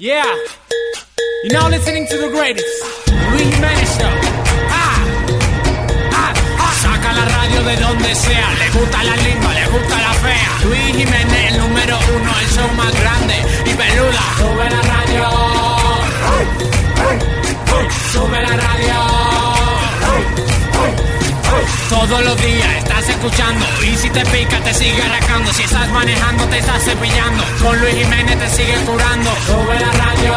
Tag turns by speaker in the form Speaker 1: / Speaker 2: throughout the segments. Speaker 1: Yeah. You're now listening to the greatest. Luis Jiménez Show. Ah. Ah. Ah. Saca la radio de donde sea. Le gusta la linda, le gusta la fea. Luis Jiménez, el número uno, el show más grande. Y peluda. Sube la radio. Sube la radio. Todos los días estás escuchando Y si te pica te sigue arrancando Si estás manejando te estás cepillando Con Luis Jiménez te sigue curando Sube la radio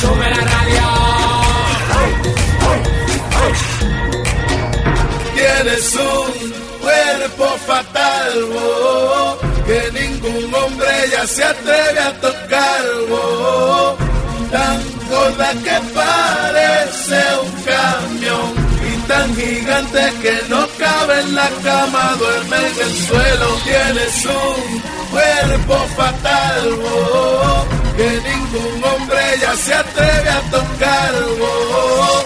Speaker 1: Sube la radio
Speaker 2: Tienes un cuerpo fatal, oh, que ningún hombre ya se atreve a tocar, oh, tan gorda que parece un camión y tan gigante que no cabe en la cama, duerme en el suelo. Tienes un cuerpo fatal, oh, que ningún hombre ya se atreve a tocar, oh,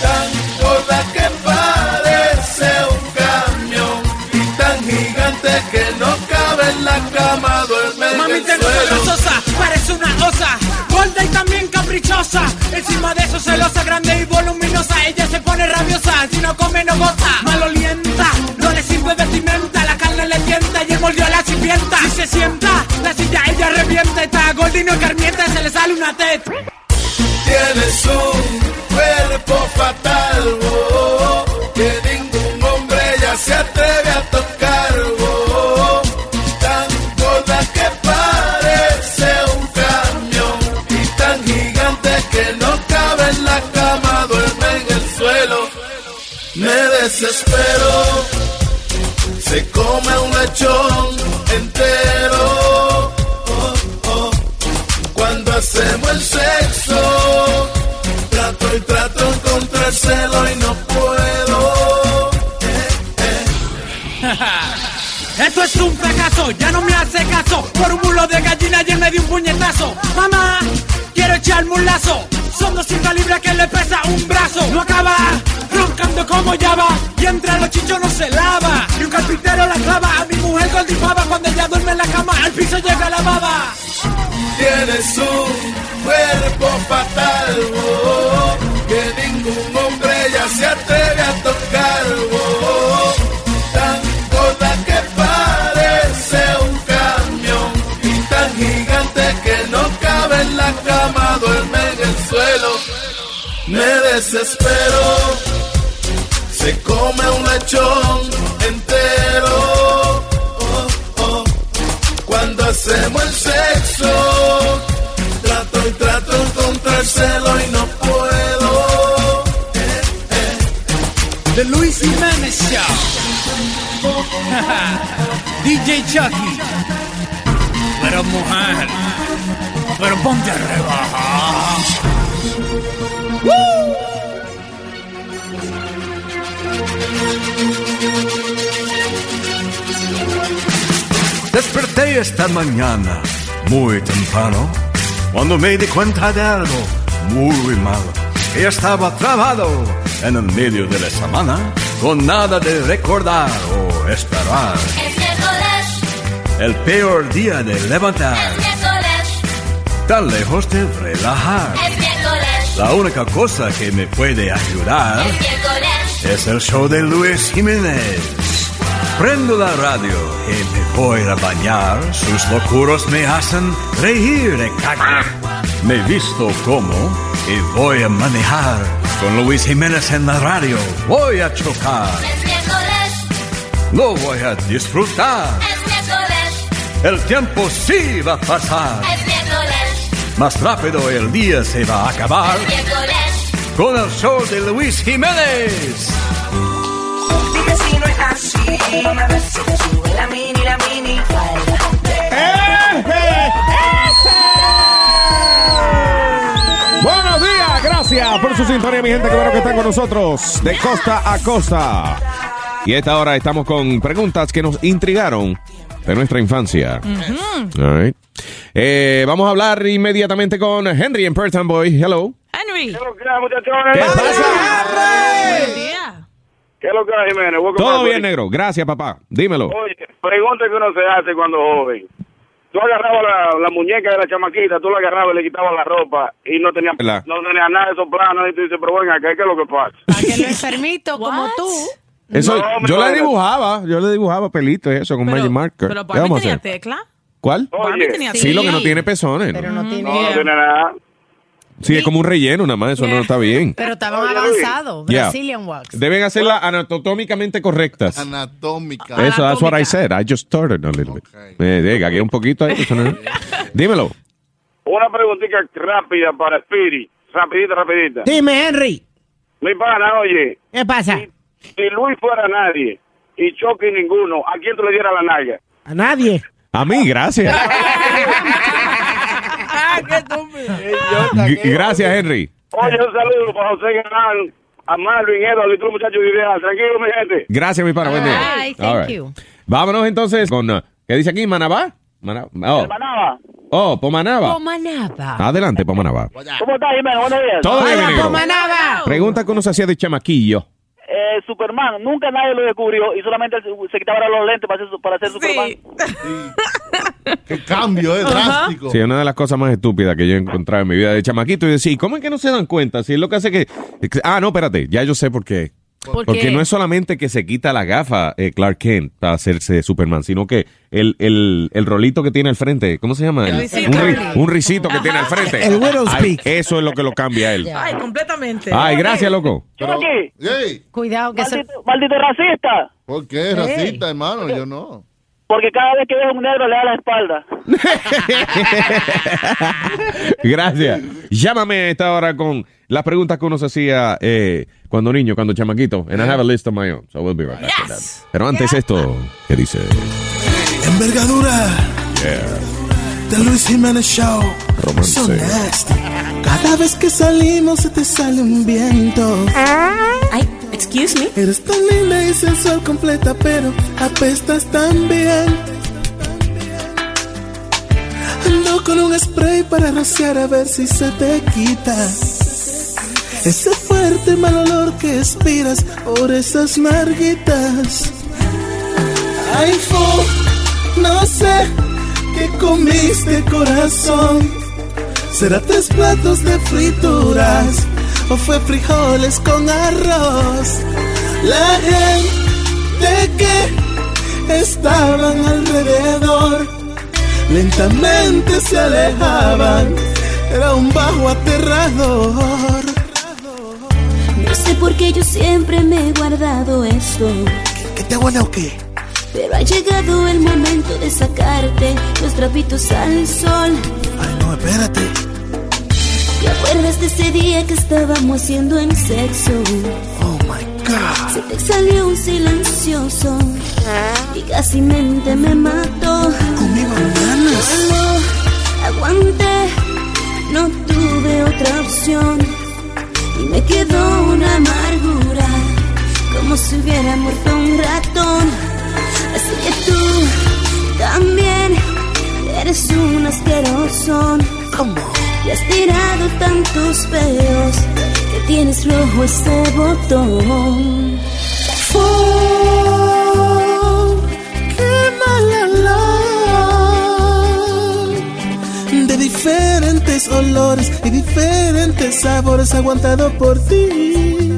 Speaker 2: tan gorda que parece un camión y tan gigante que no cabe en la cama, duerme en
Speaker 1: Mami
Speaker 2: el
Speaker 1: tengo una
Speaker 2: suelo.
Speaker 1: sosa, parece una osa Gorda y también caprichosa Encima de eso celosa, grande y voluminosa Ella se pone rabiosa, si no come no goza Malolienta, no le sirve vestimenta La carne le tienta y el mordió la sirvienta Si se sienta, la silla ella revienta Está gorda y no es carmienta, se le sale una teta
Speaker 2: Tienes un cuerpo fatal, oh, oh, que ningún hombre ya se atreve a tocar, oh, oh, tan gorda que parece un camión y tan gigante que no cabe en la cama, duerme en el suelo. Me desespero, se come un lechón entero. oh, oh. Cuando hacemos el sexo, trato y trato de encontrárselo y no puedo. Eh, eh.
Speaker 1: Esto es un fracaso, ya no me hace caso. Por un mulo de gallina ayer me di un puñetazo. Mamá, quiero echarme un lazo. Son 200 libras que le pesa un brazo. No acaba, roncando como llava. Y entre los chichos no se lava. Y un carpintero la clava. A mi mujer goldipaba cuando ella duerme en la cama. Al piso llega la baba.
Speaker 2: Tienes un cuerpo fatal, oh, oh, que ningún hombre ya se atreve a tocar, oh, oh, tan gorda que parece un camión y tan gigante que no cabe en la cama, duerme en el suelo. Me desespero, se come un lechón entero. oh, oh. Cuando hacemos el sexo, trato y trato de encontrárselo y no puedo.
Speaker 1: The Luis Jiménez Show. DJ Chucky. Pero mujer, pero ponte a rebajar.
Speaker 3: Desperté esta mañana muy temprano cuando me di cuenta de algo muy malo. Que estaba trabado en el medio de la semana con nada de recordar o esperar.
Speaker 4: Es miércoles,
Speaker 3: El peor día de levantar,
Speaker 4: es miércoles,
Speaker 3: tan lejos de
Speaker 1: Ah.
Speaker 3: relajar.
Speaker 4: es miércoles,
Speaker 3: La única cosa que me puede ayudar
Speaker 4: es miércoles,
Speaker 3: es el show de Luis Jiménez. Prendo la radio y me voy a bañar. Sus locuros me hacen reír de cagar. Me visto como y voy a manejar. Con Luis Jiménez en la radio voy a chocar.
Speaker 4: es miércoles,
Speaker 3: Lo voy a disfrutar.
Speaker 4: es miércoles,
Speaker 3: El tiempo sí va a pasar.
Speaker 4: es miércoles,
Speaker 3: Más rápido el día se va a
Speaker 1: Ah.
Speaker 3: acabar.
Speaker 4: miércoles.
Speaker 3: Con el show de Luis Jiménez.
Speaker 5: Dime si no es así. A ver si te sube la mini, la mini falda.
Speaker 1: Eh,
Speaker 6: Buenos días, gracias por su sintonía, mi gente que bueno que están con nosotros de costa a costa. Y a esta hora estamos con preguntas que nos intrigaron de nuestra infancia. All right. Eh, vamos a hablar inmediatamente con Henry en Perth Boy. Hello.
Speaker 7: Henry,
Speaker 6: ¿Qué
Speaker 8: muchachones?
Speaker 6: pasa?
Speaker 7: buen día.
Speaker 8: ¿Qué es lo que hay, Jiménez? Welcome
Speaker 6: Todo
Speaker 8: back,
Speaker 6: bien,
Speaker 8: buddy.
Speaker 6: negro. Gracias, papá. Dímelo.
Speaker 8: Oye, pregunta que uno se hace cuando joven. ¿Tú tú agarrabas la, la muñeca de la chamaquita, tú la agarrabas y le quitabas la ropa y no tenía,
Speaker 6: La-
Speaker 8: no tenía nada de esos planos. Y tú dices, pero bueno, ¿qué es lo que pasa?
Speaker 9: Para que lo enfermito como tú.
Speaker 6: Eso,
Speaker 8: No, hombre,
Speaker 6: yo le
Speaker 8: no,
Speaker 6: dibujaba, yo le dibujaba pelitos y eso con Magic Marker.
Speaker 9: pero
Speaker 6: ¿Qué
Speaker 9: Barbie
Speaker 6: vamos a
Speaker 9: tenía
Speaker 6: hacer?
Speaker 9: tecla.
Speaker 6: ¿Cuál?
Speaker 9: Barbie
Speaker 8: Oye,
Speaker 9: tenía
Speaker 6: Sí,
Speaker 9: tecla.
Speaker 6: lo que no tiene pezones. ¿no?
Speaker 9: Pero
Speaker 8: no,
Speaker 9: no
Speaker 8: no
Speaker 9: tenía.
Speaker 8: tenía nada.
Speaker 6: Sí, es como un relleno nada más, eso no está bien.
Speaker 9: Pero estaban
Speaker 8: Oye,
Speaker 9: avanzados.
Speaker 6: Yeah.
Speaker 9: Brazilian Wax.
Speaker 6: Deben hacerlas anatómicamente correctas.
Speaker 10: Anatómica.
Speaker 6: Eso, that's what I
Speaker 9: Anatómica.
Speaker 6: said. I just started a little bit.
Speaker 10: Ok.
Speaker 6: Eh, de- gagué un poquito ahí. eso no- Dímelo.
Speaker 8: Una preguntita rápida para Spirit. Rapidita, rapidita.
Speaker 11: Dime, Henry.
Speaker 8: Mi pana, oye,
Speaker 11: ¿Qué pasa?
Speaker 8: si, si Luis fuera nadie y Chucky ninguno, ¿a quién tú le dieras la nalga?
Speaker 11: A nadie.
Speaker 6: A mí, gracias. G- gracias, Henry.
Speaker 8: Oye, un saludo para José Galán, a Marvin, Edward y tú, muchachos, de ideal. Tranquilo, mi gente.
Speaker 6: Gracias, mi pana. Buen día.
Speaker 9: Ay, thank you.
Speaker 6: Vámonos entonces con... uh, ¿Qué dice aquí? ¿Manabá? Mana- Oh,
Speaker 8: Manaba,
Speaker 6: oh Pomanaba.
Speaker 9: Pomanaba.
Speaker 6: Adelante, Pomanaba.
Speaker 8: ¿cómo estás, Jimena? Buenos días.
Speaker 6: Todo bien,
Speaker 11: Hola,
Speaker 6: mi negro.
Speaker 11: Pomanaba.
Speaker 6: Pregunta que uno se hacía de chamaquillo.
Speaker 8: Eh, Superman, nunca nadie lo descubrió y solamente se quitaba los lentes para ser, para ser
Speaker 9: Sí.
Speaker 10: Qué cambio, es drástico.
Speaker 6: Sí, una de las cosas más estúpidas que yo he encontrado en mi vida de chamaquito. Y decir, ¿cómo es que no se dan cuenta? Si es lo que hace que... Ah, no, espérate. Ya yo sé por qué.
Speaker 9: ¿Por
Speaker 6: Porque
Speaker 9: qué?
Speaker 6: no es solamente que se quita la gafa eh, Clark Kent para hacerse Superman, sino que el, el, el rolito que tiene al frente, ¿cómo se llama?
Speaker 9: El
Speaker 6: Un
Speaker 9: risito.
Speaker 6: un risito que tiene al frente.
Speaker 11: El widow's
Speaker 6: Ay,
Speaker 11: peak.
Speaker 6: Eso es lo que lo cambia a él.
Speaker 9: Ay, completamente.
Speaker 6: Ay, gracias, loco.
Speaker 10: Pero,
Speaker 8: Chucky,
Speaker 10: Ey,
Speaker 9: Cuidado que se...
Speaker 8: maldito racista,
Speaker 10: ¿Por qué es racista, hermano? Yo no.
Speaker 8: porque cada vez que ves un negro le da la espalda.
Speaker 6: Gracias. Llámame a esta hora con las preguntas que uno se hacía eh, cuando niño, cuando chamaquito. And I have a list of my own, so we'll be right back with
Speaker 9: Yes.
Speaker 6: that. Pero antes esto, ¿qué dice?
Speaker 2: Envergadura. The Luis Jiménez Show.
Speaker 6: Romance.
Speaker 2: So nasty. Cada vez que salimos se te sale un viento.
Speaker 9: Ay, excuse me.
Speaker 2: Eres tan linda y sensual completa, pero apestas tan bien. Ando con un spray para rociar a ver si se te quita. Ese fuerte mal olor que expiras por esas marguitas. Ay, fu, no sé qué comiste, corazón. ¿Será tres platos de frituras? ¿O fue frijoles con arroz? La gente que estaban alrededor lentamente se alejaban. Era un bajo aterrador.
Speaker 12: No sé por qué yo siempre me he guardado esto.
Speaker 2: ¿Qué te huele o qué?
Speaker 12: Pero ha llegado el momento de sacarte los trapitos al sol.
Speaker 2: Ay, no, espérate.
Speaker 12: ¿Te acuerdas de ese día que estábamos haciendo el sexo?
Speaker 2: Oh my God.
Speaker 12: Se te salió un silencioso y casi mente me mató.
Speaker 2: Conmigo ganas.
Speaker 12: Solo aguanté, no tuve otra opción y me quedó una amargura, como si hubiera muerto un ratón. Así que tú también eres un asqueroso
Speaker 2: ¿Cómo?
Speaker 12: y has tirado tantos pelos que tienes rojo ese botón.
Speaker 2: Oh, qué mal olor. De diferentes olores y diferentes sabores aguantado por ti.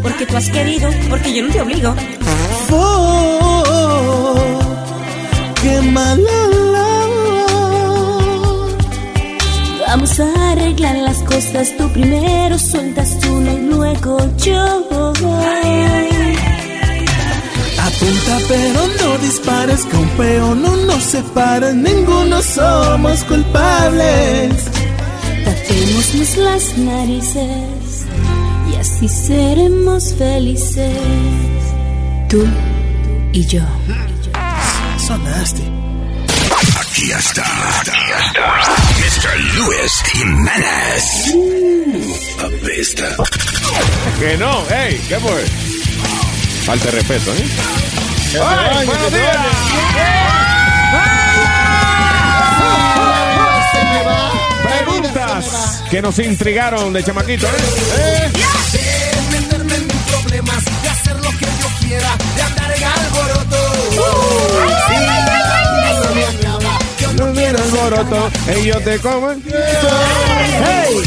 Speaker 9: Porque tú has querido, porque yo no te obligo.
Speaker 2: Oh, qué mal olor.
Speaker 12: Vamos a arreglar las cosas, tú primero sueltas uno y luego yo.
Speaker 2: Apunta pero no dispares, que un peón no nos separa, ninguno somos culpables.
Speaker 12: Tapémonos las narices y así seremos felices. Tú y yo.
Speaker 2: Son nasty.
Speaker 13: Aquí está. Aquí está. Mr. Luis Jiménez. Apesta.
Speaker 6: Que no, hey, ¿qué fue? Falta de respeto, ¿eh? ¡Ay, buenos días! Preguntas que nos intrigaron de chamaquito, ¿eh?
Speaker 2: meterme en mis problemas, de hacer lo que yo quiera, de andar en alboroto. Sí, no se me acaba, yo no
Speaker 6: no tienes alboroto, y yo te como. ¡Hey!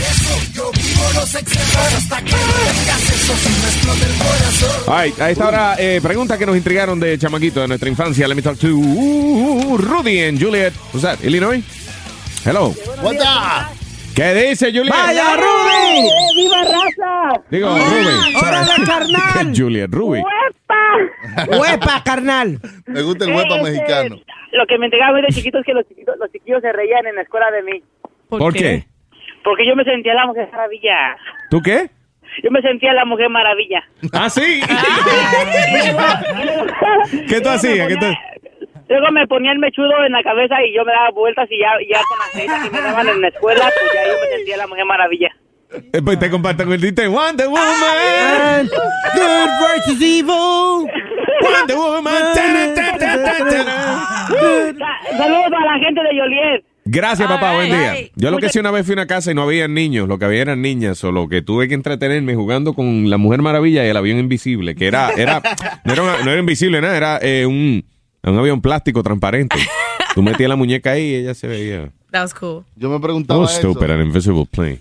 Speaker 6: Alright, a esta hora, eh, preguntas que nos intrigaron de chamaquito de nuestra infancia. Let me talk to uh, Rudy and Juliet. Who's that? Illinois? Hello.
Speaker 10: What's up?
Speaker 6: ¿Qué dice Juliet?
Speaker 10: Rudy! ¡Viva raza!
Speaker 6: Digo, Ruby.
Speaker 10: ¡Órale,
Speaker 6: carnal! Juliet, Ruby.
Speaker 10: ¡Huepa!
Speaker 11: ¡Huepa, carnal!
Speaker 10: Me gusta
Speaker 14: el huepa mexicano. Lo que me entregaba de chiquito es que los chiquitos, los chiquillos se reían en la escuela de mí.
Speaker 6: ¿Por qué?
Speaker 14: Porque yo me sentía la mujer maravilla.
Speaker 6: ¿Tú qué?
Speaker 14: Yo me sentía la mujer maravilla.
Speaker 6: ¿Ah, sí? ¿Qué tú hacías? ¿Qué tú-
Speaker 14: Luego me ponía el mechudo en la cabeza y yo me daba vueltas y ya, ya con aceite que me daban en la escuela, pues ya yo me sentía la mujer maravilla.
Speaker 6: Eh, Pues te comparto con el DJ Wonder Woman.
Speaker 11: Good versus evil.
Speaker 6: Wonder Woman. Ta, ta, ta, ta, ta, ta.
Speaker 14: Sa- Saludos a la gente de Joliet.
Speaker 6: Gracias, papá.
Speaker 14: Alright.
Speaker 6: Buen día. Yo lo que
Speaker 14: Muchas-
Speaker 6: sí una vez fui a una casa y no había niños, lo que había eran niñas, solo que tuve que entretenerme jugando con la Mujer Maravilla y el avión invisible, que era, era, no era, una- no era invisible nada, era eh, un, un avión plástico transparente. Tú metías la muñeca ahí y ella se veía.
Speaker 9: That was cool.
Speaker 10: Yo me preguntaba
Speaker 6: Oh,
Speaker 10: eso.
Speaker 6: stupid, an invisible plane.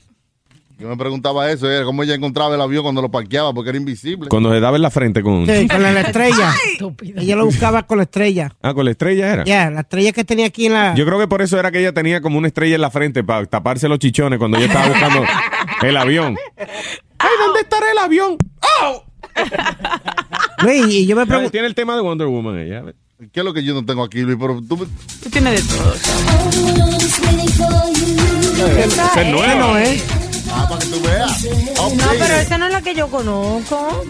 Speaker 10: Yo me preguntaba eso, era cómo ella encontraba el avión cuando lo parqueaba, porque era invisible.
Speaker 6: Cuando se daba en la frente con,
Speaker 11: Sí, con la, la estrella. Ella lo buscaba con la estrella.
Speaker 6: ah, con la estrella
Speaker 11: Ya,
Speaker 6: era.
Speaker 11: la estrella que tenía aquí en la.
Speaker 6: Yo creo que por eso era que ella tenía como una estrella en la frente para taparse los chichones cuando yo estaba buscando el avión. Ay, ¿dónde estará el avión? ¡Oh!
Speaker 11: Luis, y yo me
Speaker 6: pregunto. Tiene el tema de Wonder Woman ella.
Speaker 10: ¿Qué es lo que yo no tengo aquí, Luis? Pero tú...
Speaker 9: Tú tienes de todo.
Speaker 10: Esa es nueva.
Speaker 11: No, ¿eh?
Speaker 10: Ah, para que tú veas.
Speaker 9: No, pero esa no es la que yo conozco.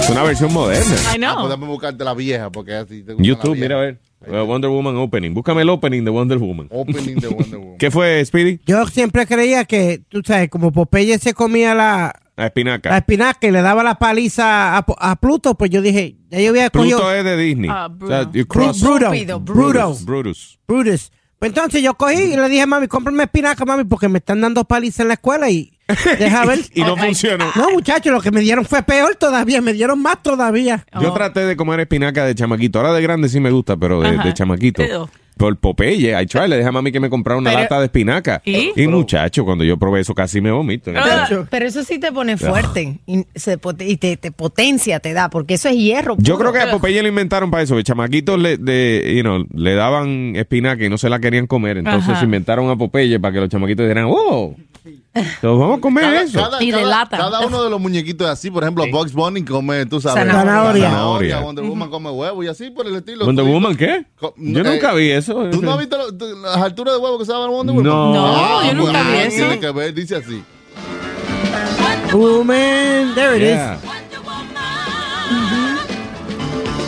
Speaker 6: Es una versión moderna.
Speaker 9: I know.
Speaker 10: Ah, pues déjame buscarte la vieja, porque así te gusta
Speaker 6: YouTube, mira a ver. Uh, Wonder Woman Opening. Búscame el opening de Wonder Woman.
Speaker 10: Opening de Wonder Woman.
Speaker 6: ¿Qué fue, Speedy?
Speaker 11: Yo siempre creía que, tú sabes, como Popeye se comía la,
Speaker 6: La espinaca.
Speaker 11: la espinaca y le daba la paliza a, Po- a Pluto, pues yo dije, ya yo había
Speaker 6: Pluto
Speaker 11: cogido.
Speaker 6: es de Disney.
Speaker 11: Ah,
Speaker 6: O sea,
Speaker 11: Bruno.
Speaker 6: you cross-
Speaker 11: Bruto.
Speaker 6: Brutus,
Speaker 11: Bruto.
Speaker 6: Brutus.
Speaker 11: Brutus. Pues entonces yo cogí y le dije, mami, cómprame espinaca, mami, porque me están dando paliza en la escuela y deja ver.
Speaker 6: Y no funcionó.
Speaker 11: No, muchachos, lo que me dieron fue peor todavía, me dieron más todavía.
Speaker 6: Yo traté de comer espinaca de chamaquito. Ahora de grande sí me gusta, pero de,
Speaker 11: Ajá.
Speaker 6: de chamaquito.
Speaker 11: Ew.
Speaker 6: Por Popeye, I tried. Le dije a mami que me comprara una
Speaker 9: Pero-
Speaker 6: lata de espinaca.
Speaker 9: ¿Y?
Speaker 6: muchacho, cuando yo probé eso casi me vomito.
Speaker 11: Ah,
Speaker 9: Pero, pero eso sí te pone fuerte y, se pot- y te, te potencia, te da, porque eso es hierro.
Speaker 6: Yo
Speaker 9: puro.
Speaker 6: creo que a Popeye lo inventaron para eso. que Chamaquitos le, de, you know, le daban espinaca y no se la querían comer. Entonces
Speaker 9: Ajá.
Speaker 6: inventaron a Popeye para que los chamaquitos dijeran, ¡Oh! Entonces vamos a comer
Speaker 10: Cada,
Speaker 6: eso.
Speaker 10: cada- cada- cada uno de los muñequitos es así, por ejemplo, Bugs Bunny come, tú sabes,
Speaker 6: Zanahoria. Zanahoria.
Speaker 10: Wonder Woman come huevo y así por el estilo.
Speaker 6: ¿Wonder
Speaker 10: Tú-
Speaker 6: Woman qué?
Speaker 10: Co-
Speaker 6: Yo
Speaker 10: eh,
Speaker 6: nunca vi eso.
Speaker 10: ¿Tú no has visto lo- tú- las alturas de huevo que se daban en Wonder Woman?
Speaker 6: No. No, yo
Speaker 10: pues,
Speaker 6: nunca vi
Speaker 10: ah,
Speaker 6: eso.
Speaker 10: Tiene que ver, dice así.
Speaker 11: Woman, there it
Speaker 6: Yeah.
Speaker 11: is.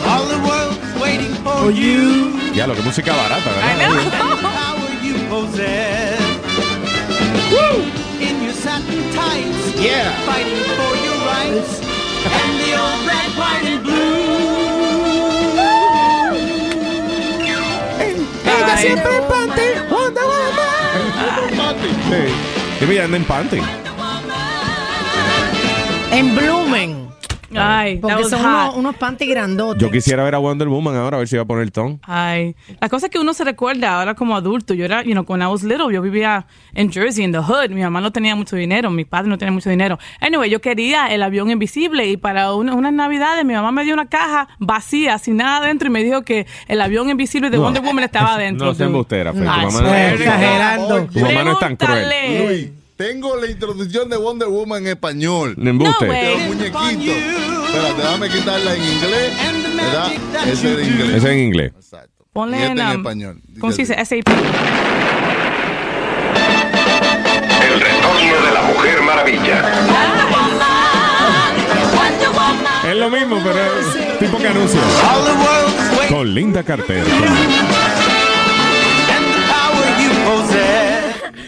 Speaker 15: All the world's waiting for
Speaker 6: Ya, lo que música barata, ¿verdad?
Speaker 15: Power you possess. In your satin tights.
Speaker 6: Yeah.
Speaker 15: Fighting for your rights. and the old red, white, and blue.
Speaker 6: Ella siempre
Speaker 15: Wonder Woman.
Speaker 6: Sí. Sí, mira, anda en panty.
Speaker 9: En Blumen. Ay,
Speaker 12: that
Speaker 9: porque
Speaker 12: was
Speaker 9: son
Speaker 12: hot.
Speaker 9: unos, unos panty grandotes.
Speaker 6: Yo quisiera ver a Wonder Woman ahora, a ver si va a poner ton.
Speaker 7: Ay, la cosa es que uno se recuerda ahora como adulto. Yo era, you know, when I was little, yo vivía en Jersey, in the hood. Mi mamá no tenía mucho dinero, mi padre no tenía mucho dinero. Anyway, yo quería el avión invisible y para una- unas navidades mi mamá me dio una caja vacía, sin nada adentro y me dijo que el avión invisible de
Speaker 6: No.
Speaker 7: Wonder Woman estaba adentro.
Speaker 6: No seas
Speaker 7: dude.
Speaker 6: embustera, Fe. Tu mamá
Speaker 7: Ay,
Speaker 6: no-
Speaker 7: sorry.
Speaker 6: Exagerando. Tu mamá no es tan cruel.
Speaker 7: Pregúntale.
Speaker 10: Luis, tengo la introducción de Wonder Woman en español.
Speaker 6: En embuste. No way.
Speaker 10: De los muñequitos. Espérate, déjame quitarla en inglés. ¿Verdad? Ese era en inglés.
Speaker 6: Eso en inglés.
Speaker 10: Y
Speaker 7: Ponle
Speaker 10: este
Speaker 7: en,
Speaker 10: en
Speaker 7: um,
Speaker 10: español.
Speaker 7: ¿Cómo se dice? SAP.
Speaker 16: Retorno de la Mujer Maravilla.
Speaker 6: Es lo mismo, pero es tipo que anuncia. Con Linda Carter.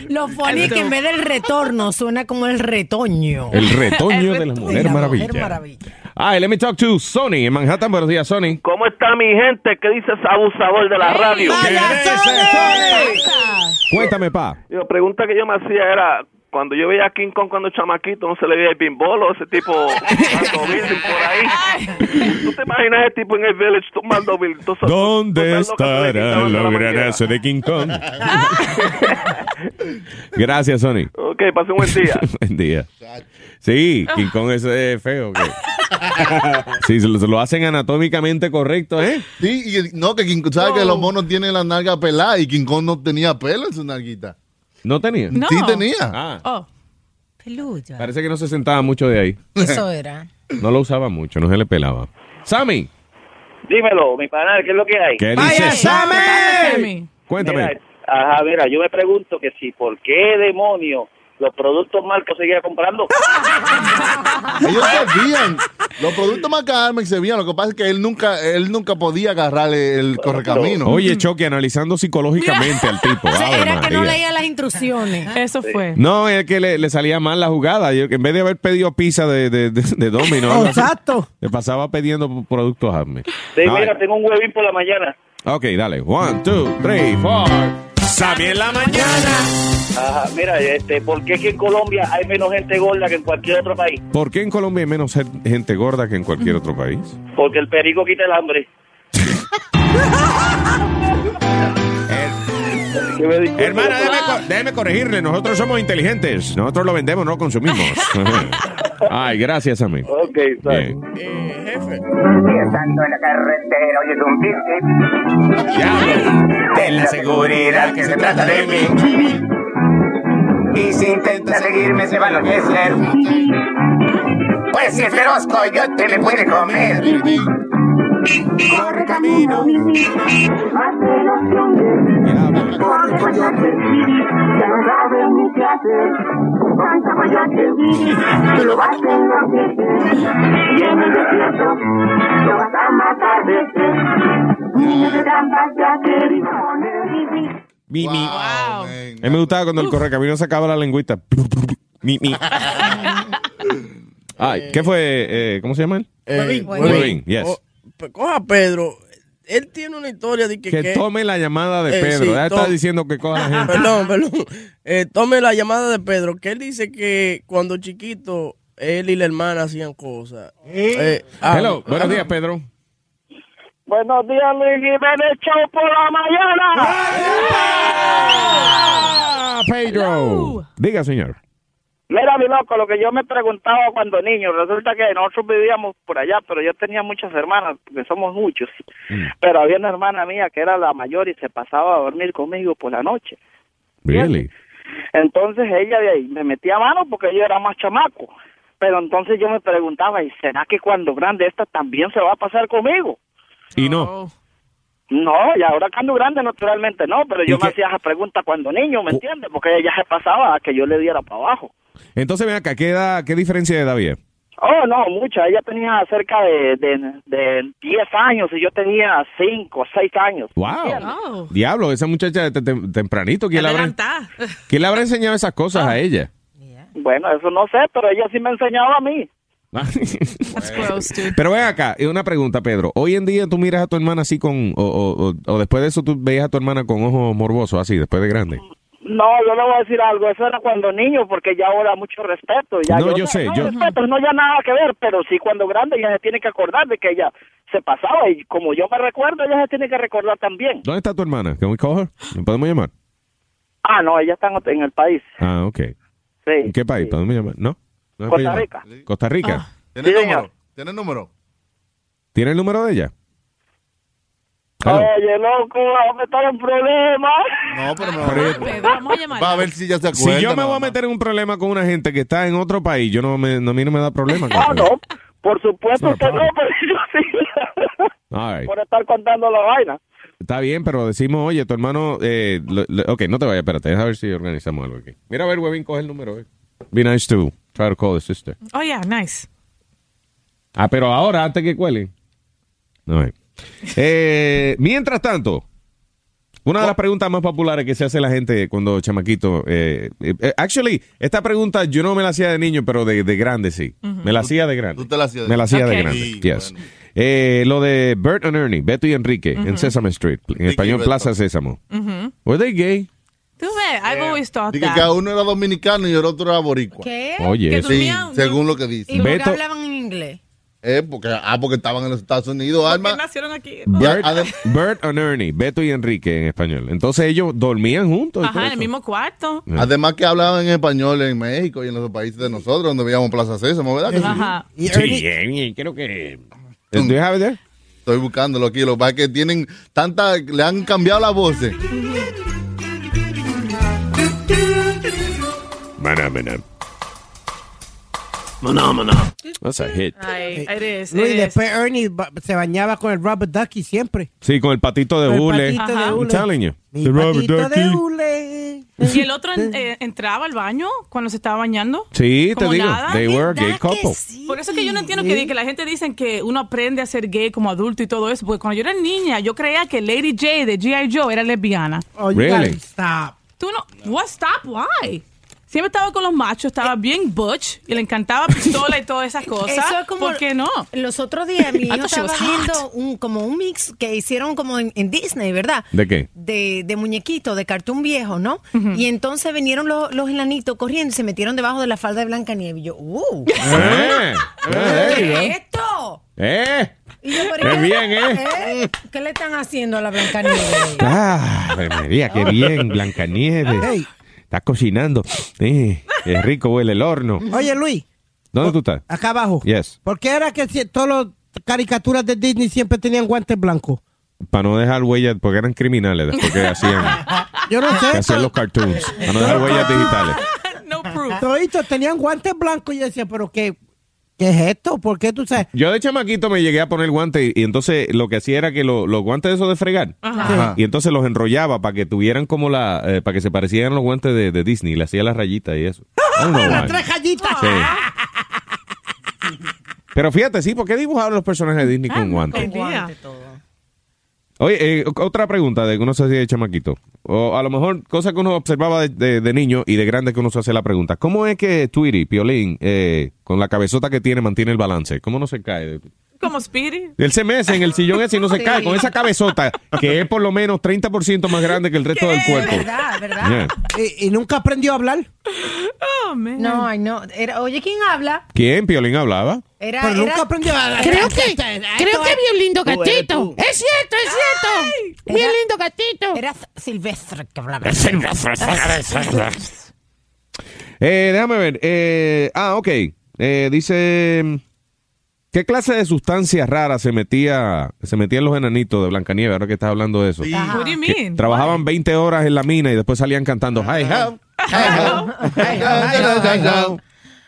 Speaker 9: Lo funny es que en vez del retorno suena como el retoño.
Speaker 6: El retoño de la Mujer
Speaker 9: La
Speaker 6: Maravilla. Ay, let me talk to Sony en Manhattan. Buenos días, Sony.
Speaker 17: ¿Cómo está mi gente? ¿Qué dices abusador de la radio?
Speaker 6: Cuéntame, pa.
Speaker 17: La pregunta que yo me hacía era,
Speaker 8: cuando yo veía a King Kong cuando chamaquito, no se le veía el bimbolo, ese tipo tomando Bill por ahí. ¿Tú te imaginas ese tipo en el village tomando Bill? Tú sabes-
Speaker 6: ¿Dónde
Speaker 8: Pues,
Speaker 6: estarán los granazos de King Kong? Gracias, Sony.
Speaker 8: Ok, pase un buen día.
Speaker 6: Buen día. Sí, King Kong es eh, feo. ¿qué? Sí, se lo, se lo hacen anatómicamente correcto, ¿eh?
Speaker 10: Sí, y el- no, que King Kong, ¿sabes que los monos tienen la nalga pelada y King Kong no tenía pelo en su nalguita?
Speaker 6: ¿No tenía?
Speaker 10: Sí tenía.
Speaker 6: Ah,
Speaker 9: Oh. Peluda.
Speaker 6: parece que no se sentaba mucho de ahí.
Speaker 9: Eso era.
Speaker 6: No lo usaba mucho, no se le pelaba. Sammy,
Speaker 16: Dímelo, mi panal, ¿qué es lo que hay?
Speaker 6: ¿qué dices?
Speaker 16: Mira,
Speaker 6: Cuéntame.
Speaker 16: ajá, mira, yo me pregunto que si, ¿por qué demonios los productos marcos seguía comprando?
Speaker 6: Ah.
Speaker 10: Ellos se vían. Los productos más Carmen se vían. Lo que pasa es que él nunca, él nunca podía agarrarle el correcamino.
Speaker 6: Oye, Choque, analizando psicológicamente al tipo. Ave
Speaker 9: Era que no
Speaker 6: María.
Speaker 9: leía las instrucciones.
Speaker 7: Eso fue.
Speaker 6: No, es que le, le salía mal la jugada. Yo- en vez de haber pedido pizza de, de, de, de Domino, algo así,
Speaker 18: Exacto.
Speaker 6: le pasaba pidiendo productos Hazme.
Speaker 16: Sí,
Speaker 6: No,
Speaker 16: mira, tengo un huevín por la mañana.
Speaker 6: ok, dale. One, two, three, four. Sammy en la mañana.
Speaker 16: Ajá, mira, este, ¿por qué es que en Colombia hay menos gente gorda que en cualquier otro país?
Speaker 6: ¿Por qué en Colombia hay menos gen- gente gorda que en cualquier otro país?
Speaker 16: Porque el perico quita el hambre.
Speaker 6: Hermana, déjeme, co- déjeme corregirle. Nosotros somos inteligentes. Nosotros lo vendemos, no lo consumimos. Ay, gracias, Sammy.
Speaker 16: Ok,
Speaker 6: Bien.
Speaker 1: Estando en la carretera, oye, un pique.
Speaker 6: De la seguridad que se trata de mí.
Speaker 1: Y si intenta seguirme, se va a enloquecer. Pues si es feroz, coyote me puede comer. Corre camino. Corre coyote. Ya no sabe ni qué hacer. Canta coyote. Lo vas a enloquecer. Y en el desierto, lo vas a matar de sed. Niño de gambas ya querido poner.
Speaker 6: Mi, mi. A mí me gustaba cuando el correcamino sacaba la lengüita. Mi, mi. Ay, ¿qué fue? eh, ¿Cómo se llama él?
Speaker 19: Huevín.
Speaker 6: Huevín, Oh, yes.
Speaker 19: O- Oh, pe- coja a Pedro. Él tiene una historia de que...
Speaker 6: que
Speaker 19: que-
Speaker 6: tome la llamada de
Speaker 19: Eh,
Speaker 6: Pedro.
Speaker 19: sí,
Speaker 6: ya
Speaker 19: to-
Speaker 6: está diciendo que coja la gente.
Speaker 19: Perdón, perdón. Eh, tome la llamada de Pedro, que él dice que cuando chiquito, él y la hermana hacían cosas. Eh, ah,
Speaker 6: Hello,
Speaker 19: ah,
Speaker 6: buenos días, Pedro.
Speaker 1: Buenos días, Luis Jiménez Show por la mañana.
Speaker 6: Pedro. Diga, señor.
Speaker 16: Mira, mi loco, lo que yo me preguntaba cuando niño, resulta que nosotros vivíamos por allá, pero yo tenía muchas hermanas, porque somos muchos. Pero había una hermana mía que era la mayor y se pasaba a dormir conmigo por la noche.
Speaker 6: Really?
Speaker 16: Entonces ella de ahí me metía a mano porque yo era más chamaco. Pero entonces yo me preguntaba, ¿y será que cuando grande esta también se va a pasar conmigo?
Speaker 6: Y no.
Speaker 16: No, y ahora cuando grande naturalmente no, pero yo me hacía esa pregunta cuando niño, ¿me entiendes? Porque ella se pasaba a que yo le diera para abajo.
Speaker 6: Entonces, ven acá, ¿qué, edad- qué diferencia de edad había?
Speaker 16: Oh, no, mucha. Ella tenía cerca de, de, de 10 años y yo tenía 5, 6 años.
Speaker 6: Wow. Diablo, esa muchacha te- te- tempranito, ¿quién le, habrá,
Speaker 16: Adelantada.
Speaker 6: quién le habrá enseñado esas cosas a ella?
Speaker 16: Bueno, eso no sé, pero ella sí me enseñaba a mí.
Speaker 6: Pero ven acá, y una pregunta, Pedro. Hoy en día tú miras a tu hermana así con, o, o- o- o después de eso tú veías a tu hermana con ojos morbosos, así, después de grande.
Speaker 16: No, yo le voy a decir algo. Eso era cuando niño, porque ya ahora mucho respeto. Ya
Speaker 6: No, yo sé,
Speaker 16: no,
Speaker 6: yo-
Speaker 16: respeto, no ya nada que ver, pero sí cuando grande ella se tiene que acordar de que ella se pasaba y como yo me recuerdo, ella se tiene que recordar también.
Speaker 6: ¿Dónde está tu hermana? ¿Can we call her? ¿La podemos llamar?
Speaker 16: Ah, no, ella está en ot- en el país.
Speaker 6: Ah, ok.
Speaker 16: Sí.
Speaker 6: ¿En qué país? ¿Podemos llamar? ¿No? ¿No se puede
Speaker 16: Costa
Speaker 6: llamar?
Speaker 16: Rica.
Speaker 6: Costa Rica.
Speaker 10: ¿Tiene número? ¿Tiene número?
Speaker 6: ¿Tiene el número de ella? Hello.
Speaker 16: Oye, loco, vamos a estar en problemas.
Speaker 10: No, pero no.
Speaker 6: Pero yo-
Speaker 10: vamos a llamar. Va a ver si ya se acuerda.
Speaker 6: si yo me
Speaker 10: nada
Speaker 6: voy a meter en un problema con una gente que está en otro país, yo no me, no, a mí no me da problema.
Speaker 16: Ah, no, por supuesto usted no, pero yo sí.
Speaker 6: All right.
Speaker 16: por estar contando la vaina.
Speaker 6: Está bien, pero decimos, oye, tu hermano... Eh, lo- lo- ok, no te vayas, espérate, déjame ver si organizamos algo aquí. Mira, a ver, Webin, coge el número. eh. Be nice to try to call the sister.
Speaker 7: Oh, yeah, nice.
Speaker 6: Ah, pero ahora, antes que cuelen. No, eh. Eh, mientras tanto, una de las preguntas más populares que se hace la gente cuando chamaquito. eh, eh, actually, esta pregunta yo no me la hacía de niño, pero de, de grande sí.
Speaker 10: Ujú.
Speaker 6: Me la hacía de grande.
Speaker 10: Tú te la hacías de
Speaker 6: Me la hacía de
Speaker 10: grande.
Speaker 6: grande. yes.
Speaker 10: Sí,
Speaker 6: Eh, lo de Bert and Ernie, Beto y Enrique, en
Speaker 7: Ujú.
Speaker 6: Sesame Street, en español
Speaker 10: Beto.
Speaker 6: Plaza Sésamo.
Speaker 7: Ujú.
Speaker 6: ¿Were they gay?
Speaker 7: Tú ves, I've always thought
Speaker 10: Dije que
Speaker 7: that.
Speaker 10: cada uno era dominicano y el otro era boricua.
Speaker 9: ¿Qué?
Speaker 6: Oye,
Speaker 10: sí,
Speaker 6: ¿Que dormían?
Speaker 10: según lo que dice.
Speaker 9: ¿Y por qué hablaban en inglés?
Speaker 10: Eh, porque, ah, porque estaban en los Estados Unidos, Alma.
Speaker 7: Nacieron aquí.
Speaker 6: Bert, Bert and Ernie, Beto y Enrique en español. Entonces ellos dormían juntos. y todo
Speaker 7: Ajá, en el
Speaker 6: eso.
Speaker 7: mismo cuarto.
Speaker 10: Además que hablaban en español en México y en los países de nosotros, donde veíamos Plaza Sésamo, ¿verdad? que sí?
Speaker 7: Ajá.
Speaker 6: Sí, eh, creo que...
Speaker 10: Estoy buscándolo aquí. Lo que pasa es que tienen tanta... Le han cambiado las voces.
Speaker 6: Maná, maná.
Speaker 17: Maná, maná.
Speaker 6: That's a hit.
Speaker 7: Ay, eres.
Speaker 11: Luis,
Speaker 7: eres.
Speaker 11: después Ernie ba- se bañaba con el rubber ducky siempre.
Speaker 6: Sí, con el patito de
Speaker 11: Con el
Speaker 6: hule.
Speaker 11: patito de
Speaker 6: I'm
Speaker 11: hule.
Speaker 6: telling you.
Speaker 11: Mi
Speaker 6: The rubber
Speaker 11: patito de
Speaker 6: ducky.
Speaker 7: Y el otro en- eh, entraba al baño cuando se estaba bañando.
Speaker 6: Sí, te
Speaker 7: Como
Speaker 6: digo.
Speaker 7: nada.
Speaker 6: They were a gay couple.
Speaker 7: Por eso es que yo no entiendo que, di- que la gente dice que uno aprende a ser gay como adulto y todo eso. Porque cuando yo era niña, yo creía que Lady J de G.I. Joe era lesbiana.
Speaker 11: Oh,
Speaker 6: you Really? gotta
Speaker 11: stop.
Speaker 7: Tú no. What stop? Why? Siempre estaba con los machos, estaba bien butch y le encantaba pistola y todas esas cosas.
Speaker 9: Eso es como-
Speaker 7: ¿Por qué no?
Speaker 9: Los otros días mi
Speaker 7: I
Speaker 9: hijo
Speaker 7: thought she
Speaker 9: estaba
Speaker 7: was hot.
Speaker 9: viendo un, como un mix que hicieron como en, en Disney, ¿verdad?
Speaker 6: ¿De qué?
Speaker 9: De, de muñequito, de cartón viejo, ¿no? Y entonces vinieron los, los enanitos corriendo y se metieron debajo de la falda de Blancanieves. Y yo, ¡uh!
Speaker 6: Eh,
Speaker 9: ¿Qué es
Speaker 6: eh,
Speaker 9: esto?
Speaker 6: eh.
Speaker 9: Y yo,
Speaker 6: Qué bien, ¿eh?
Speaker 9: ¿Qué le están haciendo a la
Speaker 7: eh.
Speaker 9: Blancanieves?
Speaker 6: Ah, Ave María, qué bien, Blancanieves. Estás cocinando. Eh, qué rico huele el horno.
Speaker 11: Oye, Luis,
Speaker 6: ¿Dónde tú estás?
Speaker 11: acá abajo.
Speaker 6: Yes.
Speaker 11: ¿Por qué era que si- todas las caricaturas de Disney siempre tenían guantes blancos?
Speaker 6: Para no dejar huellas, porque eran criminales después que hacían,
Speaker 11: Yo no
Speaker 6: que
Speaker 11: sé.
Speaker 6: hacían los cartoons. Para no dejar huellas digitales.
Speaker 7: No proof.
Speaker 11: Toditos tenían guantes blancos y yo decía, pero qué, ¿qué es esto? ¿Por qué tú sabes?
Speaker 6: Yo de chamaquito me llegué a poner guantes y, y entonces lo que hacía era que lo- los guantes esos de fregar
Speaker 11: Ajá.
Speaker 6: y entonces los enrollaba para que tuvieran como la eh, para que se parecieran los guantes de, de Disney, le hacía las rayitas y eso. I don't know
Speaker 11: Las
Speaker 6: why.
Speaker 11: tres rayitas.
Speaker 6: Sí. Pero fíjate, sí, ¿por qué dibujaron los personajes de Disney con guantes? Oye, eh, o- otra pregunta de que uno se hacía de chamaquito. O a lo mejor cosa que uno observaba de, de- de niño y de grande que uno se hace la pregunta. ¿Cómo es que Tweety, Piolín, eh, con la cabezota que tiene, mantiene el balance? ¿Cómo no se cae?
Speaker 7: Como Speedy.
Speaker 6: Él se mece en el sillón ese y no se
Speaker 7: Sí.
Speaker 6: cae con esa cabezota que es por lo menos 30% más grande que el resto del cuerpo.
Speaker 9: ¿Verdad? ¿Verdad?
Speaker 6: Yeah.
Speaker 11: Y, y nunca aprendió a hablar.
Speaker 7: Oh,
Speaker 9: No, ay, no. Era- oye, ¿quién habla?
Speaker 6: ¿Quién? ¿Piolín hablaba?
Speaker 9: Era,
Speaker 11: Pero nunca
Speaker 9: era-
Speaker 11: aprendió a este, hablar.
Speaker 20: Creo que, creo que vi un lindo gatito. Es cierto, es cierto. Vi un lindo gatito.
Speaker 9: Era silvestre que hablaba.
Speaker 6: Eh, déjame ver. Eh, ah, ok. Eh, dice, ¿qué clase de sustancias raras se metía se metían los enanitos de Blancanieves? Ahora que estás hablando de eso.
Speaker 7: Sí. Ajá. What do you
Speaker 6: Que
Speaker 7: mean?
Speaker 6: Trabajaban 20 horas en la mina y después salían cantando Hi Ho.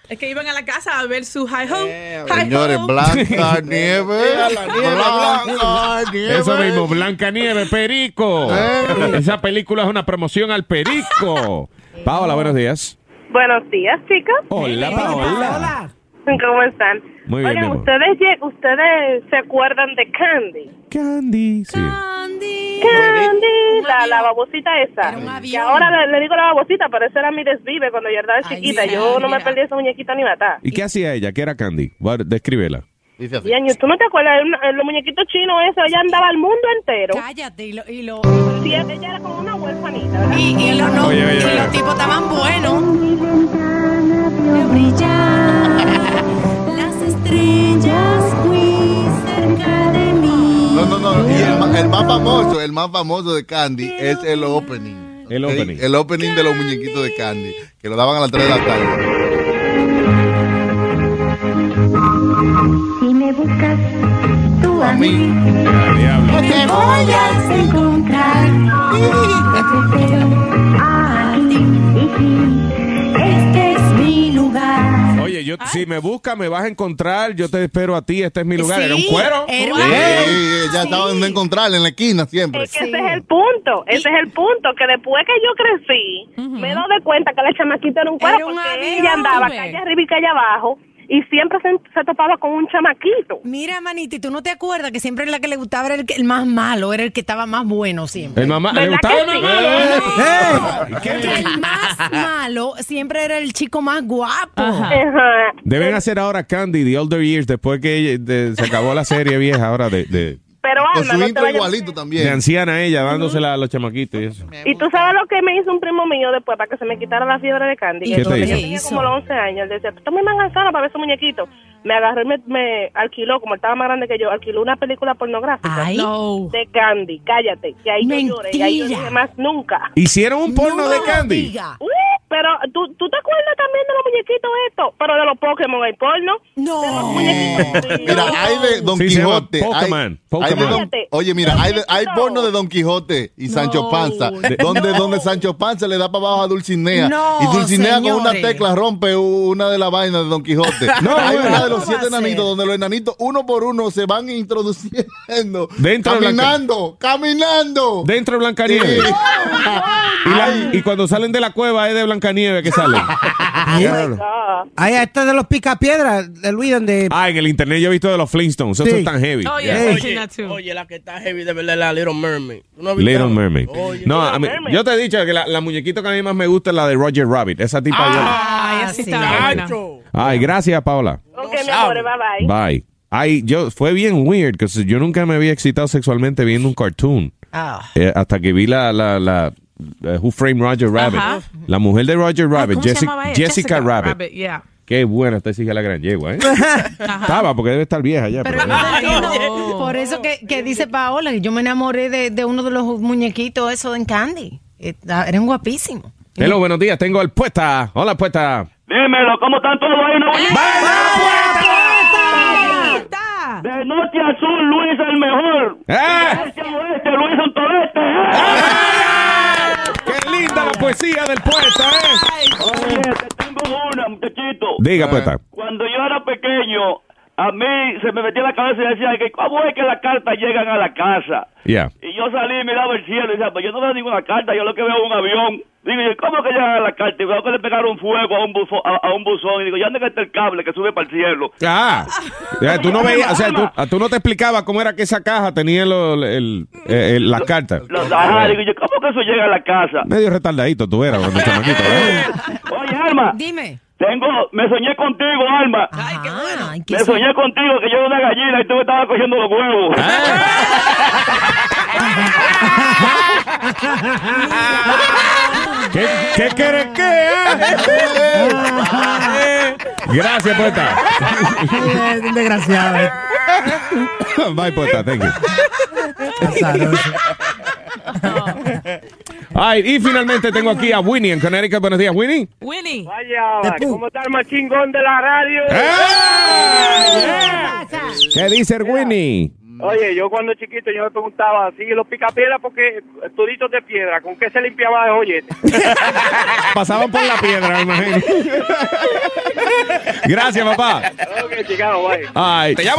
Speaker 7: Es que iban a la casa a ver su high ho.
Speaker 9: Eh.
Speaker 10: Señores, Blanca Nieve.
Speaker 7: Era la nieve,
Speaker 10: Blanca Nieve.
Speaker 6: Eso mismo, Blancanieves, Perico. Esa película es una promoción al Perico. Paola, buenos días.
Speaker 21: Buenos días, chicos.
Speaker 6: Hola, Paola.
Speaker 21: ¿Cómo están?
Speaker 6: Muy bien, mi
Speaker 21: Oigan,
Speaker 6: amor.
Speaker 21: ustedes, lle- ustedes se acuerdan de Candy.
Speaker 6: Candy. Sí.
Speaker 21: Candy, la, la babosita esa. Que ahora le, le digo la babosita, pero esa era mi desvive cuando yo era chiquita. yo no me perdí esa muñequita ni matar.
Speaker 6: ¿Y qué hacía ella? ¿Qué era Candy? What- Descríbela.
Speaker 21: Y año, ¿tú no te acuerdas de una- de los muñequitos chinos esos? Ella andaba al mundo entero.
Speaker 9: Cállate, y lo... Y lo...
Speaker 21: Sí, ella era como una huerfanita, ¿verdad?
Speaker 9: Y, y los, no-
Speaker 21: Oye, oye,
Speaker 9: y
Speaker 21: oye.
Speaker 9: los tipos estaban buenos.
Speaker 22: Las estrellas muy cerca de mí.
Speaker 10: No, no, no. Y el, ma- el más famoso, el más famoso de Candy es el opening.
Speaker 6: El
Speaker 10: opening. El opening de los muñequitos de Candy, que lo daban a las 3 de la tarde.
Speaker 22: Si me buscas tú a mí, te voy a encontrar. Yo te espero a ti. Este es mi lugar.
Speaker 6: Oye, yo, si me buscas, me vas a encontrar. Yo te espero a ti. Este es mi lugar.
Speaker 21: Sí,
Speaker 6: Era un cuero.
Speaker 21: era
Speaker 10: Sí,
Speaker 21: un cuero.
Speaker 10: ya estaban de encontrarle en la esquina siempre.
Speaker 21: Es que ese es el punto, ese es el punto, que después que yo crecí, me doy cuenta que la chamaquita era un cuero porque ella andaba
Speaker 9: ve.
Speaker 21: calle arriba y calle abajo y siempre se, se topaba con un chamaquito.
Speaker 9: Mira, manito, ¿y tú no te acuerdas que siempre la que le gustaba era el, que- el más malo, era el que estaba más bueno siempre?
Speaker 6: El mamá. ¿Le
Speaker 9: ¿Verdad
Speaker 6: gustaba
Speaker 9: que
Speaker 6: el
Speaker 9: sí?
Speaker 6: mamá? ¡Eh!
Speaker 9: El más malo siempre era el chico más guapo.
Speaker 6: Deben hacer ahora Candy, The Older Years, después que de- se acabó la serie vieja ahora de... de-
Speaker 21: Pero
Speaker 10: Con
Speaker 21: Alma,
Speaker 10: su
Speaker 21: no te
Speaker 10: intro
Speaker 21: vayas-
Speaker 10: igualito también.
Speaker 6: De anciana ella, dándosela a los chamaquitos y eso.
Speaker 21: Y tú sabes lo que me hizo un primo mío después para que se me quitara la fiebre de Candy.
Speaker 6: ¿Qué
Speaker 21: que
Speaker 6: te
Speaker 21: yo
Speaker 6: hizo?
Speaker 21: tenía como los 11 años. Él decía, tú estás muy manganzana para ver esos muñequitos. Me agarró y me, me alquiló, como él estaba más grande que yo, alquiló una película pornográfica de Candy. Cállate, que ahí yo lloré. Y ahí yo dije, más nunca.
Speaker 6: Hicieron un porno de Candy.
Speaker 21: Uh, pero ¿tú, tú te acuerdas también de los muñequitos estos, pero de los Pokémon hay porno. No.
Speaker 10: Mira, hay de Don
Speaker 6: Sí, se llama
Speaker 10: Quijote. hay-
Speaker 6: Pokémon,
Speaker 10: hay de
Speaker 6: Pokémon.
Speaker 10: Don- oye, mira, hay, de- hay porno de Don Quijote y Sancho Panza. Donde, donde Sancho Panza le da para abajo a Dulcinea.
Speaker 2: No,
Speaker 10: y Dulcinea con una
Speaker 2: señores.
Speaker 10: tecla rompe una de las vainas de Don Quijote.
Speaker 2: No,
Speaker 10: hay
Speaker 2: güey.
Speaker 10: una de
Speaker 2: ¿Cómo
Speaker 10: los
Speaker 2: va
Speaker 10: siete
Speaker 2: a ser?
Speaker 10: enanitos donde los enanitos uno por uno se van introduciendo.
Speaker 6: Dentro de la-
Speaker 10: caminando, caminando.
Speaker 6: Dentro de Blancanieves.
Speaker 10: Sí.
Speaker 6: Y, la- y cuando salen de la cueva es de Blancanieves que salen.
Speaker 11: Ahí está de los picapiedras, de Luis, donde...
Speaker 6: Ah, en el internet yo he visto de los Flintstones. Eso
Speaker 11: Sí.
Speaker 6: es tan heavy.
Speaker 19: oye, oye, la que está heavy de verdad es la Little Mermaid. ¿Tú no has visto?
Speaker 6: Little Mermaid.
Speaker 19: Oye,
Speaker 6: no,
Speaker 19: Little
Speaker 6: a mí-
Speaker 19: Mermaid.
Speaker 6: yo te he dicho que la, la muñequita que a mí más me gusta es la de Roger Rabbit. Esa tipa
Speaker 19: Ah,
Speaker 6: yo-
Speaker 19: sí,
Speaker 6: Ay, gracias, Paola.
Speaker 21: Ok, mi amor, bye bye.
Speaker 6: Bye. Ay, yo fue bien weird, que yo nunca me había excitado sexualmente viendo un cartoon.
Speaker 21: Ah.
Speaker 6: Eh, hasta que vi la, la, la, eh, Who Framed Roger Rabbit.
Speaker 7: Ajá.
Speaker 6: La mujer de Roger Rabbit,
Speaker 7: ¿Cómo se
Speaker 6: Jessica,
Speaker 7: llamaba ella?
Speaker 6: Jessica Rabbit.
Speaker 7: yeah.
Speaker 6: Qué buena esta hija la gran yegua, ¿eh? Estaba, porque debe estar vieja ya. pero-
Speaker 9: Por eso que, que dice Paola, que yo me enamoré de, de uno de los muñequitos, eso de Candy. Eh, Eran guapísimos.
Speaker 6: Hello, buenos días. Tengo al puesta. Hola, puesta.
Speaker 1: Dímelo, ¿cómo están todos ahí? ¡Una
Speaker 7: puerta!
Speaker 1: De norte a sur, Luis el mejor.
Speaker 6: ¡Eh!
Speaker 1: De este a oeste, Luis ¿eh? un tolete.
Speaker 6: ¡Qué linda la poesía del poeta, eh!
Speaker 1: Oye, te tengo una, muchachito.
Speaker 6: Diga, puesta.
Speaker 1: Cuando yo era pequeño, a mí se me metía en la cabeza y decía que cómo es que las cartas llegan a la casa.
Speaker 6: Ya.
Speaker 1: Y yo salí y miraba el cielo y decía, pues yo no veo ninguna carta, yo lo que veo es un avión. Digo, yo, ¿cómo que llegan a la carta? Y veo que le pegaron fuego a un, bufo- a, a un buzón. Y digo, ¿y dónde que está el cable que sube para el cielo?
Speaker 6: Ah, Ya, tú no veías, o sea, tú, ah, tú no te explicabas cómo era que esa caja tenía lo- el- el- el- las cartas.
Speaker 1: Los, ajá, digo yo, ¿cómo que eso llega a la casa?
Speaker 6: Medio retardadito tú eras cuando chamaquito, ¿eh? ¿verdad?
Speaker 1: Oye, Alma. Dime. Tengo, me soñé contigo, Alma. Ay, qué bueno. Me soñé contigo que yo era una gallina y tú me estabas cogiendo los huevos.
Speaker 6: ¿Qué, qué quieres que eh? Gracias, poeta.
Speaker 11: Desgraciado.
Speaker 6: Bye, poeta, thank you. Ay, y finalmente tengo aquí a Winnie en Connecticut. Buenos días, Winnie.
Speaker 7: Winnie.
Speaker 8: Vaya, ¿cómo está el más chingón de la radio?
Speaker 1: ¡Eh!
Speaker 6: ¿Qué dice el Winnie?
Speaker 8: Oye, yo cuando chiquito yo me preguntaba, ¿sí los picapiedras porque toditos de piedra, ¿con qué se limpiaba de joyete?
Speaker 6: Pasaban por la piedra, me imagino. Gracias, papá.
Speaker 8: ok, Chicago, bye.
Speaker 6: Ay.
Speaker 8: ¡Ya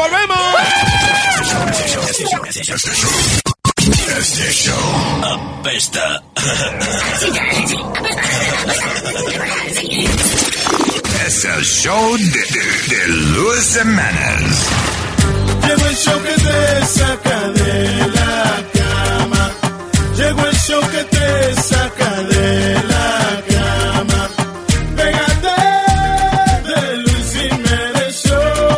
Speaker 13: Este show apesta. Es el show de, de, de Luis Semanas.
Speaker 2: Llegó el show que te saca de la cama. Llegó el show que te saca de la cama. Pégate de Luis Jiménez Show.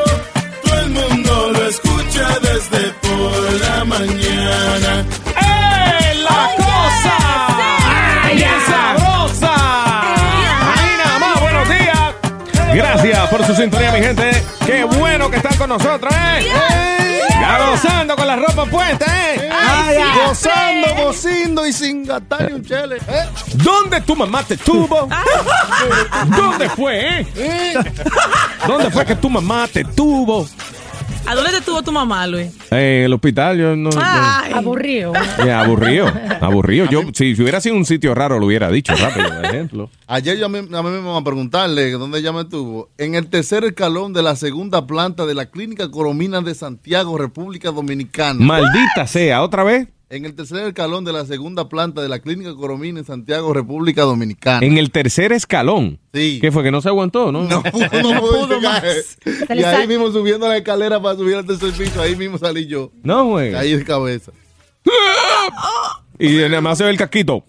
Speaker 2: Todo el mundo lo escucha desde por la mañana. ¡Eh, la cosa!
Speaker 6: ¡Ay, qué sabrosa! ¡Ay, nada más! ¡Buenos días! Gracias por su sintonía, mi gente. Qué bueno que están con nosotros, ¿eh? Ya gozando con la ropa puesta, ¿eh?
Speaker 10: Ay,
Speaker 6: ya.
Speaker 10: gozando, gocindo y sin gastar ni un chele. ¿eh?
Speaker 6: ¿Dónde tu mamá te tuvo? ¿Dónde fue, eh? ¿Dónde fue que tu mamá te tuvo?
Speaker 7: ¿A dónde te tuvo tu mamá, Luis?
Speaker 6: En Eh, el hospital, yo no.
Speaker 7: Ah. aburrido.
Speaker 6: Eh, aburrido, aburrido. Yo, si hubiera sido un sitio raro, lo hubiera dicho rápido, por ejemplo.
Speaker 10: Ayer yo a mí, a mí mismo a preguntarle que dónde ella me tuvo. En el tercer escalón de la segunda planta de la Clínica Coromina de Santiago, República Dominicana.
Speaker 6: Maldita sea, otra vez.
Speaker 10: En el tercer escalón de la segunda planta de la Clínica Coromina en Santiago, República Dominicana.
Speaker 6: En el tercer escalón. Sí. ¿Qué fue? Que no se aguantó, ¿no? No,
Speaker 10: No pude llegar.
Speaker 6: Se le
Speaker 10: Y ahí
Speaker 6: sal-
Speaker 10: mismo subiendo la escalera para subir al tercer piso, ahí mismo salí yo.
Speaker 6: No, güey.
Speaker 10: Caí de cabeza.
Speaker 6: Y nada más se ve el casquito.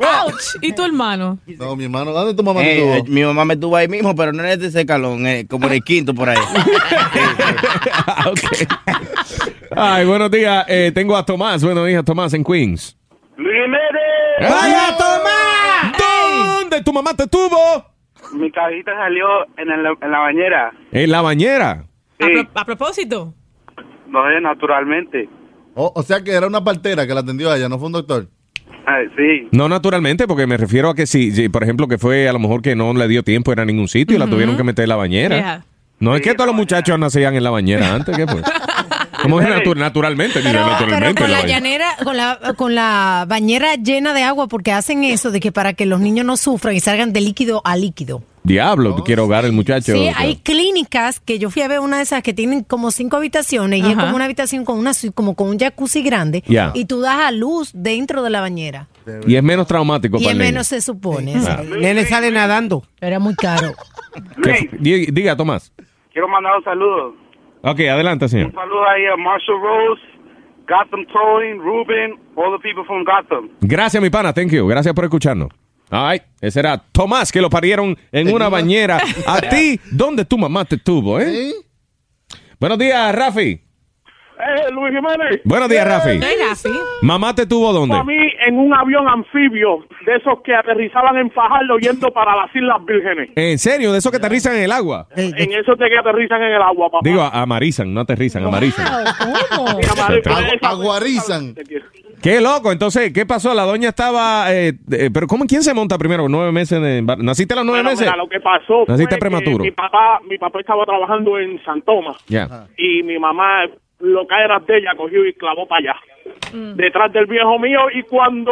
Speaker 7: Ouch. ¿Y tu hermano?
Speaker 10: No, mi hermano, ¿dónde tu mamá
Speaker 23: Eh,
Speaker 10: estuvo?
Speaker 23: eh, mi mamá me tuvo ahí mismo, pero no en este escalón, eh, como en el quinto por ahí.
Speaker 6: Ay, buenos días. Eh, tengo a Tomás. Buenos días, Tomás, en Queens.
Speaker 24: Luis Jiménez.
Speaker 6: ¡Vaya Tomás! ¿Dónde tu mamá te tuvo?
Speaker 24: Mi cabita salió en, el- en la bañera.
Speaker 6: En Eh, la bañera.
Speaker 7: A, pro- a propósito.
Speaker 24: No es naturalmente.
Speaker 10: O, o sea que era una partera que la atendió a ella, no fue un doctor.
Speaker 24: Ay, sí.
Speaker 6: No naturalmente, porque me refiero a que si, si, por ejemplo, que fue a lo mejor que no le dio tiempo ir a ningún sitio y la
Speaker 7: Ujú.
Speaker 6: tuvieron que meter en la bañera.
Speaker 7: Yeah.
Speaker 6: No es que todos los muchachos nacían en la bañera antes, ¿qué pues? ¿Cómo es natu- naturalmente? Mira,
Speaker 9: Pero
Speaker 6: naturalmente.
Speaker 9: con
Speaker 6: en la
Speaker 9: la
Speaker 6: bañera.
Speaker 9: llanera, con la, con la bañera llena de agua, porque hacen eso de que para que los niños no sufran y salgan de líquido a líquido.
Speaker 6: Diablo, tú quieres ahogar el muchacho.
Speaker 9: Sí, hay clínicas que yo fui a ver una de esas que tienen como cinco habitaciones y es
Speaker 6: Ajá.
Speaker 9: como una habitación con una su- como con un jacuzzi grande
Speaker 6: Ya.
Speaker 9: y tú das a luz dentro de la bañera
Speaker 6: Y es menos traumático
Speaker 9: y
Speaker 6: para
Speaker 9: es
Speaker 6: el nene.
Speaker 9: menos se supone.
Speaker 6: Sí.
Speaker 9: exacto.
Speaker 11: El nene sale nadando.
Speaker 9: Era muy caro.
Speaker 6: Que- di- Diga, Tomás.
Speaker 24: Quiero mandar un saludo.
Speaker 6: Ok, adelante, señor.
Speaker 24: Un saludo ahí a Marshall Rose, Gotham Towing, Ruben, all the people from Gotham.
Speaker 6: Gracias, mi pana. Thank you. Gracias por escucharnos. Ay, ese era Tomás que lo parieron en una bañera. A ti, ¿dónde tu mamá te tuvo, eh? Buenos días, Rafi.
Speaker 8: Eh, Luis Jiménez.
Speaker 6: Buenos días, Rafi. ¿Mamá te tuvo
Speaker 8: A
Speaker 6: dónde?
Speaker 8: mí en un avión anfibio, de esos que aterrizaban en Fajardo yendo para las Islas Vírgenes.
Speaker 6: ¿En serio? ¿De esos que aterrizan en el agua?
Speaker 8: En esos de que aterrizan en el agua, papá.
Speaker 6: Digo, a- amarizan, no aterrizan, amarizan.
Speaker 8: ¿Cómo?
Speaker 10: Aguarizan.
Speaker 6: Qué loco. Entonces, ¿qué pasó? La doña estaba... eh, eh, ¿Pero cómo? ¿Quién se monta primero? ¿Nueve meses? de embar- ¿Naciste a los nueve
Speaker 8: Bueno,
Speaker 6: meses?
Speaker 8: mira, lo que pasó fue
Speaker 6: Naciste
Speaker 8: que
Speaker 6: prematuro.
Speaker 8: mi papá, mi papá estaba trabajando en San Tomás
Speaker 6: Ya.
Speaker 8: y mi mamá, lo que era de ella, cogió y clavó para allá, detrás del viejo mío y cuando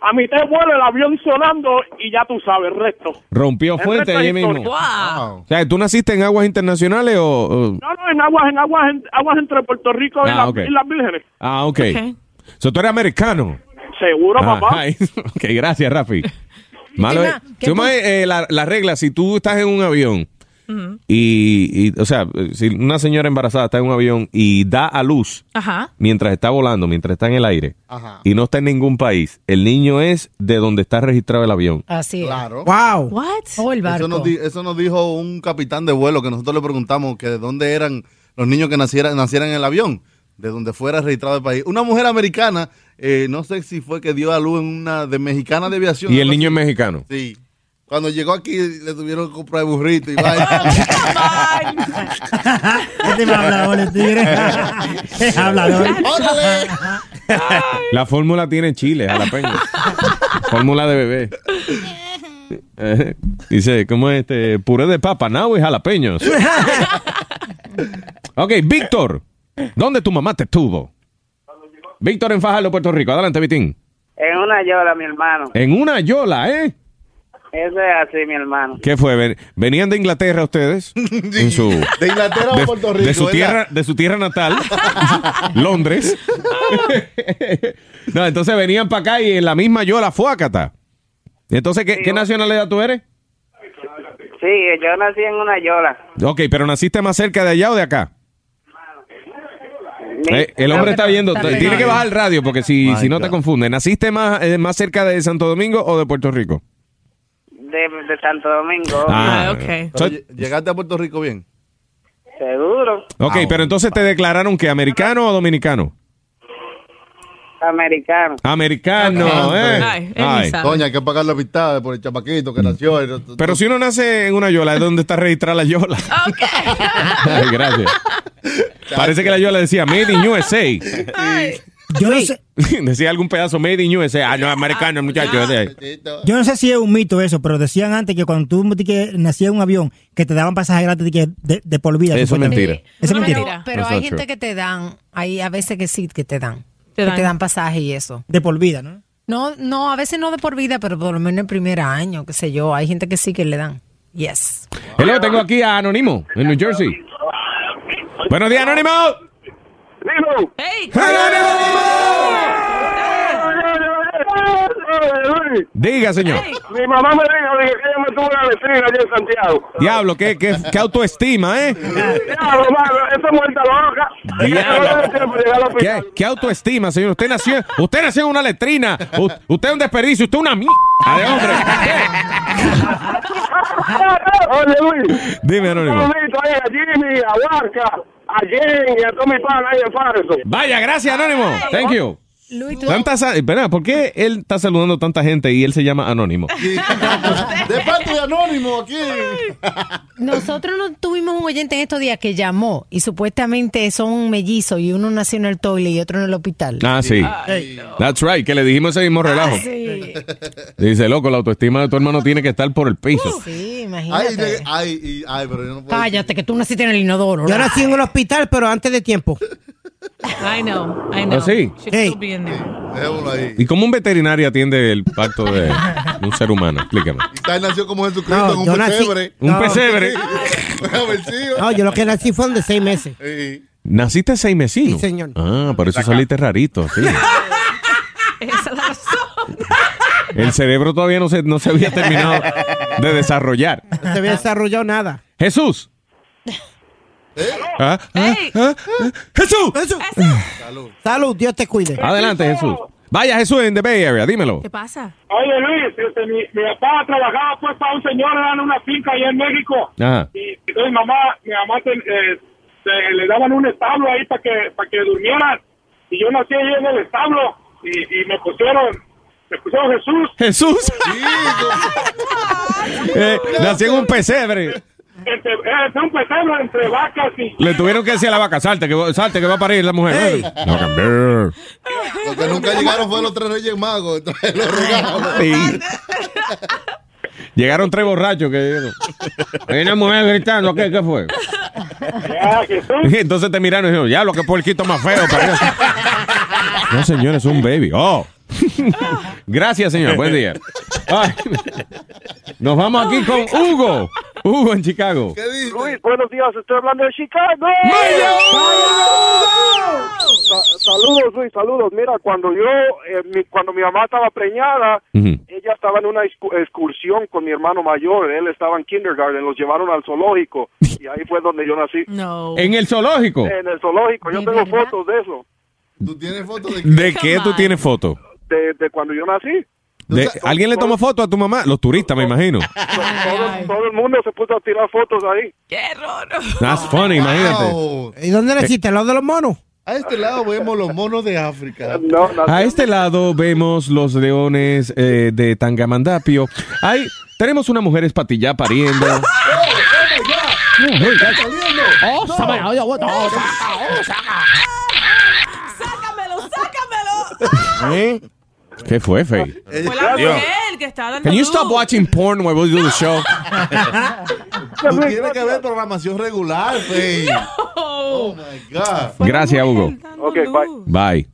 Speaker 8: a mi te vuelo el avión sonando y ya tú sabes el resto.
Speaker 6: Rompió
Speaker 8: El
Speaker 6: fuente
Speaker 8: resto es
Speaker 6: allí mismo.
Speaker 8: historia.
Speaker 6: O sea, ¿tú naciste en aguas internacionales o...? o-
Speaker 8: No, no, en aguas, en aguas, en aguas entre Puerto Rico y,
Speaker 6: Ah,
Speaker 8: las-
Speaker 6: ok.
Speaker 8: y las Vírgenes.
Speaker 6: Ah, ok.
Speaker 8: Ok.
Speaker 6: So, tú eres americano.
Speaker 8: Seguro,
Speaker 6: Ah,
Speaker 8: papá.
Speaker 6: ay, ok, gracias, Rafi. Malo
Speaker 8: ¿Qué
Speaker 6: es.
Speaker 8: más? ¿Qué
Speaker 6: Tú
Speaker 8: más?
Speaker 6: más, eh, la, la regla, si tú estás en un avión
Speaker 7: Ujú.
Speaker 6: y, y, o sea, eh, si una señora embarazada está en un avión y da a luz
Speaker 7: Ajá.
Speaker 6: mientras está volando, mientras está en el aire y no está en ningún país, el niño es de donde está registrado el avión.
Speaker 9: Así.
Speaker 10: Claro.
Speaker 11: Wow.
Speaker 9: What? O el barco.
Speaker 10: Eso nos, di- eso nos dijo un capitán de vuelo que nosotros le preguntamos que de dónde eran los niños que nacieran, nacieran en el avión, de donde fuera registrado el país. Una mujer americana, eh, no sé si fue que dio a luz en una de mexicana de aviación.
Speaker 6: Y el
Speaker 10: algo
Speaker 6: niño es
Speaker 10: así.
Speaker 6: mexicano.
Speaker 10: Sí. Cuando llegó aquí le tuvieron que comprar burrito y vaina.
Speaker 15: Este me habla, ole, tigre. Es hablador.
Speaker 10: ¡Órale!
Speaker 6: La fórmula tiene chile, jalapeño. fórmula de bebé. Eh, Dice, ¿cómo es este? Puré de papa, nabo y jalapeños. ok, Víctor, ¿dónde tu mamá te estuvo? Víctor en Fajardo, Puerto Rico. Adelante, Vitín.
Speaker 3: En una yola, mi hermano.
Speaker 6: En una yola, ¿eh?
Speaker 3: Eso es así, mi hermano.
Speaker 6: ¿Qué fue? Ven- ¿Venían de Inglaterra ustedes? En su,
Speaker 10: De Inglaterra a
Speaker 6: de-
Speaker 10: Puerto Rico.
Speaker 6: de su
Speaker 10: ¿verdad?
Speaker 6: tierra, de su tierra natal, Londres. no, entonces venían para acá y en la misma yola, Fuácata. Entonces, ¿qué, qué nacionalidad tú eres?
Speaker 3: Sí, yo nací en una yola.
Speaker 6: Ok, pero naciste más cerca de allá o de acá. Eh, el hombre está viendo,
Speaker 3: Está
Speaker 6: tiene que
Speaker 3: pegado.
Speaker 6: bajar el radio porque si,
Speaker 10: My
Speaker 6: si no te
Speaker 10: God.
Speaker 6: confunde. ¿Naciste más, eh, más cerca de Santo Domingo o de Puerto Rico?
Speaker 3: De, de Santo Domingo.
Speaker 6: Ah, Ah, ok.
Speaker 10: Pero lle- ¿Llegaste a Puerto Rico bien?
Speaker 3: Seguro.
Speaker 10: Ah,
Speaker 6: Ok, pero entonces te declararon que americano o dominicano.
Speaker 3: Americano.
Speaker 6: Americano, ¿eh? Ay.
Speaker 10: Doña, hay que pagar la pitada por el chapaquito que nació. y-
Speaker 6: Pero si uno nace en una yola, es donde está registrada la yola. Ay, gracias. Parece que la yola decía Made in USA.
Speaker 11: Yo no sé.
Speaker 6: decía algún pedazo Made in USA. Ah, no, americano, muchacho.
Speaker 11: Yo no sé si es un mito eso, pero decían antes que cuando tú di que, nacías en un avión, que te daban pasaje gratis di que, de, de por vida.
Speaker 6: Eso es
Speaker 11: supuestamente.
Speaker 6: mentira.
Speaker 11: Eso es
Speaker 9: Pero-
Speaker 11: mentira.
Speaker 9: Pero, hay gente que te dan, hay a veces que sí que te dan, que
Speaker 11: dan.
Speaker 9: te dan pasaje y eso.
Speaker 11: De por vida, ¿no?
Speaker 9: No, no, a veces no de por vida, pero por lo menos el primer año, qué sé yo, hay gente que sí que le dan. Yes.
Speaker 6: Hello, tengo aquí a Anónimo, en New Jersey. Buenos días, Anónimo.
Speaker 1: ¡Hey! ¡Anónimo!
Speaker 12: Luis.
Speaker 6: Diga, señor.
Speaker 12: Mi mamá me dijo dije, que ella me tuvo una vecina allá en Santiago.
Speaker 6: Diablo, qué, qué, qué autoestima, ¿eh?
Speaker 12: Diablo, mano, esa muerta loca.
Speaker 6: Diablo.
Speaker 12: Siempre llega al hospital.
Speaker 6: ¿Qué, qué autoestima, señor? Usted nació, usted nació en una letrina. U- usted es un desperdicio. Usted es una mierda de hombre.
Speaker 12: Oye, Luis.
Speaker 6: Dime, Anónimo.
Speaker 12: Un saludito ahí a Jimmy, a Huarca, a Jenny, a Tommy Pan, ahí en Farso.
Speaker 6: Vaya, gracias, Anónimo. Thank you.
Speaker 12: Luis,
Speaker 6: Tanta sa- espera, ¿por qué él está saludando tanta gente y él se llama Anónimo?
Speaker 10: De parte de Anónimo aquí.
Speaker 9: Nosotros no tuvimos un oyente en estos días que llamó y supuestamente son mellizos y uno nació en el toilet y otro en el hospital.
Speaker 6: Ah, sí. That's right, que le dijimos ese mismo relajo.
Speaker 9: Ah, Sí.
Speaker 6: Dice, loco, la autoestima de tu hermano tiene que estar por el piso.
Speaker 9: Uh, Sí,
Speaker 10: Ay,
Speaker 9: imagínate.
Speaker 10: de- ay, y- ay, pero yo no puedo.
Speaker 9: Cállate, que tú naciste en el inodoro.
Speaker 11: Yo nací en el hospital, pero antes de tiempo.
Speaker 7: I know, I
Speaker 6: ¿Ah,
Speaker 7: know.
Speaker 6: sí?
Speaker 7: Should still be in there.
Speaker 9: eh.
Speaker 6: ¿Y cómo un veterinario atiende el pacto de un ser humano? Explícame.
Speaker 10: Tal nació como Jesucristo
Speaker 11: No,
Speaker 10: en un
Speaker 11: yo nací-
Speaker 10: pesebre.
Speaker 6: Un pesebre.
Speaker 11: No, yo lo que nací fue de seis meses.
Speaker 6: ¿Naciste seis mesino?
Speaker 11: Sí, señor.
Speaker 6: Ah, por eso saliste rarito. sí.
Speaker 7: Esa es la razón.
Speaker 6: El cerebro todavía no se, no se había terminado de desarrollar.
Speaker 11: No se había desarrollado nada.
Speaker 6: Jesús.
Speaker 11: ¿Eh?
Speaker 6: Ah, ah, ah, ah. Jesús.
Speaker 11: Salud. Salud, Dios te cuide.
Speaker 6: Adelante, Jesús. Vaya, Jesús, en The Bay Area, dímelo.
Speaker 7: ¿Qué pasa?
Speaker 8: Oye, Luis, este, mi, mi papá trabajaba pues para un señor en una finca allá en México.
Speaker 6: Ajá.
Speaker 8: Y entonces mi mamá, mi mamá te- eh, te- le daban un establo ahí para que, para que durmieran. Y yo nací ahí en el establo y, y me pusieron, me pusieron Jesús.
Speaker 6: Jesús. Eh, nací en un pesebre.
Speaker 8: Entre, eh, entre un pesebre entre vacas y...
Speaker 6: Le tuvieron que decir a la vaca, salte que, va- salte, que va a parir la mujer.
Speaker 10: Ey.
Speaker 6: No, cambiar.
Speaker 10: Lo que nunca llegaron fue los tres reyes magos. entonces los regalos.
Speaker 6: Sí. Llegaron tres borrachos que dijeron, Hay una mujer gritando, ¿qué, qué fue? Y entonces te miraron y dijeron, ya lo que puerquito más feo. por Dios". No, señor, es un baby. Oh. Gracias, señor. Buen día. Ay. Nos vamos aquí con Hugo. Hugo en Chicago.
Speaker 14: Luis, buenos días, estoy hablando de Chicago. Sa- Saludos, Luis, saludos. Mira, cuando yo, eh, mi- cuando mi mamá estaba preñada, ella estaba en una excu- excursión con mi hermano mayor. Él estaba en kindergarten, los llevaron al zoológico y ahí fue donde yo nací.
Speaker 7: No.
Speaker 6: En el zoológico.
Speaker 14: En el zoológico, yo tengo fotos de eso,
Speaker 6: ¿De qué tú tienes foto?
Speaker 14: de, de cuando yo nací.
Speaker 6: De- ¿Alguien le tomó foto a tu mamá? Los turistas, me imagino.
Speaker 14: To- Pues, Todo, todo el mundo se puso a tirar fotos ahí. ¡Qué error!
Speaker 6: That's funny, imagínate. Eh,
Speaker 11: ¿Y dónde naciste? ¿Al lado de los monos?
Speaker 10: A este lado vemos los monos de África.
Speaker 6: A este lado vemos los leones eh, de Tangamandapio. Hay, tenemos una mujer espatillá pariendo.
Speaker 20: ¡Oh, se me- oye, what the- oh,
Speaker 6: ¿Eh? ¿Qué fue, Fey?
Speaker 7: Fue la mujer que estaba dando
Speaker 6: Can you
Speaker 7: luz.
Speaker 6: stop watching porn while we do the show?
Speaker 10: Tú tienes que haber programación regular, Fey. Oh my God.
Speaker 6: Gracias, Hugo.
Speaker 14: Ok, bye.
Speaker 6: Bye.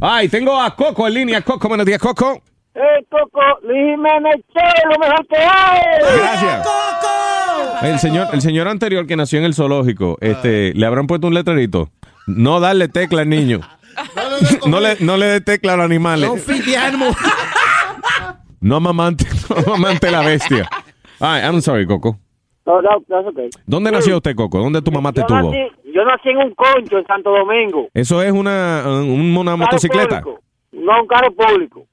Speaker 6: Ay, tengo a Coco en línea. Coco, buenos días, Coco.
Speaker 1: ¡Eh, Coco! ¡Luis Jiménez, che, lo mejor que hay!
Speaker 6: Gracias. El señor, el señor anterior que nació en el zoológico, este, le habrán puesto un letrerito. No darle tecla al niño. No le, no le dé tecla a los animales. No amamante, no amamante la bestia. Ay, I'm sorry, Coco.
Speaker 14: No, no, that's okay.
Speaker 6: ¿Dónde nació usted, Coco? ¿Dónde tu mamá te tuvo?
Speaker 14: yo nací en un concho en Santo Domingo.
Speaker 6: Eso es una, un- una motocicleta.
Speaker 14: No, un carro público.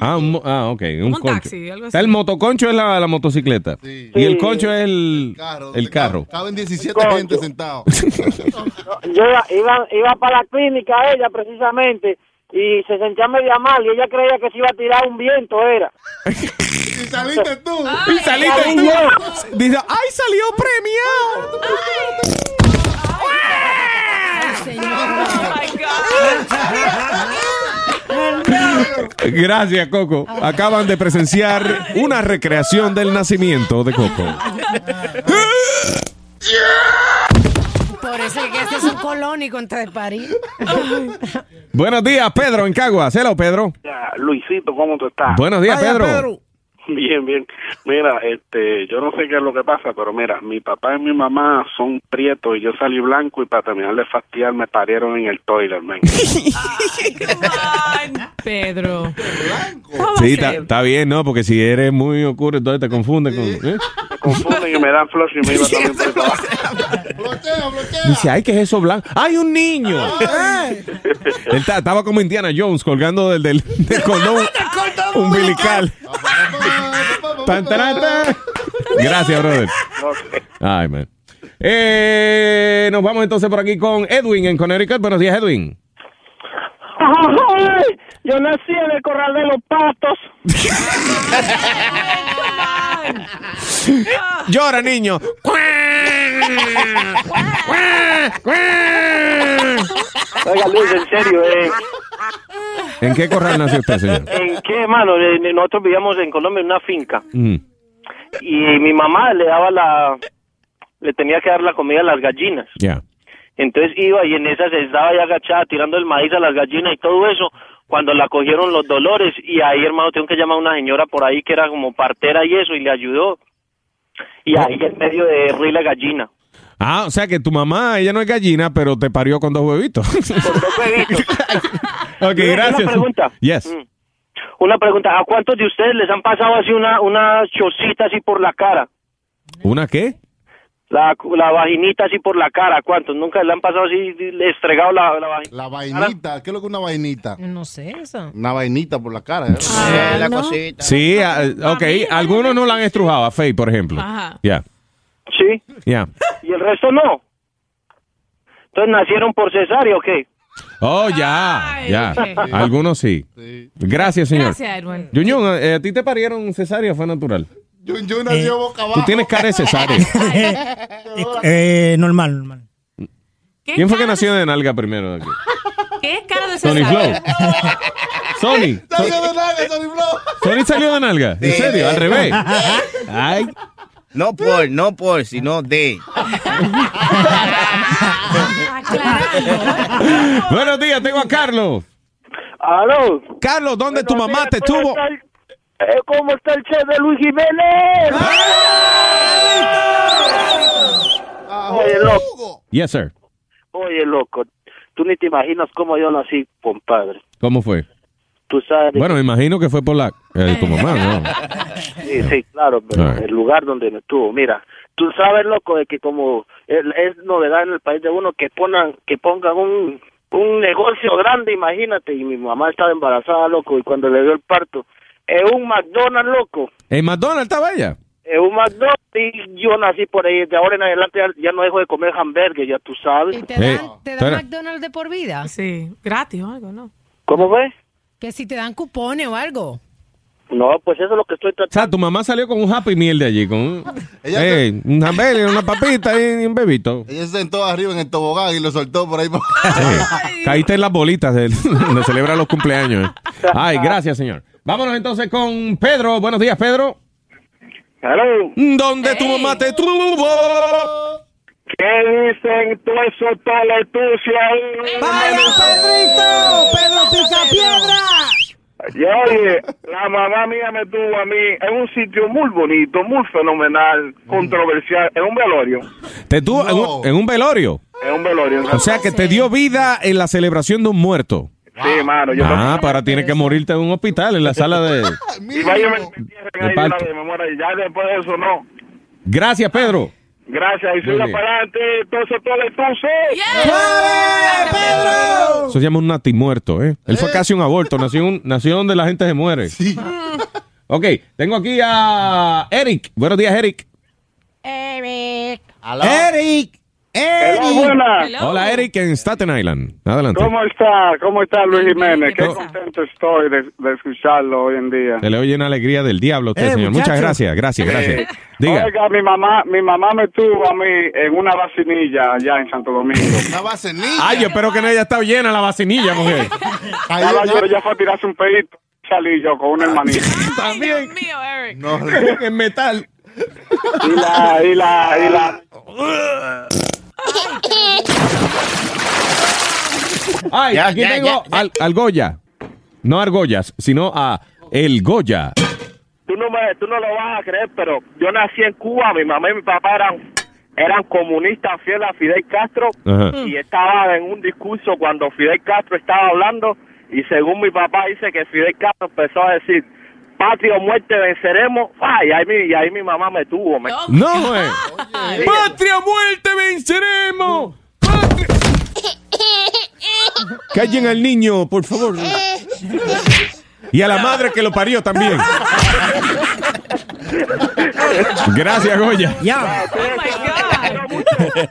Speaker 6: Ah, un, mo- ah, ok, un,
Speaker 14: Un
Speaker 6: concho.
Speaker 14: taxi, algo
Speaker 6: O sea,
Speaker 14: así.
Speaker 6: el motoconcho es la, la motocicleta. Y el concho es el, el carro.
Speaker 10: Estaban 17 gente sentados.
Speaker 14: Yo iba, iba, iba para la clínica ella precisamente y se sentía media mal y ella creía que se iba a tirar un viento era.
Speaker 10: Y saliste tú.
Speaker 6: Y saliste
Speaker 14: Ay,
Speaker 6: tú.
Speaker 14: yo.
Speaker 6: Dice, ¡ay, salió premiado! Gracias, Coco. Acaban de presenciar una recreación del nacimiento de Coco.
Speaker 9: Ah, Por eso es que haces un colónico antes de parir.
Speaker 6: Buenos días, Pedro en Caguas. Hello, Pedro.
Speaker 12: Luisito, ¿cómo tú estás?
Speaker 6: Buenos días, Vaya, Pedro. Pedro.
Speaker 12: Bien, bien. Mira, este, yo no sé qué es lo que pasa, pero mira, mi papá y mi mamá son prietos y yo salí blanco y para terminar de fastidiar me parieron en el toilet, man.
Speaker 7: Pedro.
Speaker 6: Sí, está está bien, ¿no? Porque si eres muy oscuro, entonces te confunde con. ¿eh?
Speaker 12: Confunden y me dan flush y me iba también por el trabajo.
Speaker 6: Dice, ay, ¿qué es eso blanco? ¡Hay un niño!
Speaker 1: Ay.
Speaker 6: Él ta- estaba como Indiana Jones colgando del, del, del condón umbilical. Tan, tan, tan. Gracias, brother. Ay, man. Eh, nos vamos entonces por aquí con Edwin en Connecticut. Buenos días, Edwin.
Speaker 1: Ay, Yo nací en el corral de los patos.
Speaker 6: Llora, niño.
Speaker 16: Oiga, Luis, en serio, eh,
Speaker 6: ¿En qué corral nació usted, señor?
Speaker 16: ¿en qué, hermano? Eh, Nosotros vivíamos en Colombia en una finca
Speaker 6: Mm.
Speaker 16: y mi mamá le daba la... le tenía que dar la comida a las gallinas.
Speaker 6: Ya.
Speaker 16: Entonces iba y en esa se estaba ya agachada tirando el maíz a las gallinas y todo eso. Cuando la cogieron los dolores y ahí, hermano, tengo que llamar a una señora por ahí que era como partera y eso y le ayudó. Y ahí en medio de Ruy la gallina.
Speaker 6: Ah, o sea que tu mamá, ella no es gallina, pero te parió con dos huevitos. ok,
Speaker 16: Una
Speaker 6: gracias.
Speaker 16: pregunta.
Speaker 6: Yes.
Speaker 16: Mm. Una pregunta, ¿a cuántos de ustedes les han pasado así una, una chocita así por la cara?
Speaker 6: ¿Una qué?
Speaker 16: La, la vaginita así por la cara, ¿a ¿cuántos? ¿Nunca le han pasado así, le estregado la, la vaginita?
Speaker 10: La vainita, ¿qué es lo que es una vainita?
Speaker 9: No sé Ah, eso.
Speaker 10: Una vainita por la cara. ¿eh?
Speaker 9: la cosita.
Speaker 6: Sí, ah, ok. Algunos no la han estrujado, a Faye, por ejemplo.
Speaker 16: Ajá.
Speaker 6: Ya,
Speaker 16: Sí,
Speaker 6: ya.
Speaker 16: y el resto no. Entonces nacieron por cesárea, ¿o qué?
Speaker 6: Oh, ya, ya.
Speaker 16: ok.
Speaker 6: Algunos sí. Gracias, señor.
Speaker 16: Gracias, Edwin.
Speaker 6: Yunyun, ¿a- eh, ¿a ti te parieron cesárea fue natural?
Speaker 10: Yun Yun nació boca abajo.
Speaker 6: Eh, Tú tienes cara de cesárea.
Speaker 25: Eh, normal, normal.
Speaker 6: ¿Quién fue que nació de nalga primero? de aquí?
Speaker 7: ¿Qué es cara de
Speaker 6: Sony Flow.
Speaker 7: cesárea?
Speaker 6: Sony.
Speaker 10: Salió de nalga, salió
Speaker 6: Sony salió de nalga. ¿En serio? Al revés. Ay.
Speaker 23: No por, no por, sino de.
Speaker 6: Buenos días, tengo a Carlos.
Speaker 16: Aló.
Speaker 6: Carlos, ¿dónde tu mamá te estuvo?
Speaker 1: eh, ¿Cómo está el chef de Luis Jiménez?
Speaker 6: ¡Ah!
Speaker 16: Oye, loco,
Speaker 6: Yes, sir.
Speaker 16: oye, loco, tú ni te imaginas cómo yo nací, compadre.
Speaker 6: ¿Cómo fue?
Speaker 16: Tú sabes...
Speaker 6: Bueno, me imagino que fue por la... eh, tu mamá, ¿no?
Speaker 16: Sí, sí, claro, pero
Speaker 6: Right.
Speaker 16: el lugar donde me estuvo. Mira, tú sabes, loco, de que como es, es novedad en el país de uno que pongan, que pongan un, un negocio grande, imagínate. Y mi mamá estaba embarazada, loco, y cuando le dio el parto, es un McDonald's, loco,
Speaker 6: En McDonald's estaba ella.
Speaker 16: es un McDonald's. Y yo nací por ahí, de ahora en adelante ya, ya no dejo de comer hamburgues, ya tú sabes. Eh.
Speaker 6: Hey,
Speaker 9: ¿Te dan
Speaker 6: Eh, espera.
Speaker 9: McDonald's de por vida?
Speaker 7: Sí, gratis o algo, ¿no?
Speaker 16: ¿Cómo fue?
Speaker 9: Que si te dan cupones o algo.
Speaker 16: No, pues eso es lo que estoy
Speaker 6: O sea, tu mamá salió con un happy meal de allí, con un, eh, un hamburger, una papita y un bebito.
Speaker 10: Ella se sentó arriba en el tobogán y lo soltó por ahí. por-
Speaker 6: Caíste en las bolitas de, donde celebran los cumpleaños. eh. Ay, gracias, señor. Vámonos entonces con Pedro. Buenos días, Pedro. ¿Dónde tu mamá te tuvo?
Speaker 1: ¿Qué dicen todos esos paletucios ahí? ¡Vaya, Pedrito! ¡Pedro Picapiedra!
Speaker 16: Y oye,
Speaker 1: la mamá mía me tuvo a mí en un sitio muy bonito, muy fenomenal, controversial, en un velorio.
Speaker 6: Te tuvo en un- en, un velorio.
Speaker 16: En un velorio.
Speaker 6: O sea, que te dio vida en la celebración de un muerto.
Speaker 16: Sí, mano, yo
Speaker 6: Ah, para tienes que morirte en un hospital, en la sala de...
Speaker 16: Y vaya, me metieron
Speaker 6: De
Speaker 16: ahí de una
Speaker 6: parto.
Speaker 16: vez, me muero, y ya después de eso no.
Speaker 6: Gracias, Pedro.
Speaker 16: Gracias, y
Speaker 6: Muy
Speaker 16: siga
Speaker 6: bien.
Speaker 16: para adelante, todo eso, todo el tuce.
Speaker 6: Eso se llama un natimuerto, ¿eh? Él fue casi un aborto, nació, en un- nació donde la gente se muere. Ok, tengo aquí a Eric. Buenos días, Eric.
Speaker 1: Mm, Eric.
Speaker 6: Eric.
Speaker 1: Eric.
Speaker 6: Hola, Eric en Staten Island. Adelante.
Speaker 26: ¿Cómo está? ¿Cómo está Luis Jiménez? Qué contento estoy de, de escucharlo hoy en día.
Speaker 6: Se le oye una alegría del diablo a usted,
Speaker 26: Eh,
Speaker 6: señor. Muchas
Speaker 26: muchacho.
Speaker 6: gracias, gracias, gracias.
Speaker 26: Eh,
Speaker 6: Diga.
Speaker 26: Oiga, mi mamá, mi mamá me tuvo a mí en una vacinilla allá en Santo Domingo.
Speaker 10: Una vacinilla.
Speaker 6: Ay, yo espero que no haya estado llena la vacinilla, mujer.
Speaker 26: Estaba yo, ella fue a tirarse un pedito, salí yo con una hermanita.
Speaker 6: También.
Speaker 26: No,
Speaker 6: en metal.
Speaker 26: Y la, y la, y la.
Speaker 6: Ay,
Speaker 26: Ya,
Speaker 6: aquí
Speaker 26: ya,
Speaker 6: tengo al, al Goya. No argollas, sino a el Goya.
Speaker 16: Tú no, me, tú no lo vas a creer, pero yo nací en Cuba, mi mamá y mi papá eran eran comunistas fieles a Fidel Castro
Speaker 1: Ajá.
Speaker 16: y estaba en un discurso cuando Fidel Castro estaba hablando
Speaker 8: Y según mi papá dice que Fidel Castro empezó a decir, patio muerte venceremos, ¡Fa! y ahí, mi, y ahí mi mamá me tuvo. me-
Speaker 9: Oh,
Speaker 6: No, güey.
Speaker 1: ¡Patria muerte venceremos!
Speaker 6: Callen al niño, por favor. pues. Y a la madre que lo parió también. Gracias, Goya.
Speaker 1: Ya.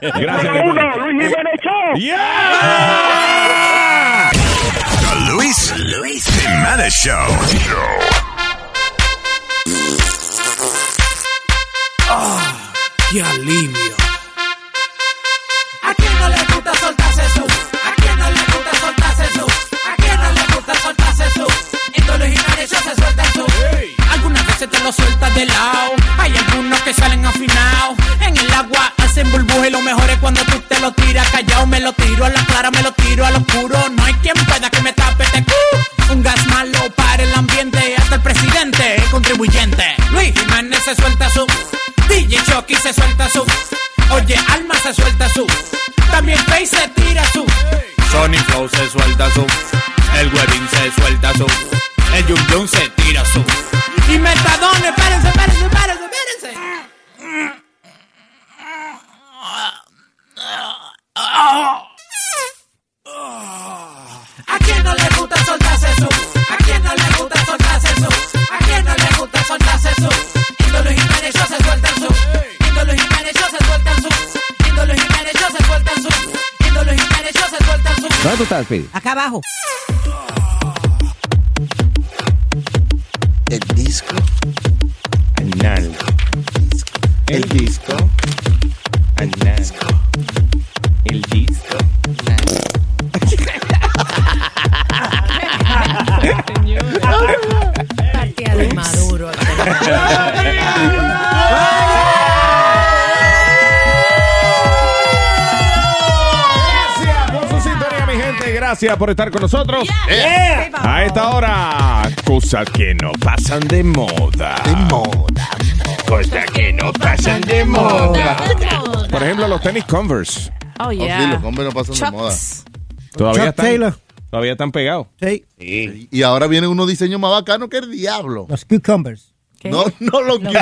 Speaker 6: Gracias.
Speaker 1: Uno, Luis
Speaker 6: Eh,
Speaker 1: Jiménez Show.
Speaker 13: The Luis, Luis Jimenez Show.
Speaker 1: ¡Ah! ¡Qué alivio! ¿A quién no le gusta soltarse su? ¿A quién no le gusta soltarse su? ¿A quién no le gusta soltarse su? Esto los Jiménez Show se suelta el su. Algunas veces te lo sueltas de lado. Hay algunos que salen afinados. En el agua hacen burbuja y lo mejor es cuando tú te lo tiras callado. Me lo tiro a la clara, me lo tiro al oscuro. No hay quien pueda que me tape este cu. Un gas malo para el ambiente. Hasta el presidente es contribuyente. Luis Jiménez se suelta su. DJ Chucky se suelta su. Oye, Alma se suelta su. También Face se tira su. Sony Flow se suelta su. El Webin se suelta su. El Yum Yum se tira su. Y Metadone, espérense, espérense, espérense, espérense. ¿A quién no le gusta soltarse su? ¿A quién no le gusta soltarse su? ¿A quién no le gusta soltarse su? Esto los Jiménez yo se sueltan su. Esto los Jiménez yo se sueltan su. Esto los Jiménez yo se sueltan su. Esto los Jiménez yo se sueltan su.
Speaker 23: ¿Dónde tú estás, Pidi?
Speaker 9: Acá abajo.
Speaker 23: El disco. Anal. El disco. Anal. El disco.
Speaker 9: Patea de maduro.
Speaker 6: Gracias por su sintonía, mi gente. Gracias por estar con nosotros.
Speaker 1: Yeah.
Speaker 6: A esta hora, cosas que no pasan de moda. De moda. Cosas que no pasan de moda. Por ejemplo, los tenis Converse.
Speaker 7: Oh, yeah.
Speaker 10: sí, los hombres no pasan de
Speaker 7: Chucks.
Speaker 10: moda.
Speaker 6: Todavía
Speaker 10: Chuck
Speaker 6: están,
Speaker 10: Taylor.
Speaker 6: todavía están pegados.
Speaker 10: Sí. Y ahora vienen unos diseños más bacanos que el diablo.
Speaker 25: Los cucumbers.
Speaker 10: No, no los
Speaker 25: ¿No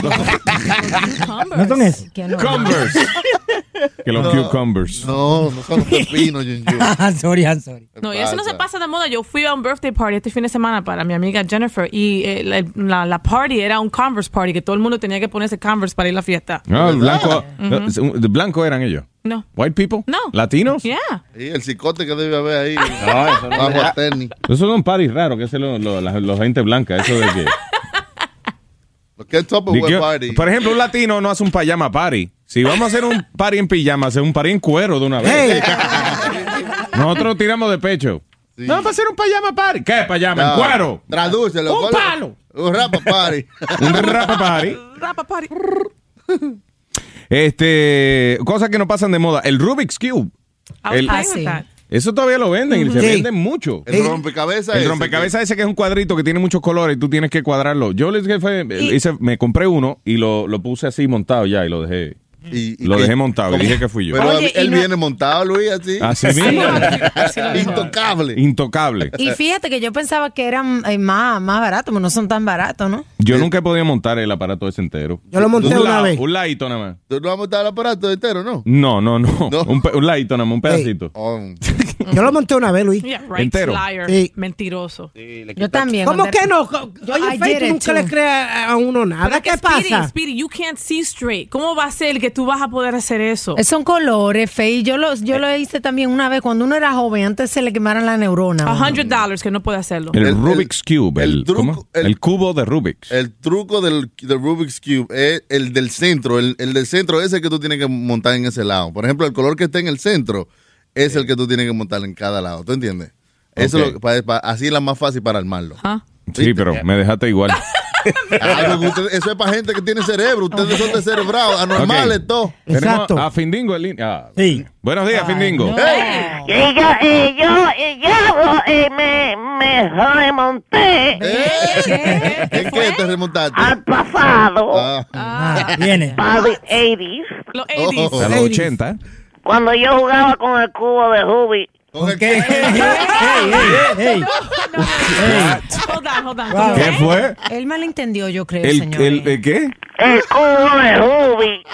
Speaker 25: son esos?
Speaker 6: Converse. Que los cucumbers.
Speaker 10: No, no son los pepinos, Jun Jun.
Speaker 25: I'm sorry, I'm sorry.
Speaker 7: No, y eso no se pasa de moda. Yo fui a un birthday party este fin de semana para mi amiga Jennifer y eh, la, la- la party era un Converse party, que todo el mundo tenía que ponerse Converse para ir a la fiesta.
Speaker 6: No, el blanco,
Speaker 7: Ujú.
Speaker 6: de blanco eran ellos.
Speaker 7: No.
Speaker 6: White people.
Speaker 7: No.
Speaker 6: Latinos.
Speaker 7: Yeah.
Speaker 10: Y el cicote que debe haber ahí.
Speaker 6: No, eso no.
Speaker 10: Bajo a tenis.
Speaker 6: Esos son paris raros, que es lo, lo- la, los gente blanca, eso de que...
Speaker 10: ¿Qué
Speaker 6: Ni que-
Speaker 10: Tupperware party?
Speaker 6: Por ejemplo, un latino no hace un pijama party. Si vamos a hacer un party en pijama, hacer un party en cuero de una vez. Nosotros tiramos de pecho. No, va a ser un pijama party. ¿Qué pijama?
Speaker 10: No.
Speaker 6: En cuero.
Speaker 10: Tradúcelo.
Speaker 6: Un
Speaker 10: ¿cuál es?
Speaker 6: palo.
Speaker 10: Un rapa party.
Speaker 6: Un rapa party.
Speaker 7: Rapa party.
Speaker 6: Este, cosas que no pasan de moda. El Rubik's Cube.
Speaker 7: I
Speaker 9: Ah,
Speaker 7: was
Speaker 6: El-
Speaker 7: playing with that.
Speaker 6: Eso todavía lo venden y se
Speaker 10: Sí.
Speaker 6: venden mucho.
Speaker 10: El rompecabezas.
Speaker 6: Eh. El
Speaker 10: ese,
Speaker 6: rompecabezas ese que es un cuadrito que tiene muchos colores y tú tienes que cuadrarlo. Yo les fue- hice- me compré uno y lo, lo puse así montado ya y lo dejé. lo dejé montado y dije que fui yo.
Speaker 10: Pero
Speaker 9: Oye,
Speaker 10: él
Speaker 9: y no-
Speaker 10: viene montado, Luis, así.
Speaker 6: Así mismo.
Speaker 10: Intocable.
Speaker 6: Intocable.
Speaker 9: Y fíjate que yo pensaba que eran eh, más, más baratos, pero no son tan baratos, ¿no?
Speaker 6: Yo nunca he podido montar el aparato ese entero.
Speaker 10: Yo lo monté
Speaker 6: Un
Speaker 10: una
Speaker 6: lado,
Speaker 10: vez.
Speaker 6: Un ladito nada más.
Speaker 10: Tú no vas a montar el aparato entero, ¿no? Oh,
Speaker 6: No, no, no. Un, pe- un ladito nada más, un pedacito.
Speaker 11: Yo lo monté una vez, Luis.
Speaker 7: Yeah, right,
Speaker 6: Entero.
Speaker 7: liar,
Speaker 11: Sí.
Speaker 7: mentiroso.
Speaker 9: Yo también.
Speaker 11: ¿Cómo
Speaker 9: cuando-
Speaker 11: que no? Yo
Speaker 9: I
Speaker 11: oye,
Speaker 9: did
Speaker 11: Facebook
Speaker 9: it
Speaker 11: nunca
Speaker 9: too.
Speaker 11: le crea a uno nada.
Speaker 7: Pero
Speaker 11: ¿Qué
Speaker 7: que Speedy,
Speaker 11: pasa?
Speaker 7: Speedy, you can't see straight. ¿Cómo va a ser que tú vas a poder hacer eso?
Speaker 9: Eh, Son colores, Fey. Yo lo, yo lo hice también una vez cuando uno era joven, antes se le quemaran la neurona.
Speaker 7: A hundred dollars que no puede hacerlo.
Speaker 6: El, Rubik's Cube. El, ¿cómo?
Speaker 10: el-
Speaker 6: El cubo de Rubik.
Speaker 10: El truco del, del Rubik's Cube es el del centro, el, el del centro ese que tú tienes que montar en ese lado. Por ejemplo, el color que está en el centro es el que tú tienes que montar en cada lado, ¿tú entiendes? Eso
Speaker 6: Ok.
Speaker 10: es lo, que- pa- pa- así es la más fácil para armarlo.
Speaker 6: Sí, pero me dejaste igual.
Speaker 10: Algo que usted- eso es para gente que tiene cerebro, ustedes son descerebrados, anormales,
Speaker 6: Ok.
Speaker 10: todo.
Speaker 6: Tenemos A Findingo en línea. Ah. Buenos días, Findingo.
Speaker 1: Y yo, y yo, y yo eh, me, me remonté
Speaker 10: ¿En qué te remontaste? Ah.
Speaker 1: al pasado,
Speaker 25: Viene.
Speaker 1: a los 80s,
Speaker 7: Los
Speaker 10: Oh.
Speaker 6: A los 80.
Speaker 1: cuando yo jugaba con el cubo de Ruby
Speaker 7: Hold on, hold on.
Speaker 6: Wow. ¿Qué fue?
Speaker 9: Él malentendió, yo creo,
Speaker 6: ¿El,
Speaker 9: señor.
Speaker 6: el, el qué?
Speaker 9: El cubo de Rubik.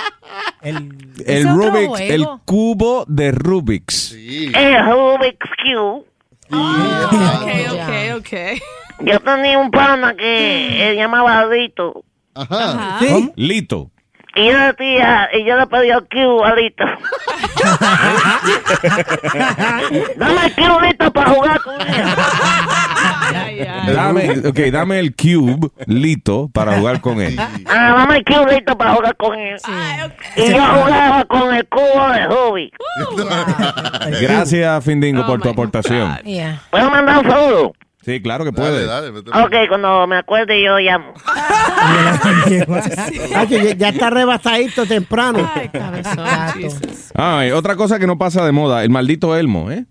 Speaker 6: El
Speaker 9: otro
Speaker 6: Rubik's,
Speaker 9: juego.
Speaker 6: el cubo de Rubik's.
Speaker 1: El Rubik's Cube.
Speaker 7: Ah, Ok, ok.
Speaker 1: Yo tenía un pana que eh, llamaba Adito.
Speaker 6: Ajá. Lito.
Speaker 1: Y yo, tía, y yo le pedí el Q Adito. Dame el Q Adito para jugar con él.
Speaker 6: Dame, ok, dame el cube, Lito, para jugar con él.
Speaker 1: Ah, dame el Q Adito para jugar con él. Y yo jugaba con el cubo de Hobby.
Speaker 6: Gracias, Findingo, por tu aportación.
Speaker 1: ¿Puedo mandar un saludo?
Speaker 6: Sí, claro que puede.
Speaker 1: Ok, cuando me acuerde yo llamo.
Speaker 11: Ay, que ya, ya está rebastadito temprano.
Speaker 6: Ay, otra cosa que no pasa de moda, el maldito Elmo, ¿eh?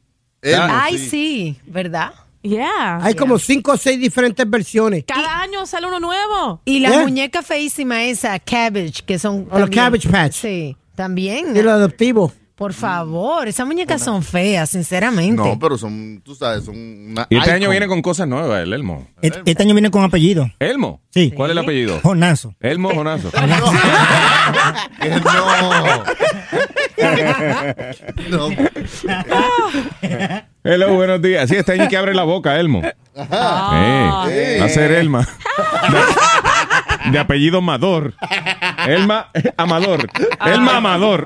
Speaker 9: Ay, sí, ¿verdad?
Speaker 7: Yeah.
Speaker 11: Hay como cinco o seis diferentes versiones.
Speaker 7: Cada año sale uno nuevo.
Speaker 9: Y la
Speaker 11: ¿Eh?
Speaker 9: muñeca feísima esa, Cabbage, que son.
Speaker 11: O Oh, los
Speaker 9: también-
Speaker 11: Cabbage Patch.
Speaker 9: Sí, también.
Speaker 11: Y los adoptivos.
Speaker 9: Por favor, esas muñecas son feas, sinceramente.
Speaker 10: No, pero son, tú sabes, son una.
Speaker 6: Y este año
Speaker 10: icon.
Speaker 6: viene con cosas nuevas, el Elmo.
Speaker 25: Este, este año viene con apellido.
Speaker 6: ¿Elmo?
Speaker 25: Sí.
Speaker 6: ¿Cuál es el apellido?
Speaker 25: Jonazo.
Speaker 6: Elmo Jonazo.
Speaker 10: No.
Speaker 6: Hello, buenos días. Sí, este año hay que abre la boca, Elmo. Eh, Va a ser Elma. De, de apellido Amador. Elma eh, Amador.
Speaker 1: Ah.
Speaker 6: Elma Amador.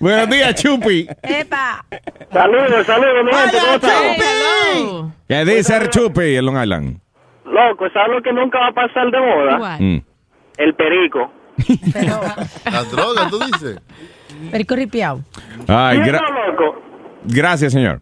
Speaker 6: Buenos días, Chupi.
Speaker 9: ¡Epa!
Speaker 8: Saludos, saludos, mi gente, ¿cómo están?
Speaker 6: ¿Qué dice el Chupi en Long Island?
Speaker 8: Loco, ¿sabes lo que nunca va a pasar de moda?
Speaker 6: Mm.
Speaker 8: El perico.
Speaker 10: La droga, tú dices.
Speaker 9: Perico ripiao.
Speaker 6: Ay,
Speaker 10: Mira,
Speaker 6: gra-
Speaker 8: Loco.
Speaker 6: gracias, señor.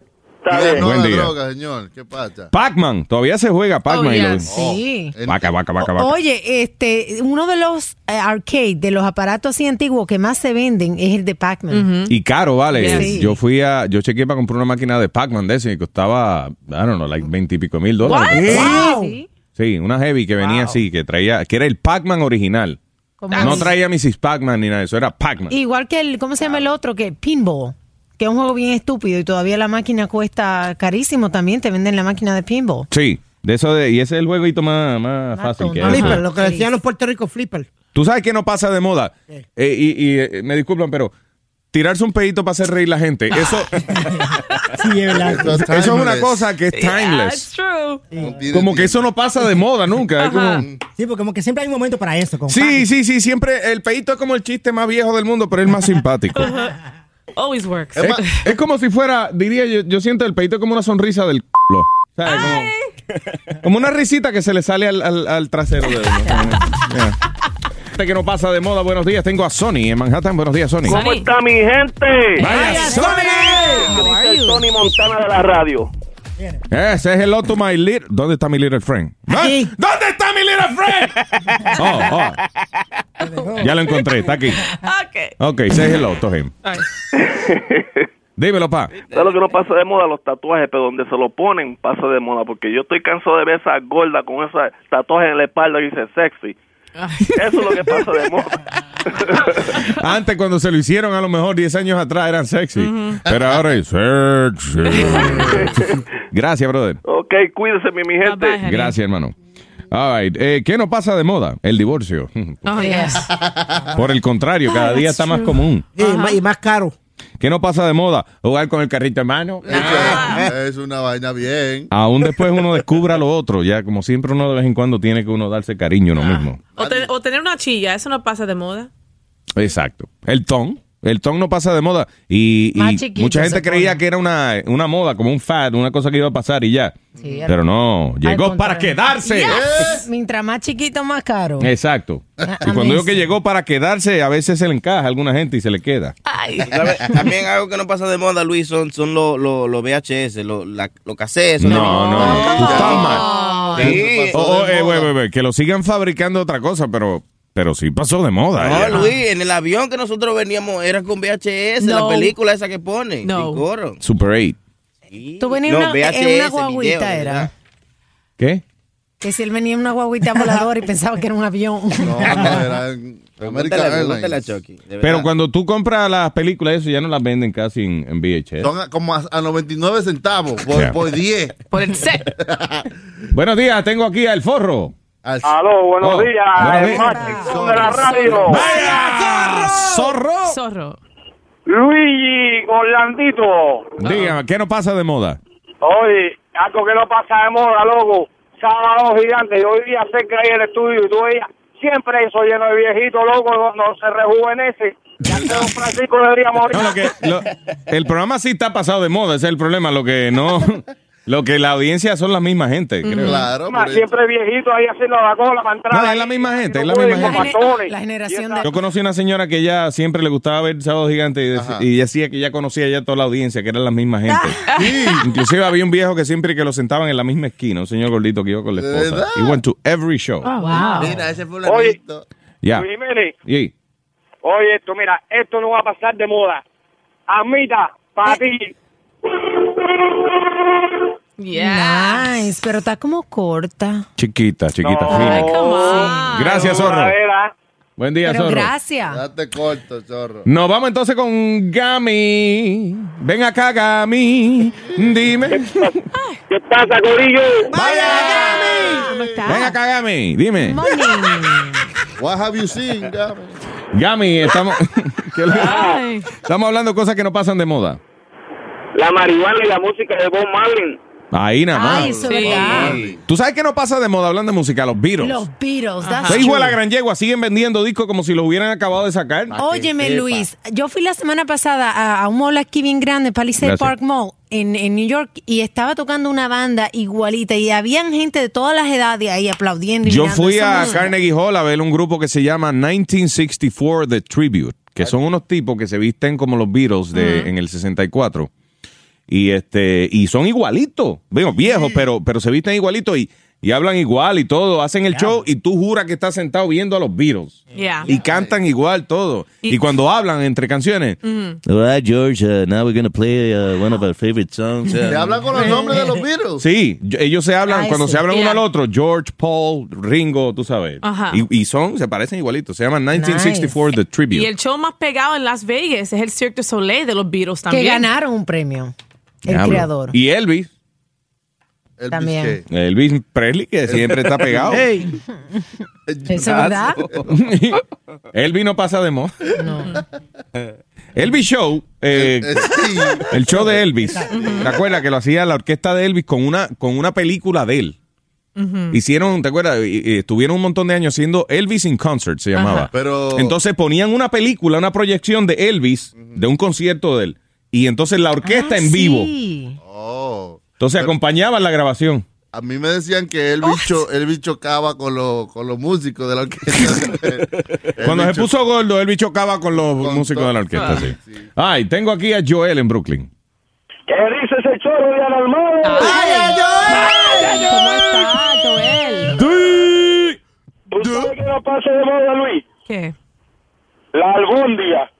Speaker 10: No,
Speaker 6: Buen
Speaker 10: la
Speaker 6: día.
Speaker 10: droga, señor. ¿Qué pasa?
Speaker 6: Pac-Man. Todavía se juega Pac-Man.
Speaker 9: Oh,
Speaker 6: y
Speaker 9: yeah,
Speaker 6: lo-
Speaker 9: sí.
Speaker 6: Oh. Vaca, vaca, vaca, vaca.
Speaker 9: Oye, este, uno de los eh, arcade, de los aparatos así antiguos que más se venden es el de Pac-Man.
Speaker 6: Y caro, vale.
Speaker 9: Sí.
Speaker 6: Yo fui a, yo chequeé para comprar una máquina de Pac-Man de ese y costaba, I don't know, like 20 y pico mil dólares.
Speaker 9: Wow.
Speaker 6: Sí, una heavy que venía así, que traía, que era el Pac-Man original.
Speaker 9: Como
Speaker 6: No
Speaker 9: así.
Speaker 6: traía Mrs. Pac-Man ni nada de eso, era Pac-Man.
Speaker 9: Igual que el, ¿cómo se llama el otro? Que Pinball, que es un juego bien estúpido y todavía la máquina cuesta carísimo también, te venden la máquina de pinball.
Speaker 6: Sí, de eso de, y ese es el jueguito más, más fácil que hay.
Speaker 11: Flipper, lo que decían los Puerto Rico, flipper.
Speaker 6: Tú sabes que no pasa de moda. Eh, y y, eh, me disculpan, pero tirarse un pedito para hacer reír la gente, eso,
Speaker 25: Sí, es verdad.
Speaker 6: eso es una cosa que es timeless.
Speaker 7: true.
Speaker 6: Como que eso no pasa de moda nunca. es como-
Speaker 25: Sí, porque como que siempre hay un momento para eso. Con
Speaker 6: Sí, sí, sí, siempre el peito es como el chiste más viejo del mundo, pero es el más simpático.
Speaker 7: Always works.
Speaker 6: Es, es como si fuera, diría yo, yo siento el peito como una sonrisa del culo. ¿Sabes? Como, como una risita que se le sale al, al- al trasero de uno. Yeah. Este que no pasa de moda, buenos días. Tengo a Sony en Manhattan. Buenos días, Sony.
Speaker 8: ¿Cómo está mi gente?
Speaker 6: Vaya,
Speaker 8: Sony! Tony Montana de la radio.
Speaker 6: Ese es el otro my little. ¿Dónde está mi little friend? ¿Dónde está mi little friend? Oh, oh. Ya lo encontré, está aquí.
Speaker 8: Ok.
Speaker 6: Ok, say hello to him. Dímelo, pa.
Speaker 8: ¿Sabes lo que no pasa de moda? Los tatuajes, pero donde se lo ponen pasa de moda, porque yo estoy cansado de ver esas gordas con esos tatuajes en la espalda que dice sexy. Eso es lo que pasa de moda.
Speaker 6: Antes, cuando se lo hicieron, a lo mejor 10 años atrás eran sexy. Pero ahora es sexy. Gracias, brother.
Speaker 8: Ok, cuídense, mi, mi gente.
Speaker 6: Gracias, hermano. All right. eh, ¿Qué no pasa de moda? El divorcio.
Speaker 7: Oh, yes.
Speaker 6: Por el contrario, cada día está más común.
Speaker 11: Sí, y más- y más caro.
Speaker 6: ¿Qué no pasa de moda? Jugar con el carrito en mano.
Speaker 10: Es una vaina bien.
Speaker 6: Aún después uno descubra lo otro. Ya, como siempre, uno de vez en cuando tiene que uno darse cariño uno mismo.
Speaker 7: O, te- o tener una chilla, eso no pasa de moda.
Speaker 6: Exacto. El ton. El ton no pasa de moda. Y, y
Speaker 7: Más chiquito
Speaker 6: mucha gente
Speaker 7: se pone.
Speaker 6: creía que era una, una moda, como un fad, una cosa que iba a pasar y ya.
Speaker 9: Sí,
Speaker 6: Pero no, llegó
Speaker 9: Al
Speaker 6: para
Speaker 9: contrario.
Speaker 6: quedarse.
Speaker 9: Yes. Mientras más chiquito, más caro.
Speaker 6: Exacto.
Speaker 9: Ah,
Speaker 6: Y cuando digo
Speaker 9: amazing.
Speaker 6: que llegó para quedarse, a veces se le encaja a alguna gente y se le queda.
Speaker 19: Ah,
Speaker 23: ¿Sabes? También algo que no pasa de moda, Luis, son, son los los los VHS, los la- los cassettes.
Speaker 6: No, no, no. Tú estás mal.
Speaker 23: Sí.
Speaker 6: Eh, oh, oh, eh, güey, güey, güey, que lo sigan fabricando otra cosa, pero, pero sí pasó de moda.
Speaker 23: No,
Speaker 6: eh.
Speaker 23: Luis, en el avión que nosotros veníamos era con VHS,
Speaker 9: No.
Speaker 23: la película esa que pone. No. corro.
Speaker 6: Super 8.
Speaker 9: Tú venías
Speaker 23: No,
Speaker 9: una- en
Speaker 23: VHS,
Speaker 9: una guaguita,
Speaker 23: video,
Speaker 9: era.
Speaker 6: ¿Qué?
Speaker 9: Que si él venía en una guaguita voladora y pensaba que era un avión.
Speaker 23: Pregúntale, pregúntale a Chucky. de verdad.
Speaker 6: Pero cuando tú compras las películas, eso ya no las venden casi en, en VHS.
Speaker 10: Son a- como a, a 99 centavos por,
Speaker 6: Yeah.
Speaker 10: por 10.
Speaker 7: Por el set.
Speaker 6: Buenos días, tengo aquí al forro.
Speaker 8: Aló, buenos
Speaker 6: Oh,
Speaker 8: días,
Speaker 6: buenos
Speaker 8: el
Speaker 6: días.
Speaker 8: más chingón de la radio.
Speaker 6: ¡Zorro!
Speaker 7: ¡Zorro!
Speaker 8: Luigi Orlandito.
Speaker 6: Dígame, ¿qué no pasa de moda?
Speaker 8: Oye, algo que no pasa de moda, loco. Sábado gigante, yo vivía cerca ahí del estudio y tú veías siempre eso lleno de viejitos, loco, no, no se rejuvenece. Ya que don Francisco debería morir.
Speaker 6: Lo- el programa sí está pasado de moda, ese es el problema. Lo que no. Lo que la audiencia son la misma gente, creo.
Speaker 8: Más siempre viejito ahí haciendo la cola para entrar.
Speaker 6: No, es la misma gente, es la misma gente.
Speaker 9: La generación
Speaker 6: Yo conocí una señora que ya siempre le gustaba ver Sábado Gigante y, dec- y decía que ya conocía ya toda la audiencia, que eran las mismas gente. Inclusive había un viejo que siempre que lo sentaban en la misma esquina, un señor gordito que iba con la
Speaker 10: ¿De
Speaker 6: esposa.
Speaker 10: verdad?
Speaker 6: He went to every show.
Speaker 10: Mira, ese fue
Speaker 8: Oye,
Speaker 6: Oh, Ya.
Speaker 8: Luis Jiménez,
Speaker 6: Y-
Speaker 8: oye esto, mira, esto no va a pasar de moda. Amita, para ti.
Speaker 9: Nice, pero está como corta.
Speaker 6: Chiquita, chiquita,
Speaker 8: No.
Speaker 6: fina.
Speaker 8: Ay, come
Speaker 9: on.
Speaker 6: Gracias, Zorro. Buen día,
Speaker 9: Pero
Speaker 6: Zorro.
Speaker 9: gracias.
Speaker 10: Date corto, zorro.
Speaker 6: Nos vamos entonces con Gami. Ven acá, Gami. Dime.
Speaker 8: ¿Qué pasa, Corillo?
Speaker 9: ¿Cómo estás?
Speaker 6: Ven acá, Gami. Dime.
Speaker 10: What have you seen, Gaby?
Speaker 6: Gami, estamos. ¿Qué le- Estamos hablando de cosas que no pasan de moda.
Speaker 8: La marihuana y la música de Bob Marley.
Speaker 6: Ahí nada más.
Speaker 9: Ay, eso es verdad.
Speaker 6: Tú sabes que no pasa de moda hablando de música, los Beatles.
Speaker 9: Los Beatles, that's
Speaker 6: Se hijo de la
Speaker 9: true.
Speaker 6: gran yegua, siguen vendiendo discos como si los hubieran acabado de sacar.
Speaker 9: Óyeme, Luis, yo fui la semana pasada a, a un mall aquí bien grande, Palisade
Speaker 6: Gracias.
Speaker 9: Park Mall, en, en New York, y estaba tocando una banda igualita, y habían gente de todas las edades ahí aplaudiendo. y
Speaker 6: Yo
Speaker 9: mirando
Speaker 6: fui
Speaker 9: esa
Speaker 6: a
Speaker 9: música.
Speaker 6: Carnegie Hall a ver un grupo que se llama 1964 The Tribute, que son unos tipos que se visten como los Beatles de, en el 64. Y este y son igualitos, digo, viejos, pero, pero se visten igualitos y, y hablan igual y todo. Hacen el show y tú juras que estás sentado viendo a los Beatles.
Speaker 7: Yeah.
Speaker 6: Y cantan igual todo.
Speaker 7: Y-
Speaker 6: Y, cuando hablan entre canciones.
Speaker 7: Mm.
Speaker 6: All right, George, uh, now we're gonna play uh, one of our favorite songs. uh,
Speaker 10: Te hablan con los nombres de los virus.
Speaker 6: Sí, yo- ellos se hablan,
Speaker 10: Ah,
Speaker 6: cuando
Speaker 10: eso.
Speaker 6: se hablan
Speaker 10: Yeah.
Speaker 6: uno al otro, George, Paul, Ringo, tú sabes.
Speaker 7: Ajá.
Speaker 6: Y, y son, se parecen igualitos. Se llaman 1964 The Tribute.
Speaker 7: Y el show más pegado en Las Vegas es el Cirque du Soleil de los Beatles también.
Speaker 9: Que ganaron un premio. El
Speaker 6: Diablo.
Speaker 9: creador.
Speaker 6: Y Elvis.
Speaker 9: También.
Speaker 6: Elvis Presley, que siempre está pegado.
Speaker 9: Ey. Eso es verdad.
Speaker 6: Elvis no pasa de moda. Elvis Show, eh, el show de Elvis. ¿Te acuerdas que lo hacía la orquesta de Elvis con una, con una película de él? Hicieron, ¿te acuerdas? Y- y Estuvieron un montón de años haciendo Elvis in Concert, se llamaba.
Speaker 10: Ajá. Pero-
Speaker 6: Entonces ponían una película, una proyección de Elvis, de un concierto de él. Y entonces la orquesta
Speaker 10: Ah,
Speaker 6: en vivo.
Speaker 10: Oh.
Speaker 6: Entonces acompañaban la grabación.
Speaker 10: A mí me decían que el bicho, el bicho cava con, los- con los músicos de la orquesta.
Speaker 6: Cuando se puso gordo, Elvis chocaba con los músicos de la orquesta, sí. Ay, tengo aquí a Joel en Brooklyn.
Speaker 8: ¿Qué dice ese choro de Alarmado? ¡Ay, ay, ay! ¿Cómo está, Joel? ¿Tú sabes qué no pasa de moda, Luis?
Speaker 7: ¿Qué?
Speaker 8: La albóndiga.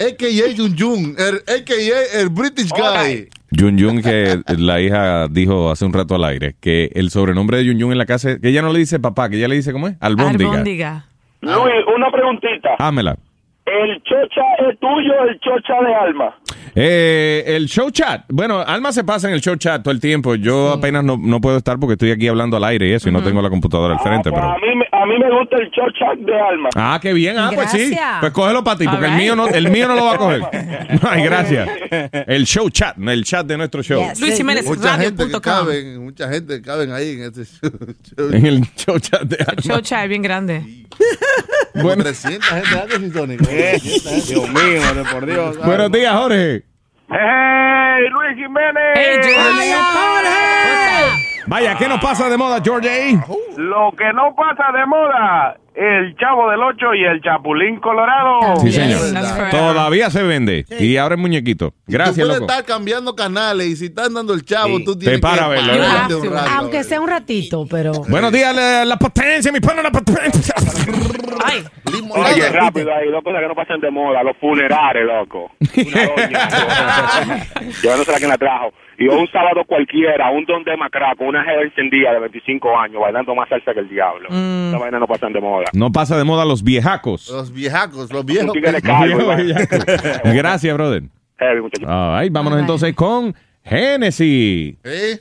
Speaker 10: AKA Jun Jun, el AKA el British guy.
Speaker 6: Jun Jun, que la hija dijo hace un rato al aire, que el sobrenombre de Jun Jun en la casa, es- que ella no le dice papá, que ella le dice, ¿cómo es? Albóndiga.
Speaker 8: Luis, una preguntita.
Speaker 6: Ámela.
Speaker 8: ¿El chocha es tuyo o el chocha de alma?
Speaker 6: Eh, el show chat. Bueno, Alma se pasa en el show chat todo el tiempo. Yo apenas no, no puedo estar porque estoy aquí hablando al aire y eso, y no tengo la computadora al frente, pero...
Speaker 8: A mí, me- a mí me gusta el chocha de alma.
Speaker 6: Ah, qué bien, ah, pues sí.
Speaker 8: Gracias.
Speaker 6: Pues cógelo para ti, porque
Speaker 8: All
Speaker 6: el,
Speaker 8: right.
Speaker 6: mío no, el mío no lo va a coger. Ay, gracias. El show chat, el chat de nuestro show.
Speaker 10: mucha gente que caben, mucha gente que caben ahí en este show.
Speaker 6: En el show chat de
Speaker 7: El show chat es bien grande.
Speaker 10: Bueno. 300 gente antes sin Sonic.
Speaker 23: Eh, Dios mío, por Dios.
Speaker 6: Buenos días, Jorge.
Speaker 8: ¡Hey, Luis Jiménez!
Speaker 6: Vaya, ¿qué nos pasa de moda, George?
Speaker 8: Lo que no pasa de moda
Speaker 26: El Chavo del Ocho y el Chapulín Colorado.
Speaker 6: Sí, señor. Todavía se vende. Y ahora es muñequito.
Speaker 10: Tú
Speaker 6: Gracias,
Speaker 10: puedes
Speaker 6: loco.
Speaker 10: estar cambiando canales y si están dando el chavo, tú tienes
Speaker 6: para a
Speaker 10: que
Speaker 6: verlo,
Speaker 10: pararte
Speaker 6: ¿verdad?
Speaker 10: un rato. eh.
Speaker 9: Aunque sea un ratito, pero.
Speaker 6: Buenos días, la, la potencia, mi pana, la potencia.
Speaker 26: Oye, rápido ahí, dos cosas que no pasan de moda, los funerales, loco. Una doña, yo- yo no sé la que la trajo. Y un sábado cualquiera, un don de macra con una jeva encendida de 25 años, bailando más salsa que el diablo. Esa vaina no pasan de moda.
Speaker 6: No pasa de moda los viejacos.
Speaker 10: Los viejacos, los viejos.
Speaker 26: Un tigre calvo,
Speaker 6: Los
Speaker 26: igual.
Speaker 6: viejos viejacos. Gracias, brother.
Speaker 26: Heavy, muchachos.
Speaker 6: Ay, vámonos
Speaker 26: Alright.
Speaker 6: entonces con Genesis.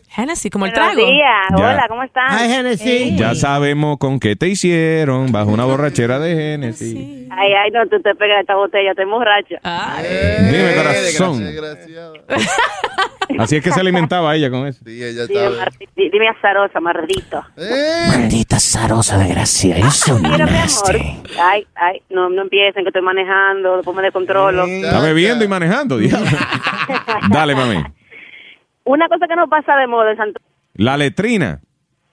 Speaker 7: Genesis, como el
Speaker 22: Buenos
Speaker 7: trago.
Speaker 22: días.
Speaker 6: Ya.
Speaker 22: Hola, ¿cómo están? Ay, Genesis.
Speaker 6: Ya sabemos con qué te hicieron bajo una borrachera de Genesis.
Speaker 22: Ay, ay, no, tú te pegas esta botella, estoy borracha.
Speaker 6: Dime, corazón. Así es que se alimentaba ella con eso.
Speaker 22: Dime, mardi- di- dime azarosa, mardito.
Speaker 6: Eh. Maldita zarosa de gracia. Eso
Speaker 22: Mira, mi amor. Ay, ay, no, no empiecen que estoy manejando, después me descontrolo.
Speaker 6: Está bebiendo y manejando, diablo. Dale, mami.
Speaker 22: Una cosa que no pasa de moda en Santo
Speaker 6: La letrina.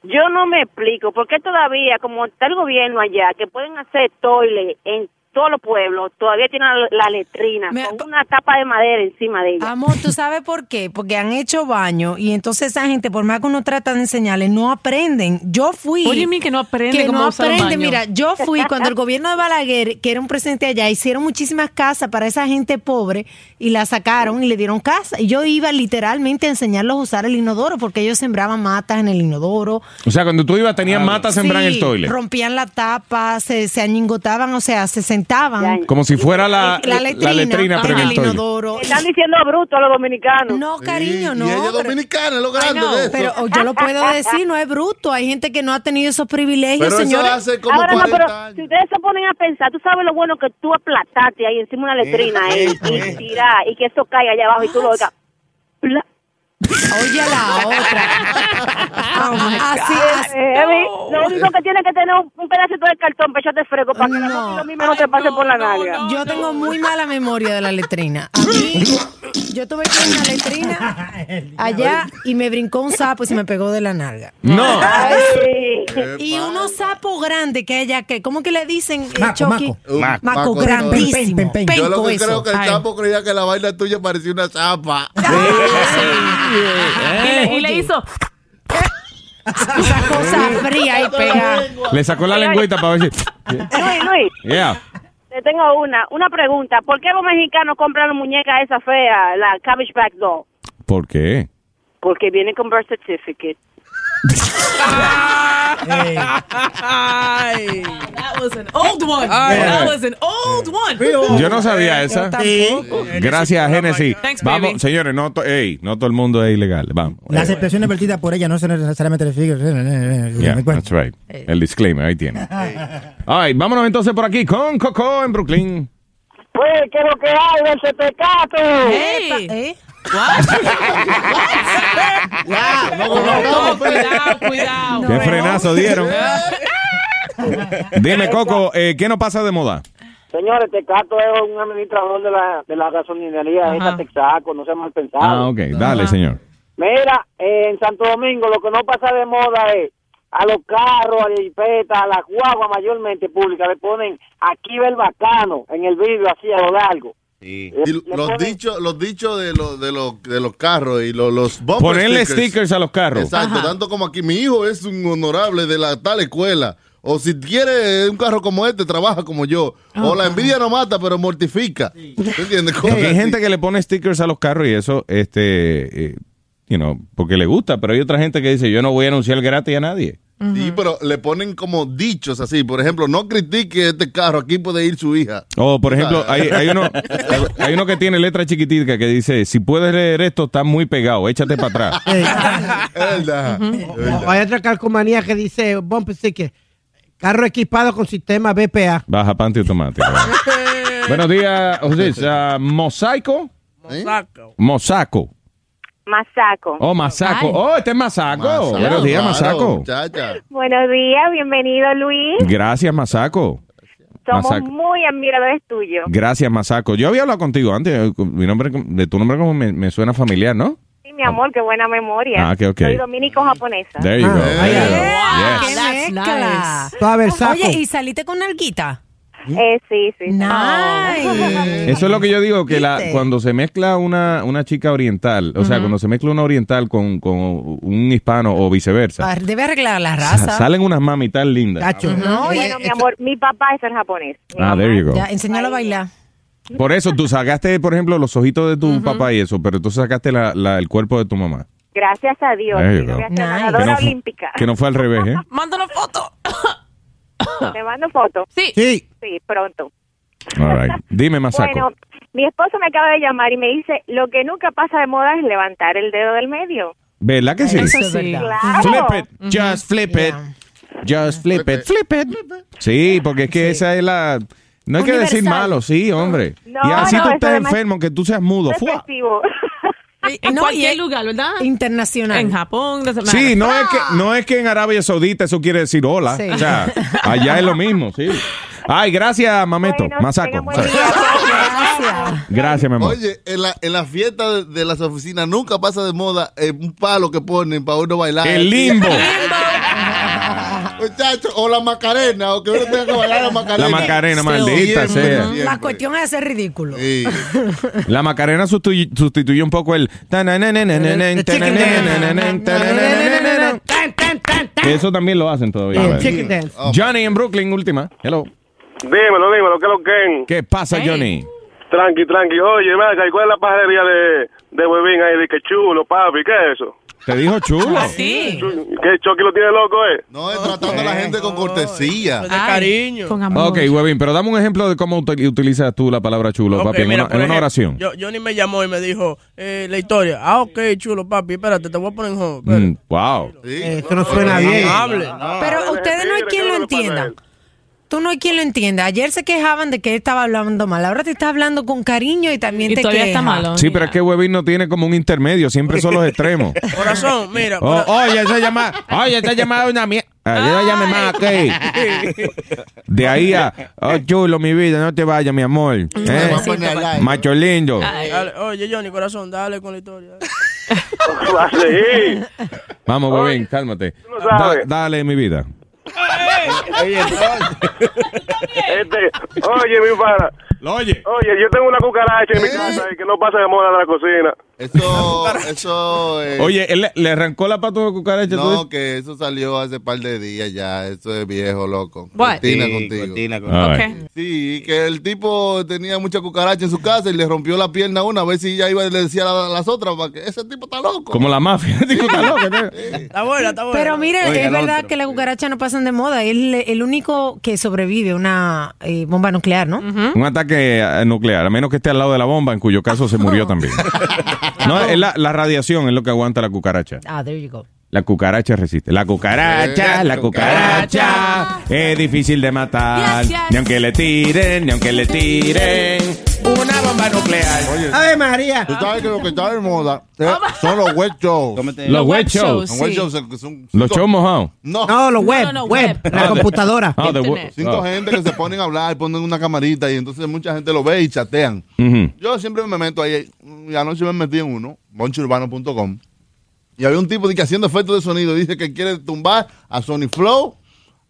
Speaker 22: Yo no me explico por qué todavía, como está el gobierno allá, que pueden hacer toile en todos los pueblos, todavía tienen la, la letrina con una tapa de madera encima de ella.
Speaker 9: Amor, ¿tú sabes por qué? Porque han hecho baño y entonces esa gente, por más que uno trata de enseñarles, no aprenden. Yo fui.
Speaker 7: What do you mean que no aprenden
Speaker 9: Que
Speaker 7: cómo
Speaker 9: no
Speaker 7: usar un
Speaker 9: aprenden.
Speaker 7: baño?
Speaker 9: Mira, yo fui cuando el gobierno de Balaguer, que era un presidente allá, hicieron muchísimas casas para esa gente pobre y la sacaron y le dieron casa. Y yo iba literalmente a enseñarlos a usar el inodoro porque ellos sembraban matas en el inodoro.
Speaker 6: O sea, cuando tú ibas, tenían mata sembrar en
Speaker 9: Sí,
Speaker 6: el toile.
Speaker 9: Rompían la tapa, se, se añingotaban, o sea, se sentaban. Eh,
Speaker 6: Como si fuera Ah, la,
Speaker 9: La letrina.
Speaker 6: letrina, pero en
Speaker 9: Ajá.
Speaker 6: el toile.
Speaker 22: Están diciendo bruto a los dominicanos.
Speaker 9: No, cariño, no.
Speaker 10: ella es
Speaker 9: pero-
Speaker 10: dominicana, es lo
Speaker 9: I
Speaker 10: grande
Speaker 9: know,
Speaker 10: de eso.
Speaker 9: Pero oh, yo lo puedo decir, no es bruto. Hay gente que no ha tenido esos privilegios,
Speaker 10: Pero eso
Speaker 9: señores.
Speaker 10: hace como
Speaker 22: Ahora no, pero si ustedes se ponen a pensar, tú sabes lo bueno que tú aplataste ahí encima de una letrina eh,
Speaker 6: pues.
Speaker 22: y tirar y que eso caiga allá abajo y tú lo oigas. Pla-
Speaker 9: Oye, la otra. así es.
Speaker 19: Eh,
Speaker 22: Lo único que tiene que tener un, un pedacito de cartón, pecho de fresco, para que no, lo mismo no te pase por la nalga.
Speaker 9: Yo tengo muy mala memoria de la letrina. A mí, yo tuve que ir a la letrina allá y me brincó un sapo y se me pegó de la nalga.
Speaker 6: No.
Speaker 9: Y unos sapos grandes que hay allá, que, ¿cómo que le dicen, eh,
Speaker 10: Maco,
Speaker 9: Chucky?
Speaker 10: maco. Maco, maco,
Speaker 9: grandísimo.
Speaker 10: pen, pen, pen. Yo lo
Speaker 9: Penco
Speaker 10: que
Speaker 9: eso.
Speaker 10: creo que el
Speaker 9: Ay.
Speaker 10: chapo creía que la vaina tuya parecía una zapa.
Speaker 7: Y le- y le hizo.
Speaker 9: Esa cosa fría y pega.
Speaker 6: Le sacó la lengüita para ver si.
Speaker 22: Luis, Luis,
Speaker 6: Yeah.
Speaker 22: te tengo una, una pregunta. ¿Por qué los mexicanos compran la muñeca esa fea, la Cabbage Back Doll?
Speaker 6: ¿Por qué?
Speaker 22: Porque viene con birth certificate.
Speaker 7: Ay. That was an old one.
Speaker 6: Ay.
Speaker 7: That was an old one.
Speaker 6: Yo no sabía esa. Gracias, Genesis.
Speaker 7: Thanks, baby.
Speaker 6: Vamos, señores, no, to- ey, no todo el mundo es ilegal. Vamos.
Speaker 25: Las expresiones vertidas por ella no son necesariamente referidas.
Speaker 6: Yeah, that's right. El disclaimer, ahí tiene. All right, vámonos entonces por aquí con Coco en Brooklyn.
Speaker 1: Pues, ¿qué es lo que hay? ¡Del tecato!
Speaker 7: Hey.
Speaker 1: no,
Speaker 7: cuidado, cuidado.
Speaker 6: Qué frenazo dieron. Dime,
Speaker 1: Esa.
Speaker 6: Coco, eh, ¿qué no pasa de moda?
Speaker 16: Señores, Tecato es un administrador de la, de la gasolinería, esa Texaco, no se mal pensado.
Speaker 6: Ah, ok, dale, señor.
Speaker 16: Mira, eh, en Santo Domingo lo que no pasa de moda es a los carros, a la jipeta, a las guaguas mayormente públicas, le ponen aquí va el bacano en el vidrio así a lo largo.
Speaker 10: Y los dichos, los dichos de los de los de los carros y los, los bumper
Speaker 6: Ponerle stickers a los carros.
Speaker 10: Exacto, tanto como aquí mi hijo es un honorable de la tal escuela. O si quiere un carro como este, trabaja como yo. O la envidia no mata, pero mortifica. ¿Tú entiendes?
Speaker 6: Porque
Speaker 10: Cosas
Speaker 6: hay
Speaker 10: así.
Speaker 6: gente que le pone stickers a los carros y eso, este, eh, you know, porque le gusta, pero hay otra gente que dice, yo no voy a anunciar gratis a nadie.
Speaker 10: Sí, pero le ponen como dichos así. Por ejemplo, no critique este carro, aquí puede ir su hija.
Speaker 6: O, por ejemplo,
Speaker 10: Ah.
Speaker 6: hay, hay uno, hay uno que tiene letra chiquitica que dice, si puedes leer esto, está muy pegado, échate para atrás.
Speaker 11: O hay otra calcomanía que dice bumper sticker. Carro equipado con sistema BPA.
Speaker 6: Baja panty automático. Buenos días, José. ah, mosaico. Mosaco.
Speaker 22: Masaco.
Speaker 6: Oh, masaco. Oh, este es masaco.
Speaker 10: Ah,
Speaker 6: Buenos días, masaco.
Speaker 22: Buenos días, bienvenido Luis.
Speaker 6: Gracias, masaco.
Speaker 22: Somos
Speaker 6: Masaco.
Speaker 22: muy admiradores tuyos.
Speaker 6: Gracias, masaco. Yo había hablado contigo antes. eh, Mi nombre, de tu nombre como me, me suena familiar, ¿no?
Speaker 22: Sí, mi amor, qué buena memoria.
Speaker 6: Ah, ok, ok.
Speaker 22: Soy dominico-japonesa.
Speaker 6: There you go.
Speaker 22: Ah,
Speaker 6: There you go.
Speaker 9: yeah.
Speaker 6: Yes.
Speaker 9: ¡Qué mezcla!
Speaker 11: Tú, a ver, saco.
Speaker 9: Oye, ¿y saliste con alguita?
Speaker 22: Eh, sí, sí.
Speaker 9: Nice.
Speaker 6: Eso es lo que yo digo, que la,
Speaker 9: ¿Viste?
Speaker 6: cuando se mezcla una, una chica oriental, o sea, cuando se mezcla una oriental con, con un hispano o viceversa,
Speaker 9: Ar- Debe arreglar
Speaker 6: sa-
Speaker 9: la raza.
Speaker 6: salen unas mami tan lindas.
Speaker 9: No, y-
Speaker 22: Bueno, mi amor, mi papá es el japonés.
Speaker 6: Ah, there you go.
Speaker 9: Ya, enséñalo a bailar.
Speaker 6: Por eso tú sacaste, por ejemplo, los ojitos de tu papá y eso, pero tú sacaste la, la- el cuerpo de tu mamá.
Speaker 22: Gracias a Dios.
Speaker 6: There you
Speaker 22: soy
Speaker 6: go.
Speaker 22: una
Speaker 6: Nice.
Speaker 22: ganadora
Speaker 6: Que no fu-
Speaker 22: olímpica.
Speaker 6: Que no fue al revés, ¿eh?
Speaker 7: Mándale foto.
Speaker 22: ¿Te mando fotos?
Speaker 7: Sí.
Speaker 6: Sí.
Speaker 22: Sí, pronto.
Speaker 6: All right. Dime, Masaco.
Speaker 22: Bueno, mi esposo me acaba de llamar y me dice, lo que nunca pasa de moda es levantar el dedo del medio.
Speaker 6: ¿Verdad que sí?
Speaker 22: Eso sí. Claro.
Speaker 6: Flip it. Just flip it. Just flip it. Flip it. Sí, porque es que esa es la... No hay que
Speaker 22: Universal.
Speaker 6: decir malo, sí, hombre.
Speaker 22: No,
Speaker 6: y así
Speaker 22: no,
Speaker 6: tú
Speaker 22: eso
Speaker 6: estés
Speaker 22: además-
Speaker 6: enfermo, que tú seas mudo.
Speaker 22: Eso es
Speaker 6: ¡fua!
Speaker 22: festivo.
Speaker 7: En
Speaker 9: No,
Speaker 7: cualquier
Speaker 9: y-
Speaker 7: lugar, ¿verdad?
Speaker 9: Internacional.
Speaker 7: En Japón. doesn't
Speaker 6: Sí,
Speaker 7: matter.
Speaker 6: no es,
Speaker 7: Ah.
Speaker 6: que, no es que en Arabia Saudita eso quiere decir hola.
Speaker 7: Sí.
Speaker 6: O sea, allá es lo mismo, sí. Ay, gracias, Mameto. Masaco. Gracias, mi amor.
Speaker 10: Oye, en la, en la fiesta de, de las oficinas nunca pasa de moda eh, un palo que ponen para uno bailar.
Speaker 6: El limbo.
Speaker 10: Muchachos, o la macarena, o que uno tenga que bailar la macarena.
Speaker 6: La Macarena, maldita sea.
Speaker 9: La cuestión es hacer ridículo.
Speaker 6: La Macarena sustitu- sustituyó un poco el... tanananananan, tanananananan, tanananananan. Que Eso también lo hacen todavía.
Speaker 2: El
Speaker 6: A ver.
Speaker 2: chicken dance.
Speaker 6: Johnny en Brooklyn, última. Hello.
Speaker 26: Dímelo, dímelo, ¿qué es lo que?
Speaker 6: ¿Qué pasa, Johnny?
Speaker 26: Tranqui, tranqui. Oye, ven acá, ¿y cuál es la pajarería de, de Webin ahí? De que chulo, papi, ¿qué es eso?
Speaker 6: Te dijo chulo.
Speaker 7: Ah, Sí.
Speaker 26: ¿Qué Chucky lo tiene loco, eh?
Speaker 10: No, es tratando a la gente con cortesía.
Speaker 7: de Ay, cariño. con amor.
Speaker 6: Ok, Webin, pero dame un ejemplo de cómo util- utilizas tú la palabra chulo,
Speaker 17: Ok,
Speaker 6: papi, en
Speaker 17: mira,
Speaker 6: una-
Speaker 17: por
Speaker 6: en una
Speaker 17: ejemplo,
Speaker 6: oración.
Speaker 17: Yo, Johnny me llamó y me dijo eh, la historia. Ah, ok, chulo, papi, espérate, te voy a poner en hold.
Speaker 6: Mm, wow.
Speaker 17: Esto
Speaker 11: no suena bien.
Speaker 9: Pero ustedes no hay quien lo entienda. Tú no hay quien lo entienda. Ayer se quejaban de que él estaba hablando mal. Ahora te está hablando con cariño y también
Speaker 17: Y
Speaker 9: te
Speaker 17: todavía
Speaker 9: queja.
Speaker 17: está malo.
Speaker 6: Sí, pero es que Webin no tiene como un intermedio, siempre son los extremos.
Speaker 17: Corazón, mira.
Speaker 6: Oh, oye, esa llamada, oye, esa llamada es una mierda. Yo la llamé más, ok. De ahí a, oh, chulo, mi vida, no te vayas, mi amor. ¿eh?
Speaker 17: voy a poner al aire.
Speaker 6: Macho lindo.
Speaker 17: Dale, oye, Johnny, corazón, dale con la historia.
Speaker 6: Vamos, Webin, cálmate.
Speaker 26: no sabes.
Speaker 6: Da- dale, mi vida.
Speaker 26: Este, oye, mi pana.
Speaker 6: Oye.
Speaker 26: Oye, yo tengo una cucaracha en mi casa y que no pasa de moda de la cocina.
Speaker 10: Eso, eso. eh,
Speaker 6: Oye, él le, le arrancó la pata de cucaracha. tú dices?
Speaker 10: No, que eso salió hace par de días ya. Eso es viejo, loco.
Speaker 6: What?
Speaker 10: Cortina
Speaker 6: Sí,
Speaker 10: contigo.
Speaker 6: contigo. All right.
Speaker 10: Sí, que el tipo tenía mucha cucaracha en su casa y le rompió la pierna a una. A ver si ya iba y le decía a la- las otras. Para que ese tipo está loco.
Speaker 6: Como la mafia. Digo, está loco, ¿no?
Speaker 17: Está buena, está buena.
Speaker 9: Pero mire,
Speaker 6: Oiga,
Speaker 9: es
Speaker 6: el
Speaker 9: verdad
Speaker 6: otro.
Speaker 9: que las cucarachas no pasan de moda. Es el, el único que sobrevive a una eh, bomba nuclear, ¿no?
Speaker 6: Un ataque eh, nuclear, a menos que esté al lado de la bomba, en cuyo caso se murió también. No, es la, la radiación es lo que aguanta la cucaracha.
Speaker 9: Ah, there you go.
Speaker 6: La cucaracha resiste. La cucaracha,
Speaker 11: Eh,
Speaker 6: la cucaracha es difícil de matar.
Speaker 11: Yes, yes.
Speaker 6: Ni aunque le tiren, ni aunque le tiren. Una bomba nuclear.
Speaker 11: Ave María.
Speaker 10: Tú sabes que lo que está de moda eh, son los web shows.
Speaker 6: Los web shows.
Speaker 10: Los web
Speaker 6: sí.
Speaker 10: shows que son
Speaker 6: Los shows mojados.
Speaker 10: No,
Speaker 11: No, los web, web, la
Speaker 6: Ah, de-
Speaker 11: computadora.
Speaker 6: ah, de web.
Speaker 10: Cinco
Speaker 6: Ah.
Speaker 10: gente que se ponen a hablar, ponen una camarita y entonces mucha gente lo ve y chatean.
Speaker 6: Ujú.
Speaker 10: Yo siempre me meto ahí, y anoche me metí en uno, bonchourbano.com, y había un tipo de que haciendo efectos de sonido, dice que quiere tumbar a Sony Flow,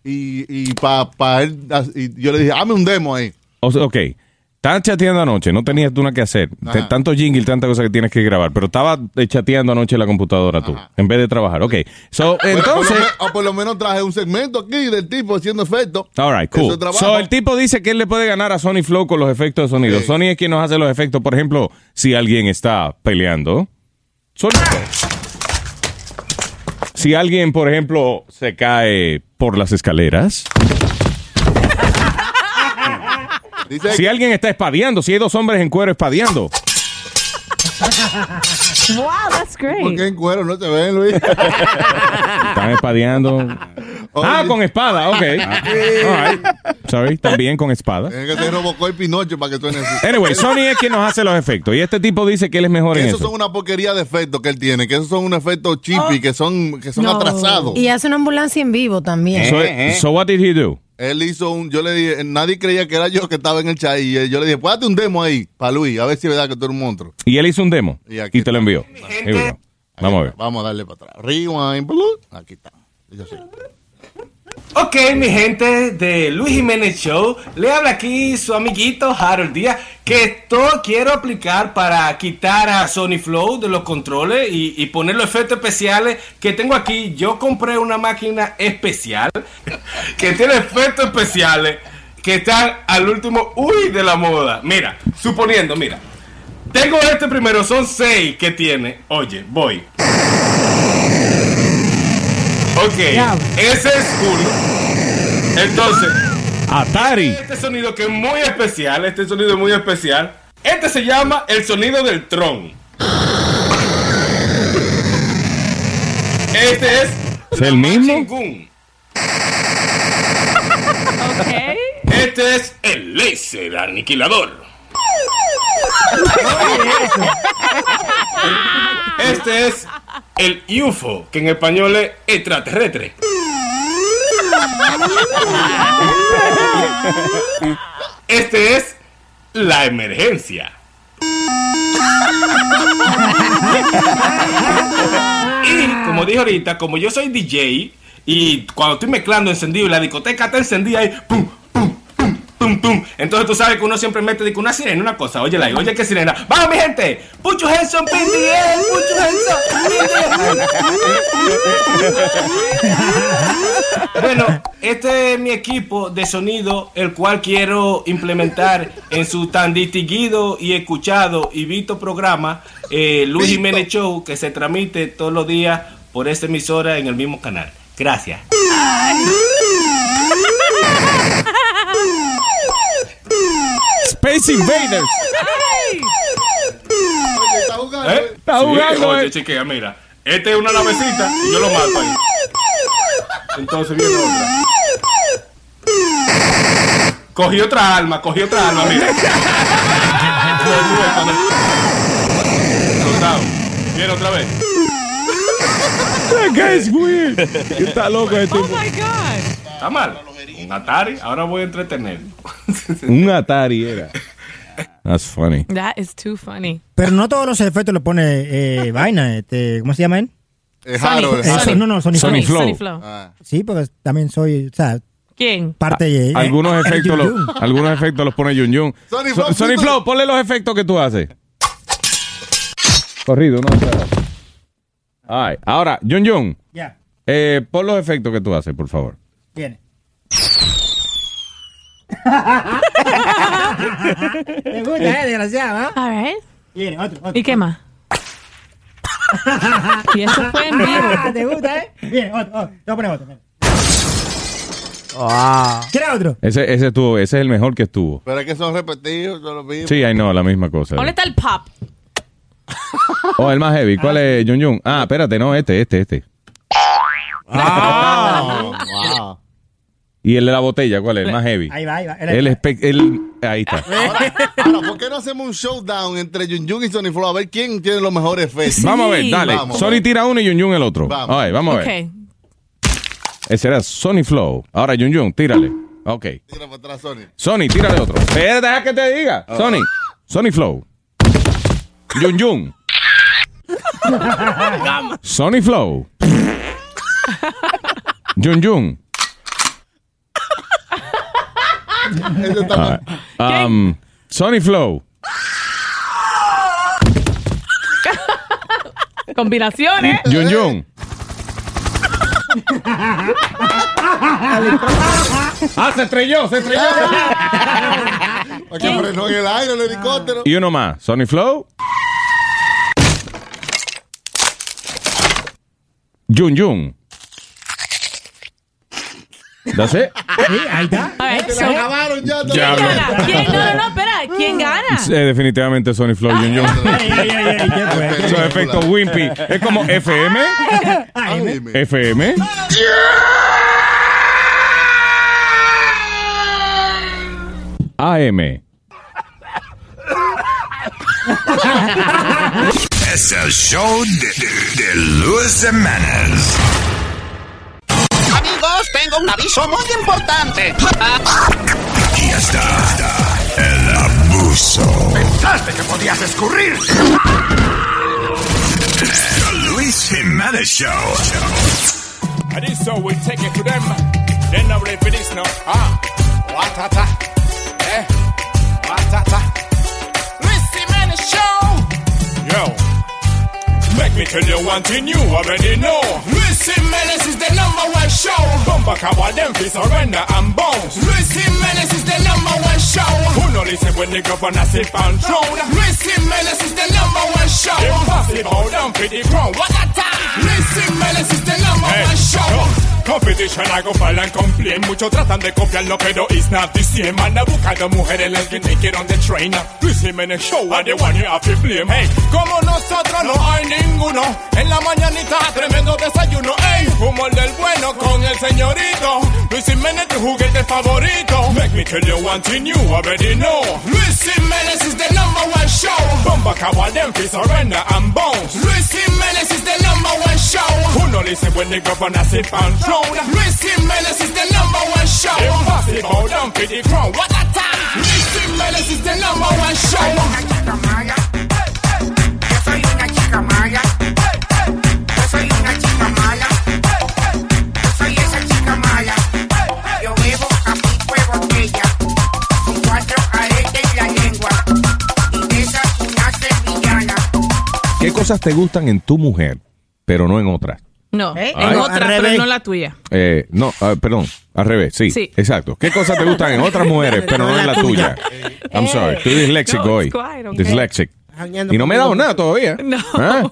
Speaker 10: y, y, pa, pa él, y yo le dije, hazme un demo ahí.
Speaker 6: O sea, ok. Estabas chateando anoche, no tenías tú nada que hacer. Te-
Speaker 10: Ajá.
Speaker 6: tanto jingle, tanta cosa que tienes que grabar. Pero estabas eh, chateando anoche en la computadora tú, en vez de trabajar. Ok. So,
Speaker 10: Bueno, por
Speaker 6: entonces.
Speaker 10: lo, me- o por lo menos traje un segmento aquí del tipo haciendo efectos.
Speaker 6: All right,
Speaker 10: Eso
Speaker 6: cool.
Speaker 10: es trabajo.
Speaker 6: So, el tipo dice que él le puede ganar a Sony Flow con los efectos de sonido. Sony es quien nos hace los efectos, por ejemplo, si alguien está peleando. Sony Flow. Si alguien, por ejemplo, se cae por las escaleras. si alguien está espadeando, si hay dos hombres en cuero espadeando.
Speaker 10: wow,
Speaker 7: that's great.
Speaker 10: Porque en cuero no te ven, Luis.
Speaker 6: Están espadeando. Ah, con espada, ok. All right. Sorry, también con espada.
Speaker 10: Tiene que ser Robocop y Pinocho para que suene así.
Speaker 6: Anyway, Sony es quien nos hace los efectos. Y este tipo dice que él es mejor en
Speaker 10: Que esos
Speaker 6: eso.
Speaker 10: son una porquería de efectos que él tiene, que esos son un efecto
Speaker 7: Oh.
Speaker 10: chippy, que son, que son
Speaker 9: No.
Speaker 10: atrasados.
Speaker 9: Y hace una ambulancia en vivo también.
Speaker 6: So, so what did he do?
Speaker 10: Él hizo un, yo le dije, nadie creía que era yo que estaba en el chat y eh, yo le dije, pues hazte un demo ahí para Luis, a ver si es verdad que tú eres un monstruo.
Speaker 6: Y él hizo un demo.
Speaker 10: Y
Speaker 6: Y,
Speaker 10: aquí
Speaker 6: te lo envió. Here we go. Vamos a ver.
Speaker 10: Vamos a darle para atrás. Rewind. blu, Aquí está. Yo sí.
Speaker 24: Ok, mi gente de Luis Jiménez Show, le habla aquí su amiguito Harold Díaz, que todo quiero aplicar para quitar a Sony Flow de los controles y, y poner los efectos especiales que tengo aquí. Yo compré una máquina especial que tiene efectos especiales que están al último uy de la moda. Mira, suponiendo, mira, tengo este primero, son seis que tiene. Oye, voy. Ok, ese es uno. Entonces,
Speaker 6: Atari.
Speaker 24: este sonido que es muy especial, este sonido es muy especial. Este se llama el sonido del tron. Este es
Speaker 6: ¿Es el mismo?
Speaker 24: Gun. Este es el láser aniquilador. Este es el UFO, que en español es extraterrestre. Este es la emergencia. Y como dije ahorita, como yo soy DJ y cuando estoy mezclando encendido y la discoteca está encendida y pum, pum, pum, pum, pum. Entonces tú sabes que uno siempre mete dice, una sirena, una cosa. Oye, la oye, qué sirena. ¡Vamos, mi gente! ¡Put your hands on PDL! ¡Put your hands on Bueno, este es mi equipo de sonido, el cual quiero implementar en su tan distinguido y escuchado y visto programa, eh, Luis Jiménez Show, que se transmite todos los días por esta emisora en el mismo canal. Gracias.
Speaker 6: Space Invaders.
Speaker 24: ¿Eh?
Speaker 6: Está
Speaker 24: Sí,
Speaker 6: jugando,
Speaker 24: oye, chequea, mira. Este es una navecita y yo lo mato ahí. Entonces viene otra. Cogí otra alma, cogí otra alma, mira. Soltado. Viene otra vez.
Speaker 6: That guy's weird. Está loco este tipo.
Speaker 24: Está mal. Un Atari, ahora voy a entretener.
Speaker 6: Un Atari era. That's funny.
Speaker 7: That is too funny.
Speaker 25: Pero no todos los efectos lo pone eh, vaina. Este, ¿Cómo se llama él?
Speaker 7: Eh, Harold,
Speaker 25: Eh,
Speaker 7: Harold.
Speaker 25: so- no, no, Sony,
Speaker 6: Sony Flow. Sony
Speaker 7: Flow.
Speaker 25: Sí, porque también soy, o sea,
Speaker 7: ¿Quién?
Speaker 25: parte de... eh,
Speaker 6: Ah, Algunos efectos, Ah.
Speaker 25: Jun
Speaker 6: los,
Speaker 25: Jun.
Speaker 6: algunos efectos los pone Jun Jun.
Speaker 25: Sony
Speaker 6: So-
Speaker 25: Flow,
Speaker 6: Sony
Speaker 25: puto.
Speaker 6: Flow, ponle los efectos que tú haces. Corrido, ¿no? O sea- All right. Ahora, Jun Jun,
Speaker 25: Ya,
Speaker 6: eh, pon los efectos que tú haces, por favor.
Speaker 25: viene.
Speaker 1: Te gusta, eh,
Speaker 25: desgraciado,
Speaker 7: All right.
Speaker 25: Viene, otro, otro.
Speaker 7: ¿Y qué más? y eso fue en vivo.
Speaker 25: Ah, ¿Te gusta, eh? Viene, otro, otro. Te voy a poner otro. ¿Quieres otro?
Speaker 6: Ese, ese estuvo, ese es el mejor que estuvo.
Speaker 10: Pero es que son repetidos, yo lo vi.
Speaker 6: Sí, pues, eh. ahí no, la misma cosa.
Speaker 7: ¿Dónde está el pop?
Speaker 6: Oh, el más heavy. ¿Cuál es, Jun Jun? Ah, espérate, no, este, este, este.
Speaker 10: Ah,
Speaker 7: Ah.
Speaker 6: Y el de la botella, ¿cuál es? El más heavy.
Speaker 10: Ahí va, ahí va.
Speaker 6: El espe- el- ahí está.
Speaker 10: Ahora, ¿por qué no hacemos un showdown entre Jun Jun y Sony Flow? A ver quién tiene los mejores efectos.
Speaker 6: Vamos a ver, dale.
Speaker 10: Vamos.
Speaker 6: Sony tira uno y Jun Jun el otro.
Speaker 10: Vamos.
Speaker 6: All right, vamos a ver. Ese era Sony Flow. Ahora, Jun Jun, tírale. Ok.
Speaker 10: Tira para atrás, Sony.
Speaker 6: Sony, tírale otro. Espera, deja que te diga.
Speaker 10: Ah.
Speaker 6: Sony. Sony Flow. Jun Jun. Sony Flow. Jun Jun. Ah, um, Sony Flow.
Speaker 7: Combinaciones.
Speaker 6: Jun Jun. Ah, se estrelló, se estrelló.
Speaker 10: Porque frenó en el aire el helicóptero.
Speaker 6: Y uno más. Sony Flow. Jun Jun. That's it.
Speaker 25: ahí está.
Speaker 7: A ver,
Speaker 1: Se la
Speaker 7: so-
Speaker 1: grabaron ya,
Speaker 7: ¿Quién
Speaker 6: Ya,
Speaker 7: gana?
Speaker 6: bro.
Speaker 7: ¿Quién? No, no, no, espera. ¿Quién gana?
Speaker 6: Eh, definitivamente Sony Flow Jun Jun. Esos efectos wimpy. Es como FM. FM. AM.
Speaker 13: Es el show de, de, de Luis Jiménez.
Speaker 1: Amigos, tengo un aviso muy importante.
Speaker 13: Aquí está, el abuso.
Speaker 1: Pensaste que podías escurrir.
Speaker 13: Luis Luis Jiménez Show.
Speaker 15: And this so we take it to them. Then I will finish now. Ah, watata. Eh, watata. Luis Jiménez Show. Yo. Let me tell you one thing you already know. Luis Jimenez is the number one show. Bumba Kawa, them fi surrender and bounce. Luis Jimenez is the number one show. Who no listen when the governor sit on throne? Luis Jimenez is the number one show. Impossible, them fi the crown. What a time! Luis Jimenez is the number one show. Competition, I go file and complain. Muchos tratan de copiarlo, pero it's not the same. Anda buscando mujeres, let's get naked on the train. Luis Jimenez show, I the one you have to blame. Hey, como nosotros no hay ninguno. En la mañanita, tremendo desayuno. Ey, humor del bueno con el señorito. Luis Jiménez, tu juguete favorito. Make me tell you one thing you already know. Luis Jiménez is the number one show. Bomba Cawa, Denfi, Surrender and Bones. Luis Jiménez is the number one show. Who no listen when the governor sit on throne? Luis Jiménez is the number one show. Impossible, Denfi, the crown. What a time! Luis Jiménez is the number one show.
Speaker 1: Yo bebo capico de botella, con cuatro aretes en la lengua, y de esas una sevillana.
Speaker 6: ¿Qué cosas te gustan en tu mujer, pero no en otras?
Speaker 7: No,
Speaker 6: ¿Eh?
Speaker 7: en
Speaker 6: Al
Speaker 7: otra, pero
Speaker 6: revés.
Speaker 7: no la tuya.
Speaker 6: Eh, no, ah, perdón, al revés, sí,
Speaker 7: Sí.
Speaker 6: Exacto. ¿Qué cosas te gustan en otras mujeres, pero no en la tuya? I'm sorry, estoy disléxico
Speaker 7: Eh, No,
Speaker 6: hoy.
Speaker 7: it's quite okay.
Speaker 6: Dyslexic.
Speaker 7: Jangueando
Speaker 6: Y no me he dado
Speaker 7: conmigo.
Speaker 6: nada todavía.
Speaker 7: No.
Speaker 6: ¿Ah?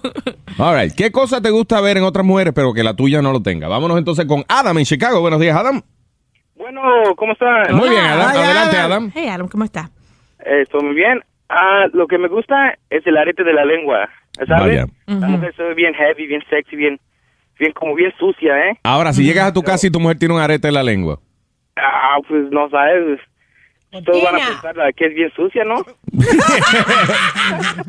Speaker 6: All right. ¿Qué cosa te gusta ver en otras mujeres, pero que la tuya no lo tenga? Vámonos entonces con Adam en Chicago. Buenos días, Adam.
Speaker 26: Bueno, ¿cómo están?
Speaker 6: Muy bien, Adam. Adelante, Adam.
Speaker 7: Hey, Adam, ¿cómo estás?
Speaker 26: Estoy muy bien. Ah, lo que me gusta es el arete de la lengua, ¿sabes? La mujer se ve bien heavy, bien sexy, bien, bien como bien sucia, ¿eh?
Speaker 6: Ahora, si llegas a tu casa y tu mujer tiene un arete en la lengua.
Speaker 26: Ah, pues no sabes. Todos van a pensar la que es bien sucia, ¿no?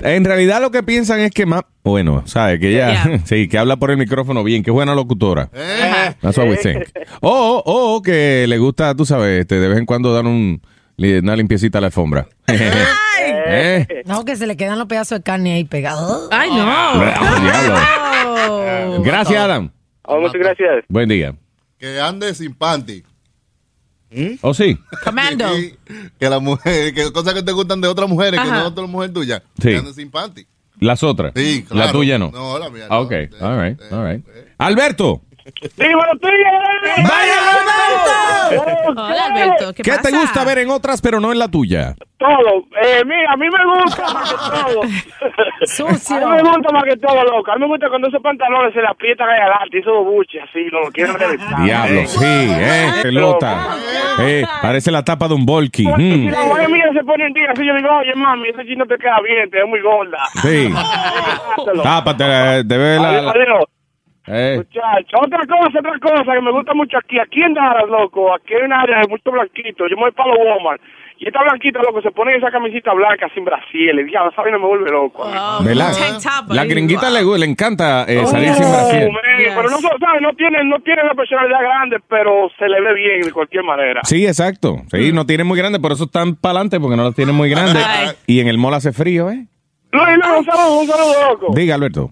Speaker 6: En realidad lo que piensan es que más... Bueno, sabe que ella... Sí, que habla por el micrófono bien. Qué buena locutora.
Speaker 26: Eh.
Speaker 6: That's what we think. O, o, o que le gusta, tú sabes, este, de vez en cuando dar un, li- una limpiecita a la alfombra. ¿Eh?
Speaker 9: No, que se le quedan los pedazos de carne ahí pegados.
Speaker 7: ¡Ay,
Speaker 6: Ah, diablo.
Speaker 9: no!
Speaker 6: Gracias, Adam.
Speaker 26: Oh, muchas gracias.
Speaker 6: Buen día.
Speaker 10: Que ande sin panty.
Speaker 6: ¿O Oh, sí?
Speaker 7: Comando.
Speaker 10: Que las mujeres, que cosas que te gustan de otras mujeres, que
Speaker 7: Ajá.
Speaker 10: no de otra mujer tuya.
Speaker 6: Sí.
Speaker 10: Que ande sin panty.
Speaker 6: Las otras.
Speaker 10: Sí,
Speaker 6: La
Speaker 10: claro.
Speaker 6: tuya no.
Speaker 10: No, Eh, la mía
Speaker 6: Ah, Ok, all right, all right. Alberto,
Speaker 1: ¡Dímelo, tío!
Speaker 6: ¡Vaya,
Speaker 1: Alberto!
Speaker 7: Hola, Alberto.
Speaker 6: ¿qué,
Speaker 7: ¿Qué,
Speaker 6: te
Speaker 7: pasa?
Speaker 6: gusta ver en otras pero no en la tuya?
Speaker 8: Todo. Eh, mira, a mí me gusta más que todo.
Speaker 9: Sucio.
Speaker 8: A mí me gusta más que todo, loco. A mí me gusta cuando esos pantalones se le aprietan ahí adelante y esos buches así, no lo quiero reventar.
Speaker 6: Diablo, sí, eh, pelota. Eh, parece la tapa de un volky. hmm.
Speaker 8: Si la mujer mía se pone en día, así yo le digo, oye, mami, ese chino te queda bien, te ves muy gorda.
Speaker 6: Sí. Tápate, eh, te ve la... la-
Speaker 8: Adiós.
Speaker 6: eh,
Speaker 8: Muchacho, otra cosa, otra cosa que me gusta mucho aquí. Aquí en Dallas, loco, aquí hay un área de mucho blanquito. Yo me voy para los Walmart. Y esta blanquita, loco, se pone esa camisita blanca sin brasiles. Diablo, esa vaina me vuelve loco. ¿eh?
Speaker 6: ¿Verdad? La gringuita le, gu- le encanta eh, salir sin brasier.
Speaker 8: Oh, man, Pero no, ¿sabes? no tiene no tiene la personalidad grande, pero se le ve bien de cualquier manera.
Speaker 6: Sí, exacto. Sí,
Speaker 8: Mm.
Speaker 6: no tiene muy grande, por eso están para adelante, porque no las tienen muy grandes. Y en el mall hace frío, ¿eh?
Speaker 8: Luis, Luis, un saludo, un saludo, loco.
Speaker 6: Diga, Alberto.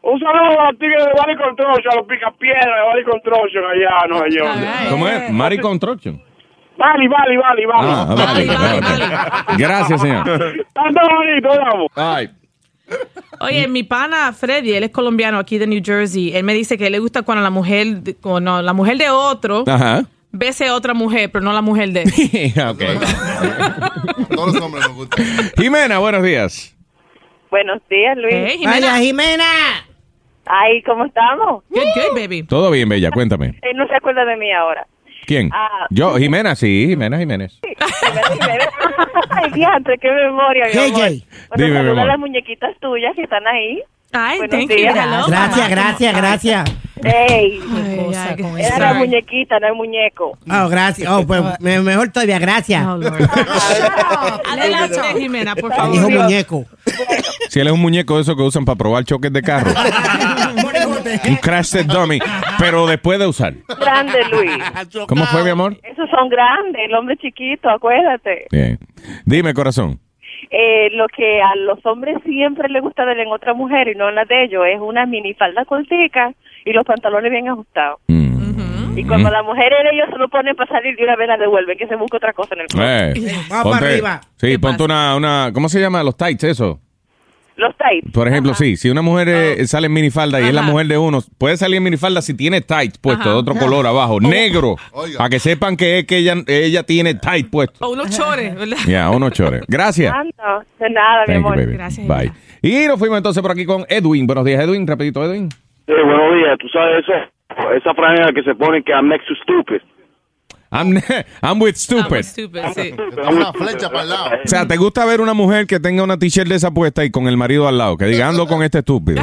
Speaker 8: Un saludo a los tigres de Valley Construction, a los picapiedras de Valley Construction allá en Nueva York.
Speaker 6: ¿Cómo es? Mari Construction.
Speaker 8: Vale, vale, vale, vale.
Speaker 6: Ah, vale, vale, Gracias, señor.
Speaker 8: Tanto bonito, vamos.
Speaker 6: Ay.
Speaker 7: Oye, mi pana Freddy, él es colombiano aquí de New Jersey. Él me dice que le gusta cuando la mujer, de- cuando la mujer de otro
Speaker 6: Ajá.
Speaker 7: bese a otra mujer, pero no la mujer de él.
Speaker 6: ¿Ah? ok. Jimena, buenos días.
Speaker 19: Buenos días, Luis.
Speaker 7: Hey, Jimena. Vaya,
Speaker 19: Jimena! Ay, ¿cómo estamos?
Speaker 7: Good, good, baby.
Speaker 6: Todo bien, Bella, cuéntame.
Speaker 19: Él no se acuerda de mí ahora.
Speaker 6: ¿Quién?
Speaker 19: Ah.
Speaker 6: Yo, Jimena, sí, Jimena Jiménez.
Speaker 19: Ay, diantre, qué memoria, mi amor.
Speaker 6: JJ.
Speaker 19: Bueno,
Speaker 6: Dime, mi
Speaker 19: saluda a
Speaker 6: amor.
Speaker 19: las muñequitas tuyas que están ahí.
Speaker 7: Ay,
Speaker 19: Buenos
Speaker 7: thank you.
Speaker 19: días.
Speaker 7: Hello,
Speaker 11: Gracias, gracias, gracias.
Speaker 19: Ey,
Speaker 11: ay, qué cosa.
Speaker 19: era la muñequita, no el muñeco.
Speaker 11: Oh, gracias. Oh, pues me- mejor todavía, gracias.
Speaker 7: Oh, Adelante, Jimena, por favor.
Speaker 11: Dijo muñeco.
Speaker 6: Si él es un muñeco de esos que usan para probar choques de carro. Un crash test dummy, pero después de usar.
Speaker 19: Grande, Luis.
Speaker 6: ¿Cómo fue, mi amor?
Speaker 19: Esos son grandes, el hombre chiquito, acuérdate.
Speaker 6: Bien. Dime, corazón.
Speaker 21: eh, lo que a los hombres siempre les gusta ver en otra mujer y no en la de ellos es una minifalda cortica y los pantalones bien ajustados. Y cuando
Speaker 6: Mm.
Speaker 21: la mujer de ellos se lo ponen para salir de una vez la devuelven, que se busca otra cosa en el
Speaker 6: Eh,
Speaker 21: Va
Speaker 6: ponte- Sí, ponte una, una, ¿cómo se llama? Los tights, eso.
Speaker 21: Los tights.
Speaker 6: Por ejemplo, sí, si una mujer eh, sale en minifalda y es la mujer de uno, puede salir en minifalda si tiene tights puesto
Speaker 7: Ajá. Oh.
Speaker 6: de otro color abajo, negro, para que sepan que es que ella, ella tiene tights puesto.
Speaker 7: O unos chores, ¿verdad?
Speaker 6: Ya, uno chore. Gracias.
Speaker 21: Anda, de nada, mi
Speaker 6: Thank you,
Speaker 21: Ah, amor.
Speaker 6: baby. Bye. Y nos fuimos entonces por aquí con Edwin. Buenos días, Edwin. Rapidito, Edwin.
Speaker 8: Sí, Eh, buenos días. Tú sabes eso, esa franela que se pone que I'm next to stupid.
Speaker 6: I'm, I'm with
Speaker 7: Ah,
Speaker 6: stupid.
Speaker 8: Una flecha para el lado.
Speaker 6: O sea, ¿te gusta ver una mujer que tenga una t-shirt de esa puesta y con el marido al lado? Que diga, ando con este estúpido.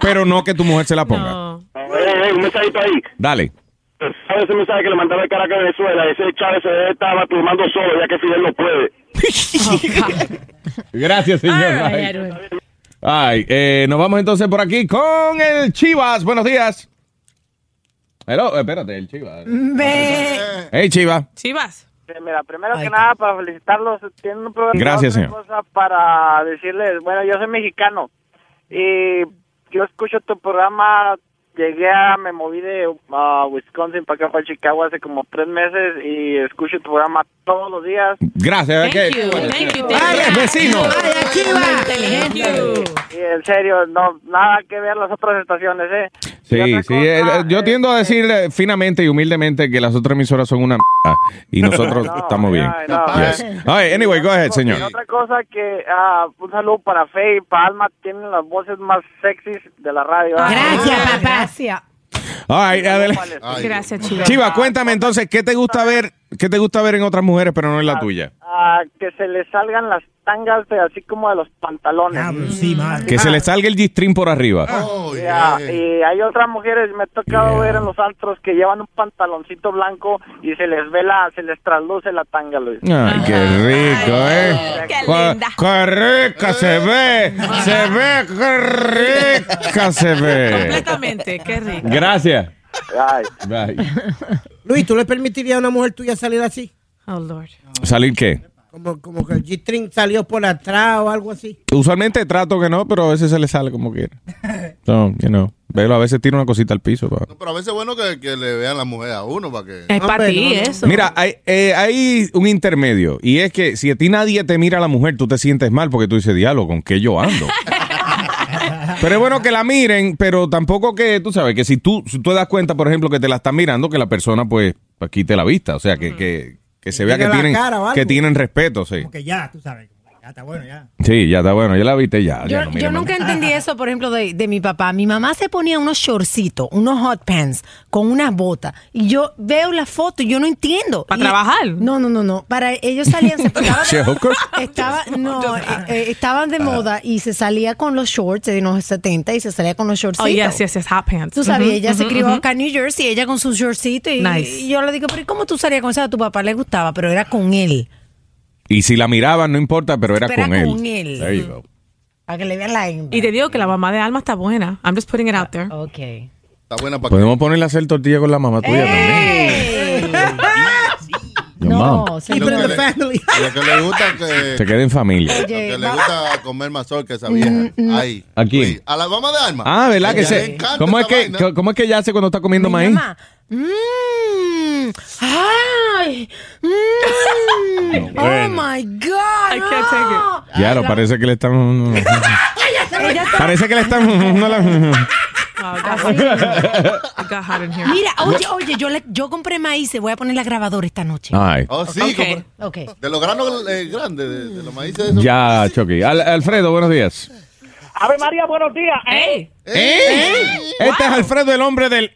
Speaker 6: Pero no que tu mujer se la ponga.
Speaker 8: Eh, un mensajito ahí.
Speaker 6: Dale.
Speaker 8: ¿Sabes ese mensaje que le mandaba el Caracas a Venezuela? Ese Chávez se debe estar masturbando solo, ya que Fidel no puede.
Speaker 6: Gracias, señor. Ay, Ay, eh, nos vamos entonces por aquí con el Chivas. Buenos días. Hello, eh, espérate, el Chivas. Hey, Chivas.
Speaker 7: Chivas.
Speaker 16: Eh, Mira, primero que nada, para felicitarlos, tienen un programa.
Speaker 6: Gracias,
Speaker 16: otra
Speaker 6: señor.
Speaker 16: cosa para decirles, bueno, yo soy mexicano y yo escucho tu programa. Llegué a, me moví de ah, Wisconsin para acá, para Chicago hace como tres meses y escucho tu programa todos los días.
Speaker 6: Gracias. ¿qué? Gracias, vecino.
Speaker 16: Y en serio, no, nada que ver las otras estaciones, ¿eh?
Speaker 6: Sí, sí. eh, eh, yo tiendo a decir eh, finamente y humildemente que las otras emisoras son una mierda y nosotros estamos bien.
Speaker 16: no,
Speaker 6: Yes. All right, anyway, go ahead,
Speaker 16: Y
Speaker 6: señor.
Speaker 16: otra cosa que, ah, un saludo para Fe y para Alma, tienen las voces más sexys de la radio. ¿ah? Gracias, papá.
Speaker 9: Gracias.
Speaker 6: All right, adelante.
Speaker 7: Gracias, Chivas.
Speaker 6: Chivas, cuéntame entonces, ¿qué te gusta ver? ¿Qué te gusta ver en otras mujeres, pero no en la tuya?
Speaker 16: Ah, que se le salgan las tangas de así como de los pantalones.
Speaker 6: Que se le salga el g por arriba.
Speaker 16: Ya, Y hay otras mujeres, me ha tocado ver en los antros que llevan un pantaloncito blanco y se les ve la, se les trasluce la tanga, Luis.
Speaker 6: Ay, qué rico, ¿eh?
Speaker 16: qué
Speaker 6: Cu- ¡Qué rica se ve! ¡Se ve! ¡Qué rica se ve!
Speaker 7: Completamente, qué rico.
Speaker 6: Gracias.
Speaker 11: Luis, ¿tú le permitirías a una mujer tuya salir así?
Speaker 7: Oh, Lord.
Speaker 6: ¿Salir qué?
Speaker 11: Como, como que el G-string salió por atrás o algo así.
Speaker 6: Usualmente trato que no, pero a veces se le sale como quiera. No, you know. Velo, a veces tira una cosita al piso. pa.
Speaker 10: Pero a veces es bueno que, que le vean la mujer a uno para que...
Speaker 7: Es para ti eso.
Speaker 6: Mira, hay, eh, hay un intermedio. Y es que si a ti nadie te mira a la mujer, tú te sientes mal porque tú dices, diálogo, ¿con qué yo ando? pero es bueno que la miren, pero tampoco que, tú sabes, que si tú, si tú te das cuenta, por ejemplo, que te la están mirando, que la persona, pues, pues, quite la vista. O sea, que, que, que se vea que
Speaker 25: quite la
Speaker 6: tienen,
Speaker 25: cara o algo.
Speaker 6: que tienen respeto, sí.
Speaker 25: Que ya, tú sabes. Ya está bueno, ya.
Speaker 6: Sí, ya está bueno, ya la viste, ya. ya
Speaker 9: Yo,
Speaker 6: no
Speaker 9: yo
Speaker 6: mire más.
Speaker 9: nunca entendí eso, por ejemplo, de, de mi papá. Mi mamá se ponía unos shortcitos, unos hot pants, con unas botas. Y yo veo la foto y yo no entiendo.
Speaker 7: ¿Para
Speaker 9: Y-
Speaker 7: trabajar?
Speaker 9: No, no, no, no. Para ellos salían, se estaban,
Speaker 6: Che, hooker.
Speaker 9: estaba- no, eh, eh, estaban de moda y se salía con los shorts de los 70 y se salía con los shortcitos.
Speaker 7: Oh, yes, yes, yes, hot pants.
Speaker 9: Tú sabías,
Speaker 7: Ujú,
Speaker 9: ella se
Speaker 7: ujú,
Speaker 9: crió
Speaker 7: ujú.
Speaker 9: acá en New Jersey, ella con sus shortcitos. Y,
Speaker 7: Nice.
Speaker 9: y yo le digo, pero ¿y cómo tú salías con eso? A tu papá le gustaba, pero era con él.
Speaker 6: Y si la miraban, no importa, pero era,
Speaker 9: Pero era
Speaker 6: con él.
Speaker 9: con él. Mm.
Speaker 6: There you go.
Speaker 9: Para que le vean la hembra.
Speaker 7: Y te digo que la mamá de Alma está buena. I'm just putting it out there.
Speaker 9: Okay.
Speaker 10: Está buena para
Speaker 6: Podemos ponerle a hacer tortilla con la mamá tuya
Speaker 9: Eh,
Speaker 6: también. Your mom.
Speaker 10: Keep it in the family. Lo que le gusta que...
Speaker 6: Se queda Ah. en familia.
Speaker 10: Lo que le gusta comer mazorca a esa vieja. Ahí.
Speaker 6: Aquí.
Speaker 10: A la mamá de alma.
Speaker 6: Ah, ¿verdad que
Speaker 10: Ella le
Speaker 6: se?
Speaker 10: encanta
Speaker 6: ¿Cómo es
Speaker 10: esa
Speaker 6: que,
Speaker 10: vaina.
Speaker 6: ¿Cómo es que ella hace cuando está comiendo maíz?
Speaker 9: mamá. Mmm. Ay. Mmm. oh
Speaker 6: bueno.
Speaker 9: my God. I can't take it.
Speaker 6: Claro, parece que le están. parece que le están. no la-
Speaker 7: Oh, it got hot. It got hot in here.
Speaker 9: Mira, oye, oye, yo, le, yo compré maíz y voy a poner la grabadora esta noche.
Speaker 6: Ay.
Speaker 10: Oh, sí.
Speaker 9: Ok.
Speaker 10: como-
Speaker 9: okay.
Speaker 10: De los granos eh, grandes, de, de los maíces.
Speaker 6: ya, Chucky. Al- Alfredo, buenos días.
Speaker 16: Ave María, buenos días. ¿eh?
Speaker 6: Este es Alfredo, el hombre del.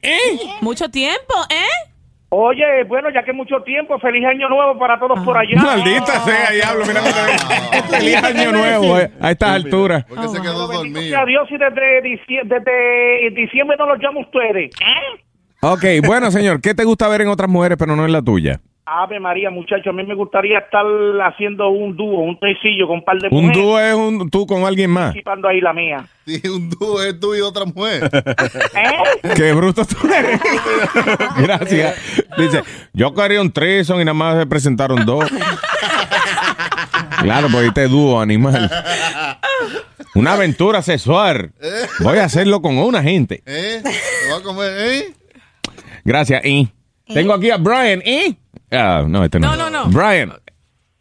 Speaker 7: Mucho tiempo, ¿eh?
Speaker 16: Oye, bueno, ya que mucho tiempo, feliz año nuevo para todos
Speaker 7: Ah.
Speaker 16: por allá. Ah.
Speaker 6: Maldita sea, diablo, mira cómo te- Feliz año nuevo, eh, a estas alturas.
Speaker 16: Ah.
Speaker 10: se quedó dormido.
Speaker 16: Gracias a Dios y desde diciembre, desde diciembre no los llamo ustedes. ¿Eh?
Speaker 6: Ok, bueno, señor, ¿qué te gusta ver en otras mujeres, pero no en la tuya?
Speaker 16: Ave María, muchachos, a mí me gustaría estar haciendo un dúo, un tresillo con un par de
Speaker 6: Un
Speaker 16: mujeres.
Speaker 6: dúo es un tú con alguien más.
Speaker 16: Participando ahí la mía.
Speaker 10: Sí, un dúo es tú y otra mujer.
Speaker 16: ¿Eh?
Speaker 6: Qué bruto tú eres. Gracias. Dice, yo quería un trison y nada más se presentaron dos. Claro, porque este dúo animal. Una aventura sexual. Voy a hacerlo con una gente.
Speaker 10: ¿Eh? ¿Te va a comer, eh?
Speaker 6: Gracias, y. Tengo aquí a Brian, ¿eh? Ah, no, este no.
Speaker 7: No, no, no.
Speaker 6: Brian.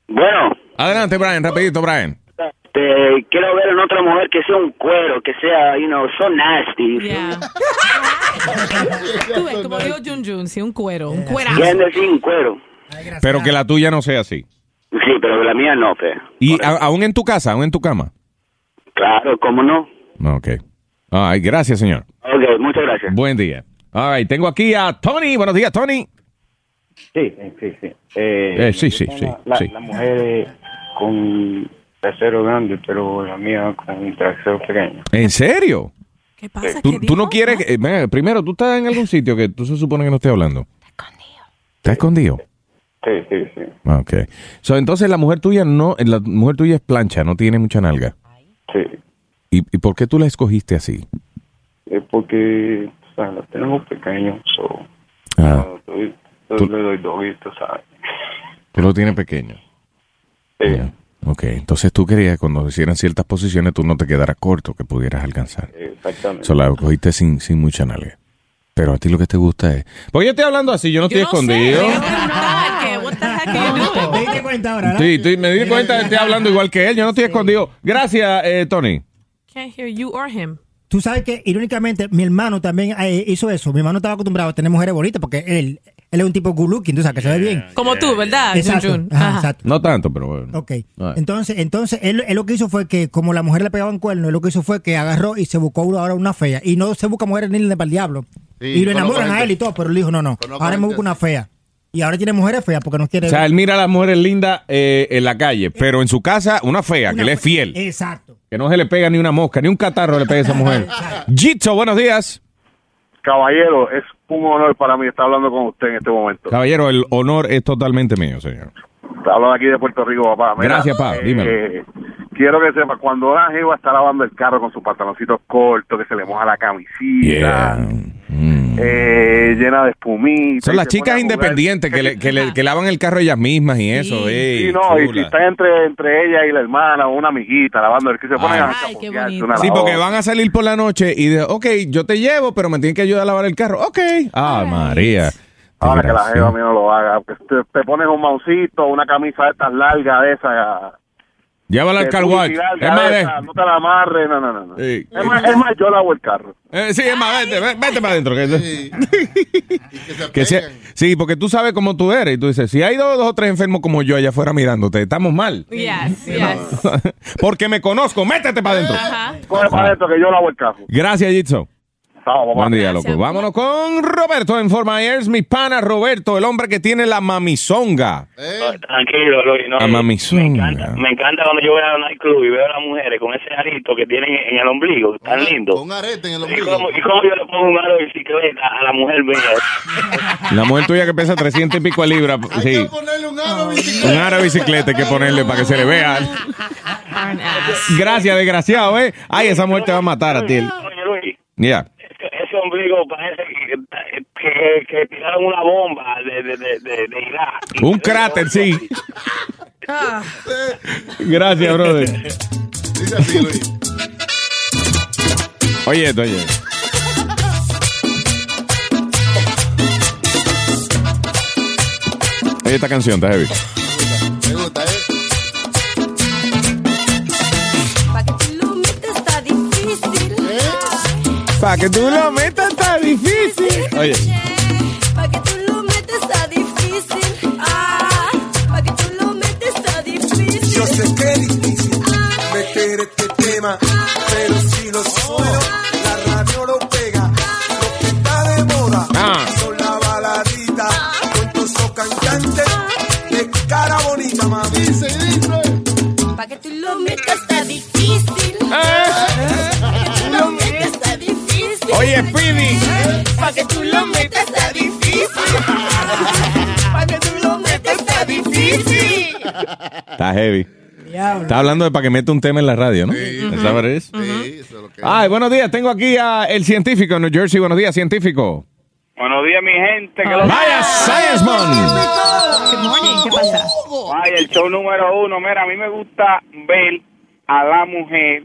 Speaker 27: Bueno.
Speaker 6: Adelante, Brian, rapidito, Brian.
Speaker 27: Este, quiero ver en otra mujer que sea un cuero, que sea, you know, so nasty.
Speaker 7: Tú ves, como dijo Jun Jun, sí, un cuero, un cuerazo.
Speaker 27: Que ande así un cuero.
Speaker 6: Pero que la tuya no sea así.
Speaker 27: Sí, pero la mía no, fe.
Speaker 6: Y a- aún en tu casa, aún en tu cama.
Speaker 27: Claro, cómo no.
Speaker 6: Ok. Ay, gracias, señor.
Speaker 27: Ok, muchas gracias.
Speaker 6: Buen día. All right, tengo aquí a Tony. Buenos días, Tony.
Speaker 24: Sí, sí, sí. Eh,
Speaker 6: Eh, sí, sí, sí,
Speaker 24: La,
Speaker 6: sí.
Speaker 24: la mujer eh, con trasero grande, pero la mía con trasero pequeño.
Speaker 6: ¿En serio?
Speaker 7: ¿Qué
Speaker 24: pasa?
Speaker 6: ¿Tú, tú no quieres... que- eh, venga, primero, tú estás en algún sitio que tú se supone que no estés hablando. Está escondido.
Speaker 24: Sí, sí, sí.
Speaker 6: Ah, Ok. So, entonces, la mujer tuya no... La mujer tuya es plancha, no tiene mucha nalga.
Speaker 24: Sí.
Speaker 6: ¿Y, y por qué tú la escogiste así?
Speaker 24: Es porque, o sea, la tenemos pequeño, so,
Speaker 6: Ah,
Speaker 24: yo doy- yo le doy dos vistos, ¿sabes?
Speaker 6: tú lo tienes pequeño. Ya. Ok, entonces tú querías cuando hicieran ciertas posiciones tú no te quedaras corto, que pudieras alcanzar.
Speaker 24: Exactamente.
Speaker 6: So, la cogiste sin, sin mucha nalga. Pero a ti lo que te gusta es... Pues yo estoy hablando así, yo no estoy escondido.
Speaker 7: Ah,
Speaker 6: Ah,
Speaker 25: Te diste cuenta ahora, ¿verdad?
Speaker 6: Sí, estoy- me di cuenta que estoy hablando igual que él. Yo no estoy escondido. Gracias, eh, Tony.
Speaker 7: Can't hear you or him.
Speaker 25: Tú sabes que, irónicamente, mi hermano también eh, hizo eso. Mi hermano estaba acostumbrado a tener mujeres bonitas porque él, él es un tipo good looking, tú sabes, que se ve bien.
Speaker 7: Como tú, ¿verdad,
Speaker 25: Exacto.
Speaker 7: Jun Jun?
Speaker 25: Ajá,
Speaker 7: Ajá.
Speaker 25: exacto.
Speaker 6: No tanto, pero bueno.
Speaker 25: Ok. Entonces, entonces él, él lo que hizo fue que, como la mujer le pegaba en cuerno, él lo que hizo fue que agarró y se buscó una- ahora una fea. Y no se busca mujeres ni para el diablo.
Speaker 6: Sí,
Speaker 25: y lo
Speaker 6: conozco
Speaker 25: enamoran a
Speaker 6: gente.
Speaker 25: él y todo, pero él dijo, no, no, ahora me busco una fea. Y ahora tiene mujeres feas porque no quiere...
Speaker 6: O sea, él mira a las mujeres lindas eh, en la calle, pero en su casa una fea, que le es fiel.
Speaker 25: Exacto.
Speaker 6: Que no se le pega ni una mosca, ni un catarro le pega a esa mujer. Jitso, buenos días.
Speaker 8: Caballero, es un honor para mí estar hablando con usted en este momento.
Speaker 6: Caballero, el honor es totalmente mío, señor.
Speaker 8: Te hablo de aquí de Puerto Rico, papá. eh,
Speaker 6: Gracias, pa, dímelo.
Speaker 8: quiero que sepa, cuando una jeva está lavando el carro con sus pantaloncitos cortos, que se le moja la camisita,
Speaker 6: Mm.
Speaker 8: eh, llena de espumita.
Speaker 6: Son
Speaker 8: y
Speaker 6: las
Speaker 8: se pone
Speaker 6: chicas
Speaker 8: a jugar.
Speaker 6: independientes que, le, que, le- que lavan el carro ellas mismas y eso. ey,
Speaker 8: Sí, no, y si
Speaker 6: chula.
Speaker 8: está entre, entre ella y la hermana o una amiguita lavando el que se ponen a chapotearse una a la
Speaker 6: Sí, porque
Speaker 8: otra.
Speaker 6: van a salir por la noche y de, ok, yo te llevo, pero me tienen que ayudar a lavar el carro. Ok. Ah, María.
Speaker 8: Ahora Ah, que la jeva
Speaker 6: Desgraciado.
Speaker 8: mí no lo haga, porque te, te pones un maucito, una camisa de estas largas de esas.
Speaker 6: Llévala al
Speaker 8: de
Speaker 6: car wash.
Speaker 8: publicidad,
Speaker 6: Es más,
Speaker 8: de
Speaker 6: de-
Speaker 8: esas, No te la amarres, no, no, no. no.
Speaker 6: Sí.
Speaker 8: Es, más, es más, yo lavo el carro.
Speaker 6: Eh, sí, es más, vete, ve- vete para adentro. que- que sea- sí, porque tú sabes cómo tú eres. Y tú dices, si hay dos, dos o tres enfermos como yo allá afuera mirándote, estamos mal.
Speaker 7: Yes, yes.
Speaker 6: porque me conozco, métete para adentro.
Speaker 7: Ajá.
Speaker 8: Coge para adentro que yo lavo el carro.
Speaker 6: Gracias, Jitso.
Speaker 8: Vamos,
Speaker 6: Buen día, loco. Vámonos con Roberto en Forma Airs, mi pana Roberto, el hombre que tiene la mamizonga.
Speaker 16: Eh. Tranquilo, Luis. No,
Speaker 6: La mamizonga.
Speaker 16: me encanta cuando yo voy a un nightclub y veo a las mujeres con ese arito que tienen en el ombligo, que tan lindo. Con arete en el ombligo. ¿Y cómo, y cómo yo le pongo un aro de bicicleta a la mujer mía?
Speaker 6: La mujer tuya que pesa 300 y pico de libras. Sí. Un aro de bicicleta hay que ponerle para que se le vea. Ah. Gracias, desgraciado, ¿eh? Ay, esa mujer te va a matar a ti.
Speaker 16: Oye, Luis,
Speaker 6: Ya.
Speaker 16: ese- ese ombligo parece que, que, que tiraron una bomba de, de, de, de, de Irak.
Speaker 6: Un cráter, sí. Gracias, brother. Oye, esto, oye. Oye, esta canción está heavy.
Speaker 10: eh?
Speaker 1: Está difícil.
Speaker 6: Para que tú lo metas está difícil. Oye.
Speaker 1: Pa' que tú lo metes está difícil. Ah, pa' que tú lo metes está difícil. Yo sé que es difícil meter este tema, pero si lo sueno, la radio lo pega. Lo que está de moda
Speaker 6: Ah.
Speaker 1: son la baladita, cuentos o cantantes de cara bonita, mami. Pa' que tú lo metas está difícil. Pa' que tú lo metas está difícil.
Speaker 6: Oye, Pidi.
Speaker 1: Pa' que tú lo metas está difícil. Pa' que tú lo metas está difícil.
Speaker 6: Está heavy. Está hablando de para que meta un tema en la radio, ¿no? ¿Esa parece? Ay, buenos días. Tengo aquí a el científico en New Jersey. Buenos días, científico.
Speaker 28: Buenos días, mi gente.
Speaker 6: Vaya, Science Man.
Speaker 23: Good morning, ¿qué pasa?
Speaker 26: Ay, el show número uno. Mira, a mí me gusta ver a la mujer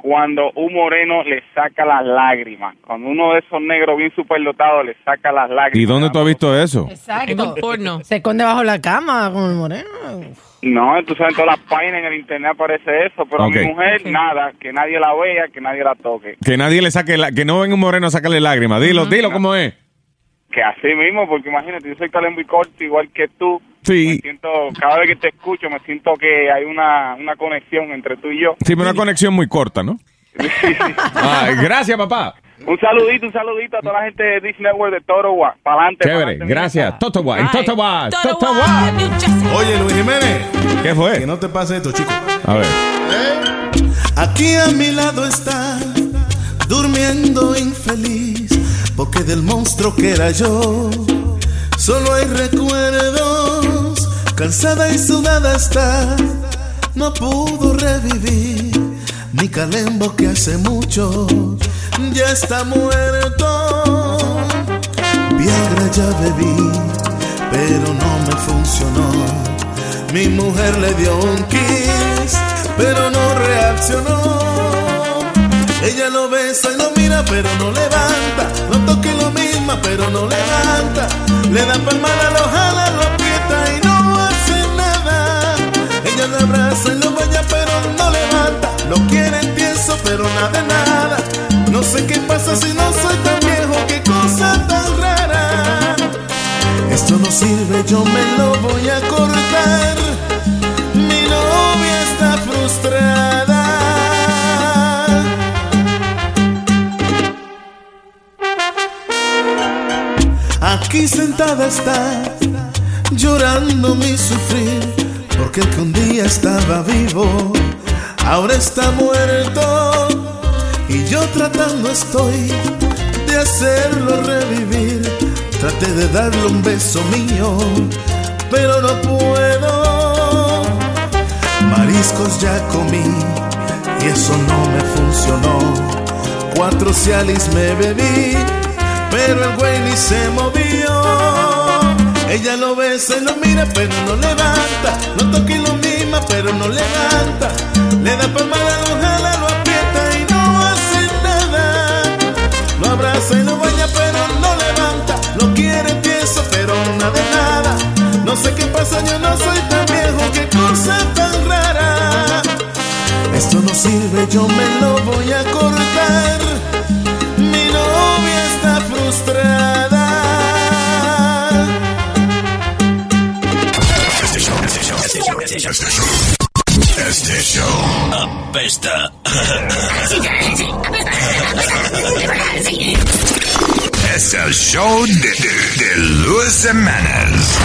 Speaker 26: cuando un moreno le saca las lágrimas. Cuando uno de esos negros bien superdotados le saca las lágrimas.
Speaker 6: ¿Y dónde tú has visto eso?
Speaker 9: Exacto. Se esconde bajo la cama con el moreno.
Speaker 26: No, tú sabes, en todas las páginas en el internet aparece eso, pero
Speaker 6: Ok.
Speaker 26: a mi mujer nada, que nadie la vea, que nadie la toque.
Speaker 6: Que nadie le saque, la- que no venga un moreno a sacarle lágrimas. Dilo, dilo cómo es.
Speaker 26: Que así mismo, porque imagínate, yo soy calembo y corto igual que tú.
Speaker 6: Sí,
Speaker 26: Siento, cada vez que te escucho me siento que hay una, una conexión entre tú y yo.
Speaker 6: sí, pero una conexión muy corta, ¿no? Ay, gracias, papá.
Speaker 26: Un saludito, un saludito a toda la gente de Dish Network de Torowa. Para adelante.
Speaker 6: Chévere, gracias. Totowa, en
Speaker 26: Bye.
Speaker 6: Totowa,
Speaker 26: Totowa.
Speaker 6: Totowa.
Speaker 2: Oye, Luis Jiménez.
Speaker 6: ¿Qué fue?
Speaker 2: Que no te pase esto, chico.
Speaker 6: A ver.
Speaker 2: Aquí a mi lado está, durmiendo infeliz, porque del monstruo que era yo, solo hay recuerdos. Cansada y sudada está, no pudo revivir. Mi calembo que hace mucho ya está muerto. Viagra ya bebí, pero no me funcionó. Mi mujer le dio un kiss, pero no reaccionó. Ella lo besa y lo mira, pero no levanta. Lo toca y lo misma, pero no levanta. Le da palmada, lo jala, lo aprieta y no hace nada. Ella lo abraza y lo baña, pero no levanta. Lo quiere pienso, pero nada de nada. No sé qué pasa si no soy tan viejo, qué cosa tan rara. Esto no sirve, yo me lo voy a cortar. Mi novia está frustrada. Aquí sentada está, llorando mi sufrir, porque el que un día estaba vivo, ahora está muerto. Y yo tratando estoy de hacerlo revivir. Traté de darle un beso mío, pero no puedo. Mariscos ya comí y eso no me funcionó. Cuatro cialis me bebí, pero el güey ni se movió. Ella lo besa y lo mira, pero no levanta. Lo toca y lo mima, pero no levanta. Le da palmada, lo jala, lo aprieta y no hace nada. Lo abraza y lo baña, pero no levanta. Lo quiere pienso, pero nada de nada. No sé qué pasa, yo no soy tan viejo, qué cosa tan rara. Esto no sirve, yo me lo voy a cortar. Mi novia está frustrada.
Speaker 13: Este show apesta. Es el show de, de, de Luis Jiménez.